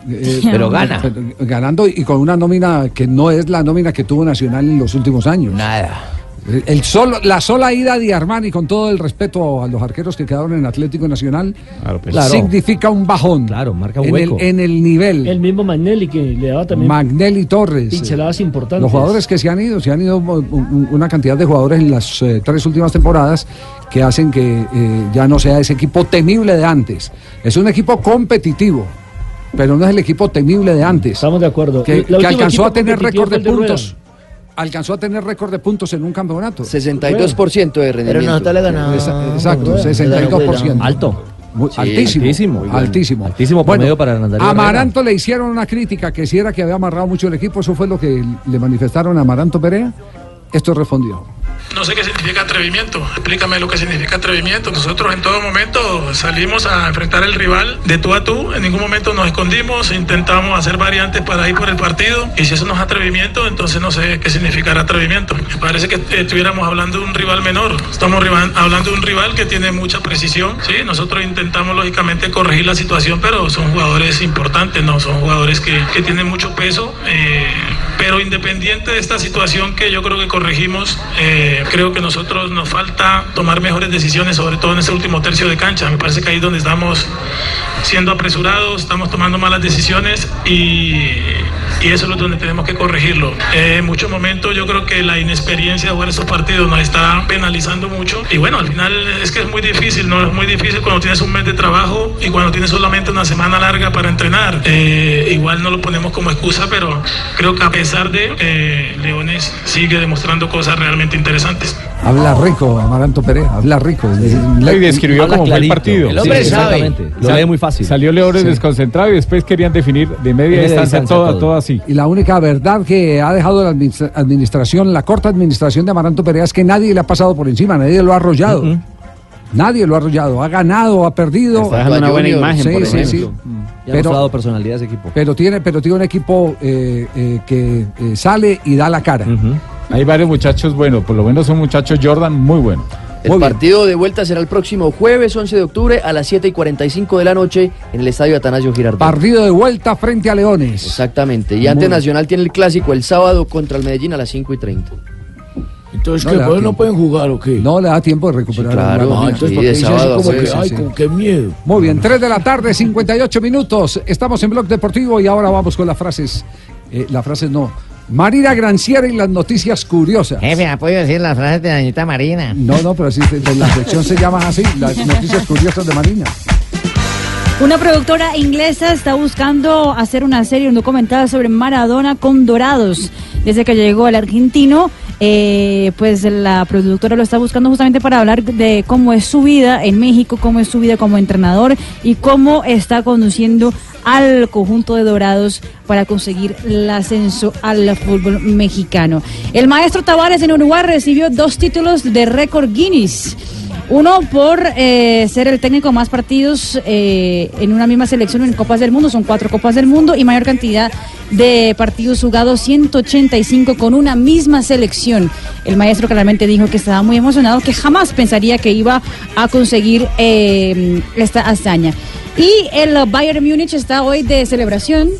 Speaker 4: Eh,
Speaker 7: Pero gana.
Speaker 4: ganando y con una nómina que no es la nómina que tuvo Nacional en los últimos años.
Speaker 7: Nada.
Speaker 4: El solo, la sola ida de Armani, con todo el respeto a los arqueros que quedaron en Atlético Nacional,
Speaker 13: Claro.
Speaker 4: significa un bajón. Claro,
Speaker 13: marca un
Speaker 4: en
Speaker 13: hueco.
Speaker 4: El, en el nivel.
Speaker 11: El mismo Magnelli que le daba también
Speaker 4: Magnelli Torres.
Speaker 11: pinceladas importantes.
Speaker 4: Los jugadores que se han ido, se han ido un- un- una cantidad de jugadores en las eh, tres últimas temporadas que hacen que eh, ya no sea ese equipo temible de antes. Es un equipo competitivo, pero no es el equipo temible de antes. Estamos
Speaker 11: de acuerdo.
Speaker 4: Que,
Speaker 11: La
Speaker 4: que
Speaker 11: última
Speaker 4: alcanzó
Speaker 11: equipo
Speaker 4: a tener
Speaker 11: competitivo
Speaker 4: récord de
Speaker 11: fue el de Rueda.
Speaker 4: puntos. Alcanzó a tener récord de puntos en un campeonato.
Speaker 20: 62% de rendimiento. Pero nosotros le ganamos.
Speaker 4: Esa- Exacto, 62%.
Speaker 13: Alto.
Speaker 4: Muy-
Speaker 20: Sí,
Speaker 4: altísimo,
Speaker 13: altísimo,
Speaker 4: altísimo,
Speaker 13: muy bueno. Altísimo promedio para Hernán Darío
Speaker 4: Amaranto le hicieron una crítica que si era que había amarrado mucho el equipo, eso fue lo que le manifestaron a Amaranto Perea. Esto respondió.
Speaker 22: No sé qué significa atrevimiento. Explícame lo que significa atrevimiento. Nosotros en todo momento salimos a enfrentar al rival de tú a tú. En ningún momento nos escondimos, intentamos hacer variantes para ir por el partido. Y si eso no es atrevimiento, entonces no sé qué significará atrevimiento. Me parece que estuviéramos hablando de un rival menor. Estamos rival- hablando de un rival que tiene mucha precisión. Sí, nosotros intentamos lógicamente corregir la situación, pero son jugadores importantes, no son jugadores que, que tienen mucho peso. eh, pero independiente de esta situación que yo creo que corregimos, eh, creo que nosotros nos falta tomar mejores decisiones, sobre todo en este último tercio de cancha. Me parece que ahí es donde estamos siendo apresurados, estamos tomando malas decisiones y, y eso es donde tenemos que corregirlo. Eh, en muchos momentos yo creo que la inexperiencia de jugar esos partidos nos está penalizando mucho y bueno, al final es que es muy difícil, ¿no? Es muy difícil cuando tienes un mes de trabajo y cuando tienes solamente una semana larga para entrenar. Eh, igual no lo ponemos como excusa, pero creo que a pesar de, eh, Leones sigue demostrando cosas realmente interesantes.
Speaker 4: Habla rico, Amaranto Perea, habla rico.
Speaker 10: Y describió cómo fue el partido.
Speaker 4: El hombre sabe.
Speaker 13: Lo
Speaker 10: Sal-
Speaker 13: lee muy fácil.
Speaker 10: Salió Leones
Speaker 13: Sí.
Speaker 10: desconcentrado y después querían definir de media
Speaker 13: Media
Speaker 10: distancia
Speaker 13: distancia,
Speaker 10: todo,
Speaker 13: todo.
Speaker 10: todo así.
Speaker 4: Y la única verdad que ha dejado la administra- administración, la corta administración de Amaranto Perea, es que nadie le ha pasado por encima, nadie lo ha arrollado. Nadie lo ha arrollado, ha ganado, ha perdido.
Speaker 13: Uh-huh. Está dejando una buena
Speaker 4: Junior.
Speaker 13: imagen,
Speaker 4: Sí,
Speaker 13: por
Speaker 4: sí,
Speaker 13: ejemplo.
Speaker 4: sí.
Speaker 13: Y Mm. ha
Speaker 4: Pero-
Speaker 13: mostrado personalidad ese equipo.
Speaker 4: Pero tiene, pero tiene un equipo eh, eh, que eh, sale y da la cara.
Speaker 10: Hay varios muchachos buenos, por lo menos un muchacho Jordan muy bueno.
Speaker 20: El partido de vuelta será el próximo jueves 11 de octubre a las 7 y 45 de la noche en el estadio Atanasio Girardot.
Speaker 4: Partido de vuelta frente a Leones.
Speaker 20: Exactamente. Y antes
Speaker 4: Muy-
Speaker 20: Nacional tiene el clásico el sábado contra el Medellín a las 5 y 30.
Speaker 4: Entonces,
Speaker 20: ¿qué, pues, no
Speaker 4: pueden
Speaker 2: Ah,
Speaker 4: jugar o qué? No le da tiempo de recuperar.
Speaker 20: Sí, claro.
Speaker 4: la nómina.
Speaker 20: Ah, entonces, ¿por qué Sí, de dice así sábado pues. a como que, jueves, ay, sí. con
Speaker 4: qué miedo. Muy bien, 3 de la tarde, 58 minutos. Estamos en Blog Deportivo y ahora vamos con las frases. Eh, las frases no. Marina Granciera y las noticias curiosas.
Speaker 20: ¿Eh?
Speaker 12: Jefe, ¿ha podido decir las frases de Dañita Marina?
Speaker 4: No, no, pero así, se- de la sección se llama así, las noticias curiosas de Marina.
Speaker 5: Una productora inglesa está buscando hacer una serie, un documental sobre Maradona con Dorados. Desde que llegó al argentino, eh, pues la productora lo está buscando justamente para hablar de cómo es su vida en México, cómo es su vida como entrenador y cómo está conduciendo al conjunto de Dorados para conseguir el ascenso al fútbol mexicano. El maestro Tavares en Uruguay recibió dos títulos de récord Guinness. Uno por eh, ser el técnico más partidos eh, en una misma selección en Copas del Mundo, son cuatro Copas del Mundo y mayor cantidad de partidos jugados, 185 con una misma selección. El maestro claramente dijo que estaba muy emocionado, que jamás pensaría que iba a conseguir eh, esta hazaña. Y el Bayern Múnich está hoy de celebración.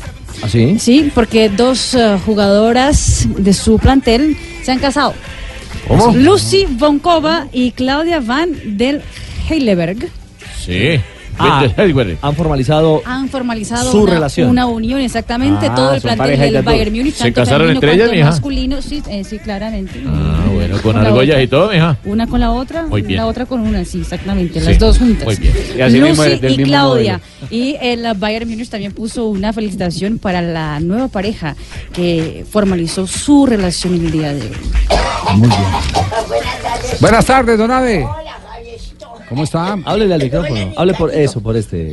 Speaker 13: ¿Ah, sí?
Speaker 5: Sí, porque dos eh, jugadoras de su plantel se han casado.
Speaker 15: ¿Cómo?
Speaker 5: Lucy Vonkova y Claudia Van del Heileberg
Speaker 15: Sí.
Speaker 13: Ah, han formalizado
Speaker 5: han formalizado
Speaker 13: Oh. Su
Speaker 5: una,
Speaker 13: relación.
Speaker 5: una unión exactamente
Speaker 13: Ah,
Speaker 5: todo el
Speaker 13: son
Speaker 5: plantel
Speaker 13: pareja y
Speaker 5: del
Speaker 13: ya todo.
Speaker 5: Bayern Múnich
Speaker 15: ¿Se
Speaker 5: tanto
Speaker 15: casaron
Speaker 5: femenino
Speaker 15: entre ellas,
Speaker 5: cuanto
Speaker 15: mija?
Speaker 5: masculino sí, eh, sí claramente
Speaker 15: Ah, bueno, con
Speaker 5: Una
Speaker 15: argollas
Speaker 5: otra.
Speaker 15: y todo, mija.
Speaker 5: una con la otra
Speaker 15: Muy bien.
Speaker 5: la otra con una sí exactamente
Speaker 15: Sí,
Speaker 5: las dos juntas
Speaker 15: Muy bien.
Speaker 5: Lucy y Claudia. Y el Bayern Múnich también puso una felicitación para la nueva pareja que formalizó su relación en el día de hoy.
Speaker 4: Buenas tardes, don Ave. ¿Cómo está?
Speaker 13: Háblele al micrófono. Hable por eso, por este.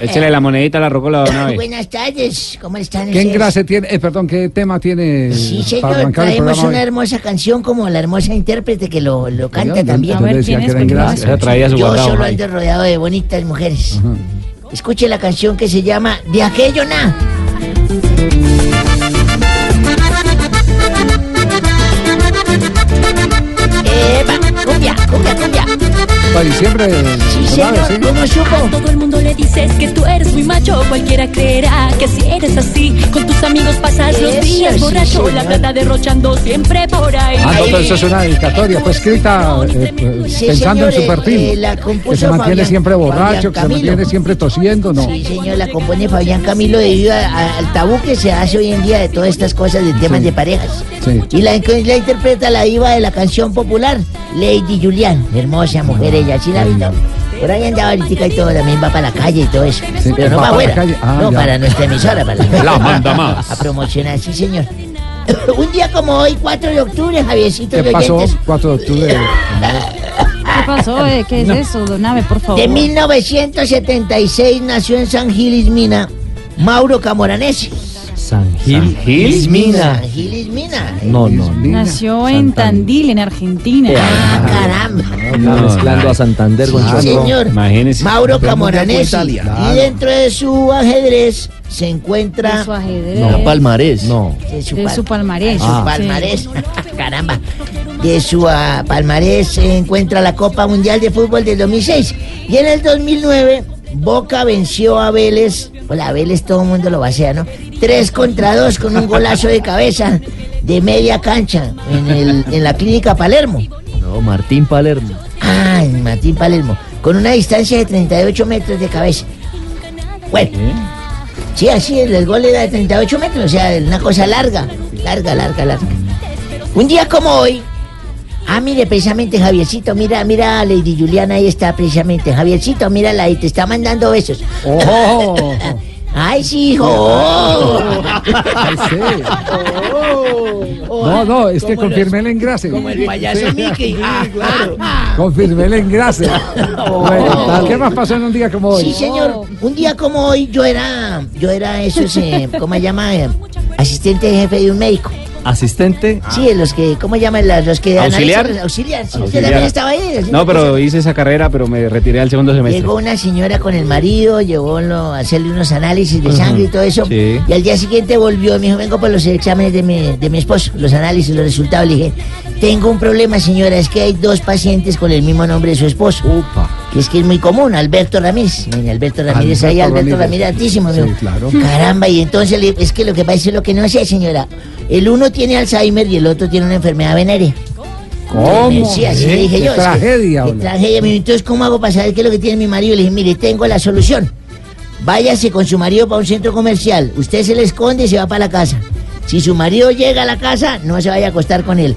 Speaker 8: Échale la monedita a la rocola de una vez.
Speaker 25: Buenas tardes, ¿cómo están?
Speaker 4: ¿Qué
Speaker 25: ustedes?
Speaker 4: engrase tiene? eh, perdón, ¿qué tema tiene
Speaker 25: Sí, señor,
Speaker 4: para arrancar el
Speaker 25: traemos
Speaker 4: programa?
Speaker 25: una
Speaker 4: hoy?
Speaker 25: hermosa canción como la hermosa intérprete que lo, lo canta
Speaker 4: Oiga,
Speaker 25: también.
Speaker 4: yo le decía que era engrase. Esa traía su
Speaker 25: Yo
Speaker 4: guardado,
Speaker 25: solo
Speaker 4: ahí.
Speaker 25: ando rodeado de bonitas mujeres. Escuche la canción que se llama De aquello na. Epa, cumbia, cumbia, cumbia.
Speaker 4: Para diciembre.
Speaker 25: Sí,
Speaker 4: don Ave,
Speaker 25: señor,
Speaker 4: ¿sí?
Speaker 25: ¿cómo supo?
Speaker 30: Todo el mundo le dices que tú eres muy macho, cualquiera creerá que si eres así, con tus amigos pasas los
Speaker 25: Eso
Speaker 30: días
Speaker 25: sí,
Speaker 30: borracho, la
Speaker 25: señor.
Speaker 30: plata derrochando siempre por ahí.
Speaker 4: Ah, no, pero eso es una dedicatoria, fue escrita eh, eh,
Speaker 25: Sí,
Speaker 4: pensando
Speaker 25: señor,
Speaker 4: en su
Speaker 25: eh,
Speaker 4: perfil.
Speaker 25: eh, la
Speaker 4: que se
Speaker 25: compuso
Speaker 4: mantiene
Speaker 25: Fabián-
Speaker 4: siempre borracho,
Speaker 25: Fabián
Speaker 4: que se
Speaker 25: Camilo.
Speaker 4: mantiene siempre tosiendo, ¿no?
Speaker 25: Sí, señor, la compone Fabián Camilo debido a- a- al tabú que se hace hoy en día de todas estas cosas de temas de parejas.
Speaker 4: Sí.
Speaker 25: Y la, la interpreta la diva de la canción popular, Lady Julian. Hermosa mujer ella, sí la vi, ¿no? Por ahí andaba ahorita y todo, también va para la calle y todo eso. Pero no para
Speaker 4: va para la
Speaker 25: afuera,
Speaker 4: calle. Ah,
Speaker 25: no
Speaker 4: ya.
Speaker 25: para nuestra emisora. Para la,
Speaker 4: La manda más.
Speaker 25: A promocionar, sí señor. Un día como hoy, 4 de octubre, Javiercito
Speaker 4: ¿Qué
Speaker 25: y
Speaker 4: pasó?
Speaker 25: oyentes.
Speaker 4: 4 de octubre.
Speaker 5: ¿Qué pasó? eh? ¿Qué es
Speaker 25: No.
Speaker 5: eso, don Ave, por favor?
Speaker 25: De 1976 nació en San Gilis Mina Mauro Camoranesi.
Speaker 13: San Gil. Gil
Speaker 25: Mina. San Gilis Mina.
Speaker 13: No, no.
Speaker 5: Nació en Tandil, en Argentina.
Speaker 25: Caramba.
Speaker 13: Está mezclando a Santander con
Speaker 25: Sí,
Speaker 13: Chorro.
Speaker 25: señor.
Speaker 13: Imagínese.
Speaker 25: Mauro
Speaker 13: Pero mundial fue
Speaker 25: Camoranesi.
Speaker 13: Italia.
Speaker 25: Y dentro de su ajedrez se encuentra.
Speaker 5: De su ajedrez.
Speaker 25: No,
Speaker 13: palmarés. No.
Speaker 25: De su,
Speaker 5: De
Speaker 25: pal-
Speaker 5: su palmarés.
Speaker 25: de su
Speaker 5: Ah.
Speaker 25: palmarés. Caramba. De su ah, palmarés se encuentra la Copa Mundial de Fútbol del 2006. Y en el 2009, Boca venció a Vélez. Hola, Vélez todo el mundo lo vacía, ¿no? Tres contra dos con un golazo de cabeza de media cancha en, el- en la Clínica Palermo.
Speaker 15: No, Martín Palermo.
Speaker 25: Ay, Martín Palermo. Con una distancia de 38 metros de cabeza. Bueno. Sí, así, el, el gol era de 38 metros, o sea, una cosa larga. Larga, larga, larga. Un día como hoy. Ah, mire, precisamente Javiercito, mira, mira a Lady Juliana, ahí está precisamente. Javiercito, mírala ahí, te está mandando besos.
Speaker 4: ¡Oh!
Speaker 25: ¡Ay, sí, hijo! Oh.
Speaker 8: Oh.
Speaker 4: Ay, sí. No, no, es que confirmé el engrase.
Speaker 25: Oh, Como el payaso
Speaker 4: Sí.
Speaker 25: Mickey. Ah,
Speaker 4: Confirmé el engrase. Bueno,
Speaker 25: Oh.
Speaker 4: ¿qué más pasó en un día como hoy?
Speaker 25: Sí, señor. Un día como hoy yo era, yo era eso, se, ¿cómo se llama? Eh, Asistente de jefe de un médico.
Speaker 13: Asistente.
Speaker 25: Sí, de los que, ¿cómo se llaman? Las- Los que analizan
Speaker 8: ¿Auxiliar?
Speaker 25: los auxiliar. Sí, usted
Speaker 8: Auxiliar.
Speaker 25: también estaba ahí. ¿sí?
Speaker 8: No, pero hice esa carrera, pero me retiré al segundo semestre.
Speaker 25: Llegó una señora con el marido, llegó lo- a hacerle unos análisis de
Speaker 8: Ujú,
Speaker 25: sangre y todo eso.
Speaker 8: sí.
Speaker 25: Y al día siguiente volvió y me dijo, vengo por los exámenes de mi, de mi esposo, los análisis, los resultados. Le dije, tengo un problema, señora, es que hay dos pacientes con el mismo nombre de su esposo. Que es que es muy común, Alberto Ramírez. Miren, Alberto Ramírez ahí,
Speaker 4: Alberto
Speaker 25: Alberto
Speaker 4: Ramírez.
Speaker 25: Ramírez, altísimo. me
Speaker 4: Sí,
Speaker 25: dijo,
Speaker 4: claro.
Speaker 25: Caramba, y entonces le- es que lo que pasa es lo que no sé, señora. El uno tiene Alzheimer y el otro tiene una enfermedad venérea.
Speaker 4: ¿Cómo?
Speaker 25: Sí, así
Speaker 4: ¿Eh?
Speaker 25: le dije
Speaker 4: Qué
Speaker 25: yo. es que-
Speaker 4: tragedia,
Speaker 25: qué
Speaker 4: hola.
Speaker 25: tragedia. Me dijo, Entonces, ¿cómo hago para saber qué es lo que tiene mi marido? Le dije, mire, tengo la solución. Váyase con su marido para un centro comercial. Usted se le esconde y se va para la casa. Si su marido llega a la casa, no se vaya a acostar con él.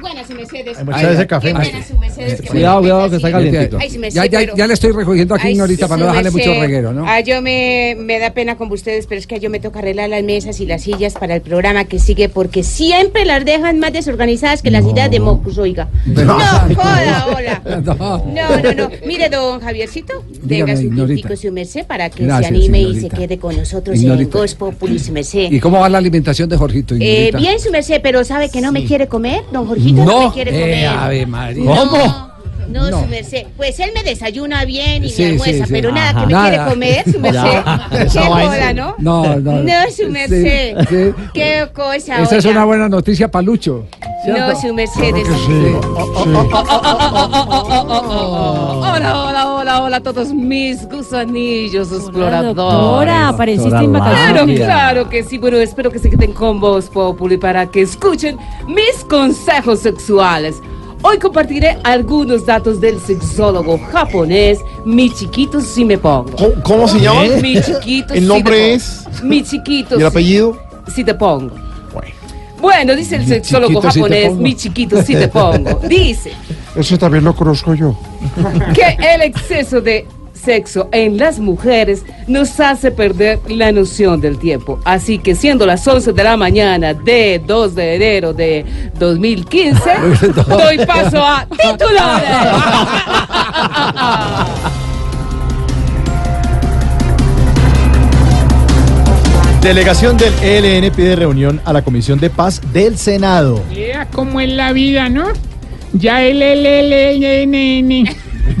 Speaker 31: Buenas, su Mercedes.
Speaker 4: Ay, ese café.
Speaker 31: Qué buenas, su Mercedes. qué
Speaker 4: Eh, Cuidado,
Speaker 31: buena
Speaker 4: cuidado, que está
Speaker 31: cafecita.
Speaker 4: calientito.
Speaker 31: Ay, su merced,
Speaker 4: Ya, ya,
Speaker 31: pero-
Speaker 4: ya le estoy recogiendo aquí
Speaker 31: Ay,
Speaker 4: ignorita para no
Speaker 31: su
Speaker 4: dejarle mucho
Speaker 31: merced.
Speaker 4: reguero, ¿no?
Speaker 31: Ah, yo me, me da pena con ustedes, pero es que yo me toca arreglar las mesas y las sillas para el programa que sigue porque siempre las dejan más desorganizadas que las sillas de Mocus, oiga. No, joda, hola. No, no, no. Mire, don Javiercito,
Speaker 4: Dígame,
Speaker 31: venga su
Speaker 4: ignorita.
Speaker 31: quintico, su merced, para que
Speaker 4: Gracias,
Speaker 31: se anime y
Speaker 4: ignorita.
Speaker 31: se quede con nosotros
Speaker 4: Ignorita.
Speaker 31: en Ghost Populi, su merced.
Speaker 4: ¿Y cómo va la alimentación de Jorgito,
Speaker 31: pues, Eh,
Speaker 4: ignorita?
Speaker 31: bien, su merced, pero ¿sabe que no me quiere comer? Don Jorgito no, me quiere
Speaker 4: eh,
Speaker 31: comer.
Speaker 4: Ave María.
Speaker 31: No. No, su merced. Pues él me desayuna bien y
Speaker 4: Sí, sí,
Speaker 31: me almuerza,
Speaker 4: sí.
Speaker 31: pero nada,
Speaker 4: Ajá.
Speaker 31: que me quiere
Speaker 4: Nada.
Speaker 31: comer, su merced.
Speaker 4: Ya.
Speaker 31: Qué
Speaker 4: Esa vaina.
Speaker 31: joda, ¿no?
Speaker 4: No, no.
Speaker 31: No, su merced.
Speaker 4: Sí, sí.
Speaker 31: Qué cosa.
Speaker 4: Esa es
Speaker 31: oiga.
Speaker 4: una buena noticia para Lucho.
Speaker 31: No, su merced. es-
Speaker 28: Hola, hola, hola, hola a todos mis gusanillos exploradores.
Speaker 5: doctora, apareciste Doctora impactante.
Speaker 28: Claro,
Speaker 5: Laura.
Speaker 28: claro que sí. Bueno, espero que se queden con vos, Populi, para que escuchen mis consejos sexuales. Hoy compartiré algunos datos del sexólogo japonés Michiquito Simepong.
Speaker 21: ¿Cómo- cómo se llama?
Speaker 28: ¿Eh? Michiquito
Speaker 21: El nombre
Speaker 28: Simepong.
Speaker 21: es-
Speaker 28: Michiquito.
Speaker 21: ¿Y el
Speaker 28: Si-
Speaker 21: apellido?
Speaker 28: Simepong. Bueno, dice el sexólogo
Speaker 21: chiquito, si te
Speaker 28: japonés,
Speaker 21: pongo.
Speaker 28: mi chiquito, si te pongo. Dice,
Speaker 21: Eso también lo conozco yo.
Speaker 28: que el exceso de sexo en las mujeres nos hace perder la noción del tiempo. Así que siendo las 11 de la mañana de 2 de enero de 2015, doy paso a titulares.
Speaker 16: Delegación del ELN pide reunión a la Comisión de Paz del Senado.
Speaker 24: Vea cómo es la vida, ¿no? Ya el LLNN.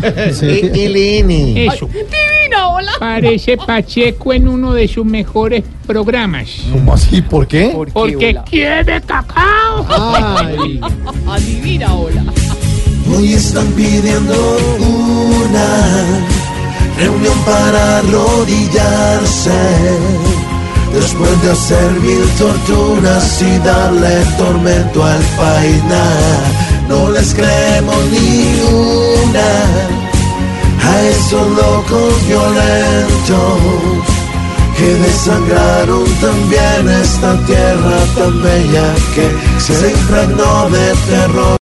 Speaker 16: ELN.
Speaker 24: Eso. Divino, hola. Parece Pacheco en uno de sus mejores programas.
Speaker 16: ¿Cómo así? ¿Por qué?
Speaker 24: Porque
Speaker 16: hola?
Speaker 24: quiere cacao.
Speaker 16: Ay.
Speaker 24: Adivina, hola.
Speaker 27: Hoy están pidiendo una reunión para arrodillarse. Después de hacer mil torturas y darle tormento al paina, no les creemos ni una a esos locos violentos que desangraron también esta tierra tan bella que se impregnó de terror.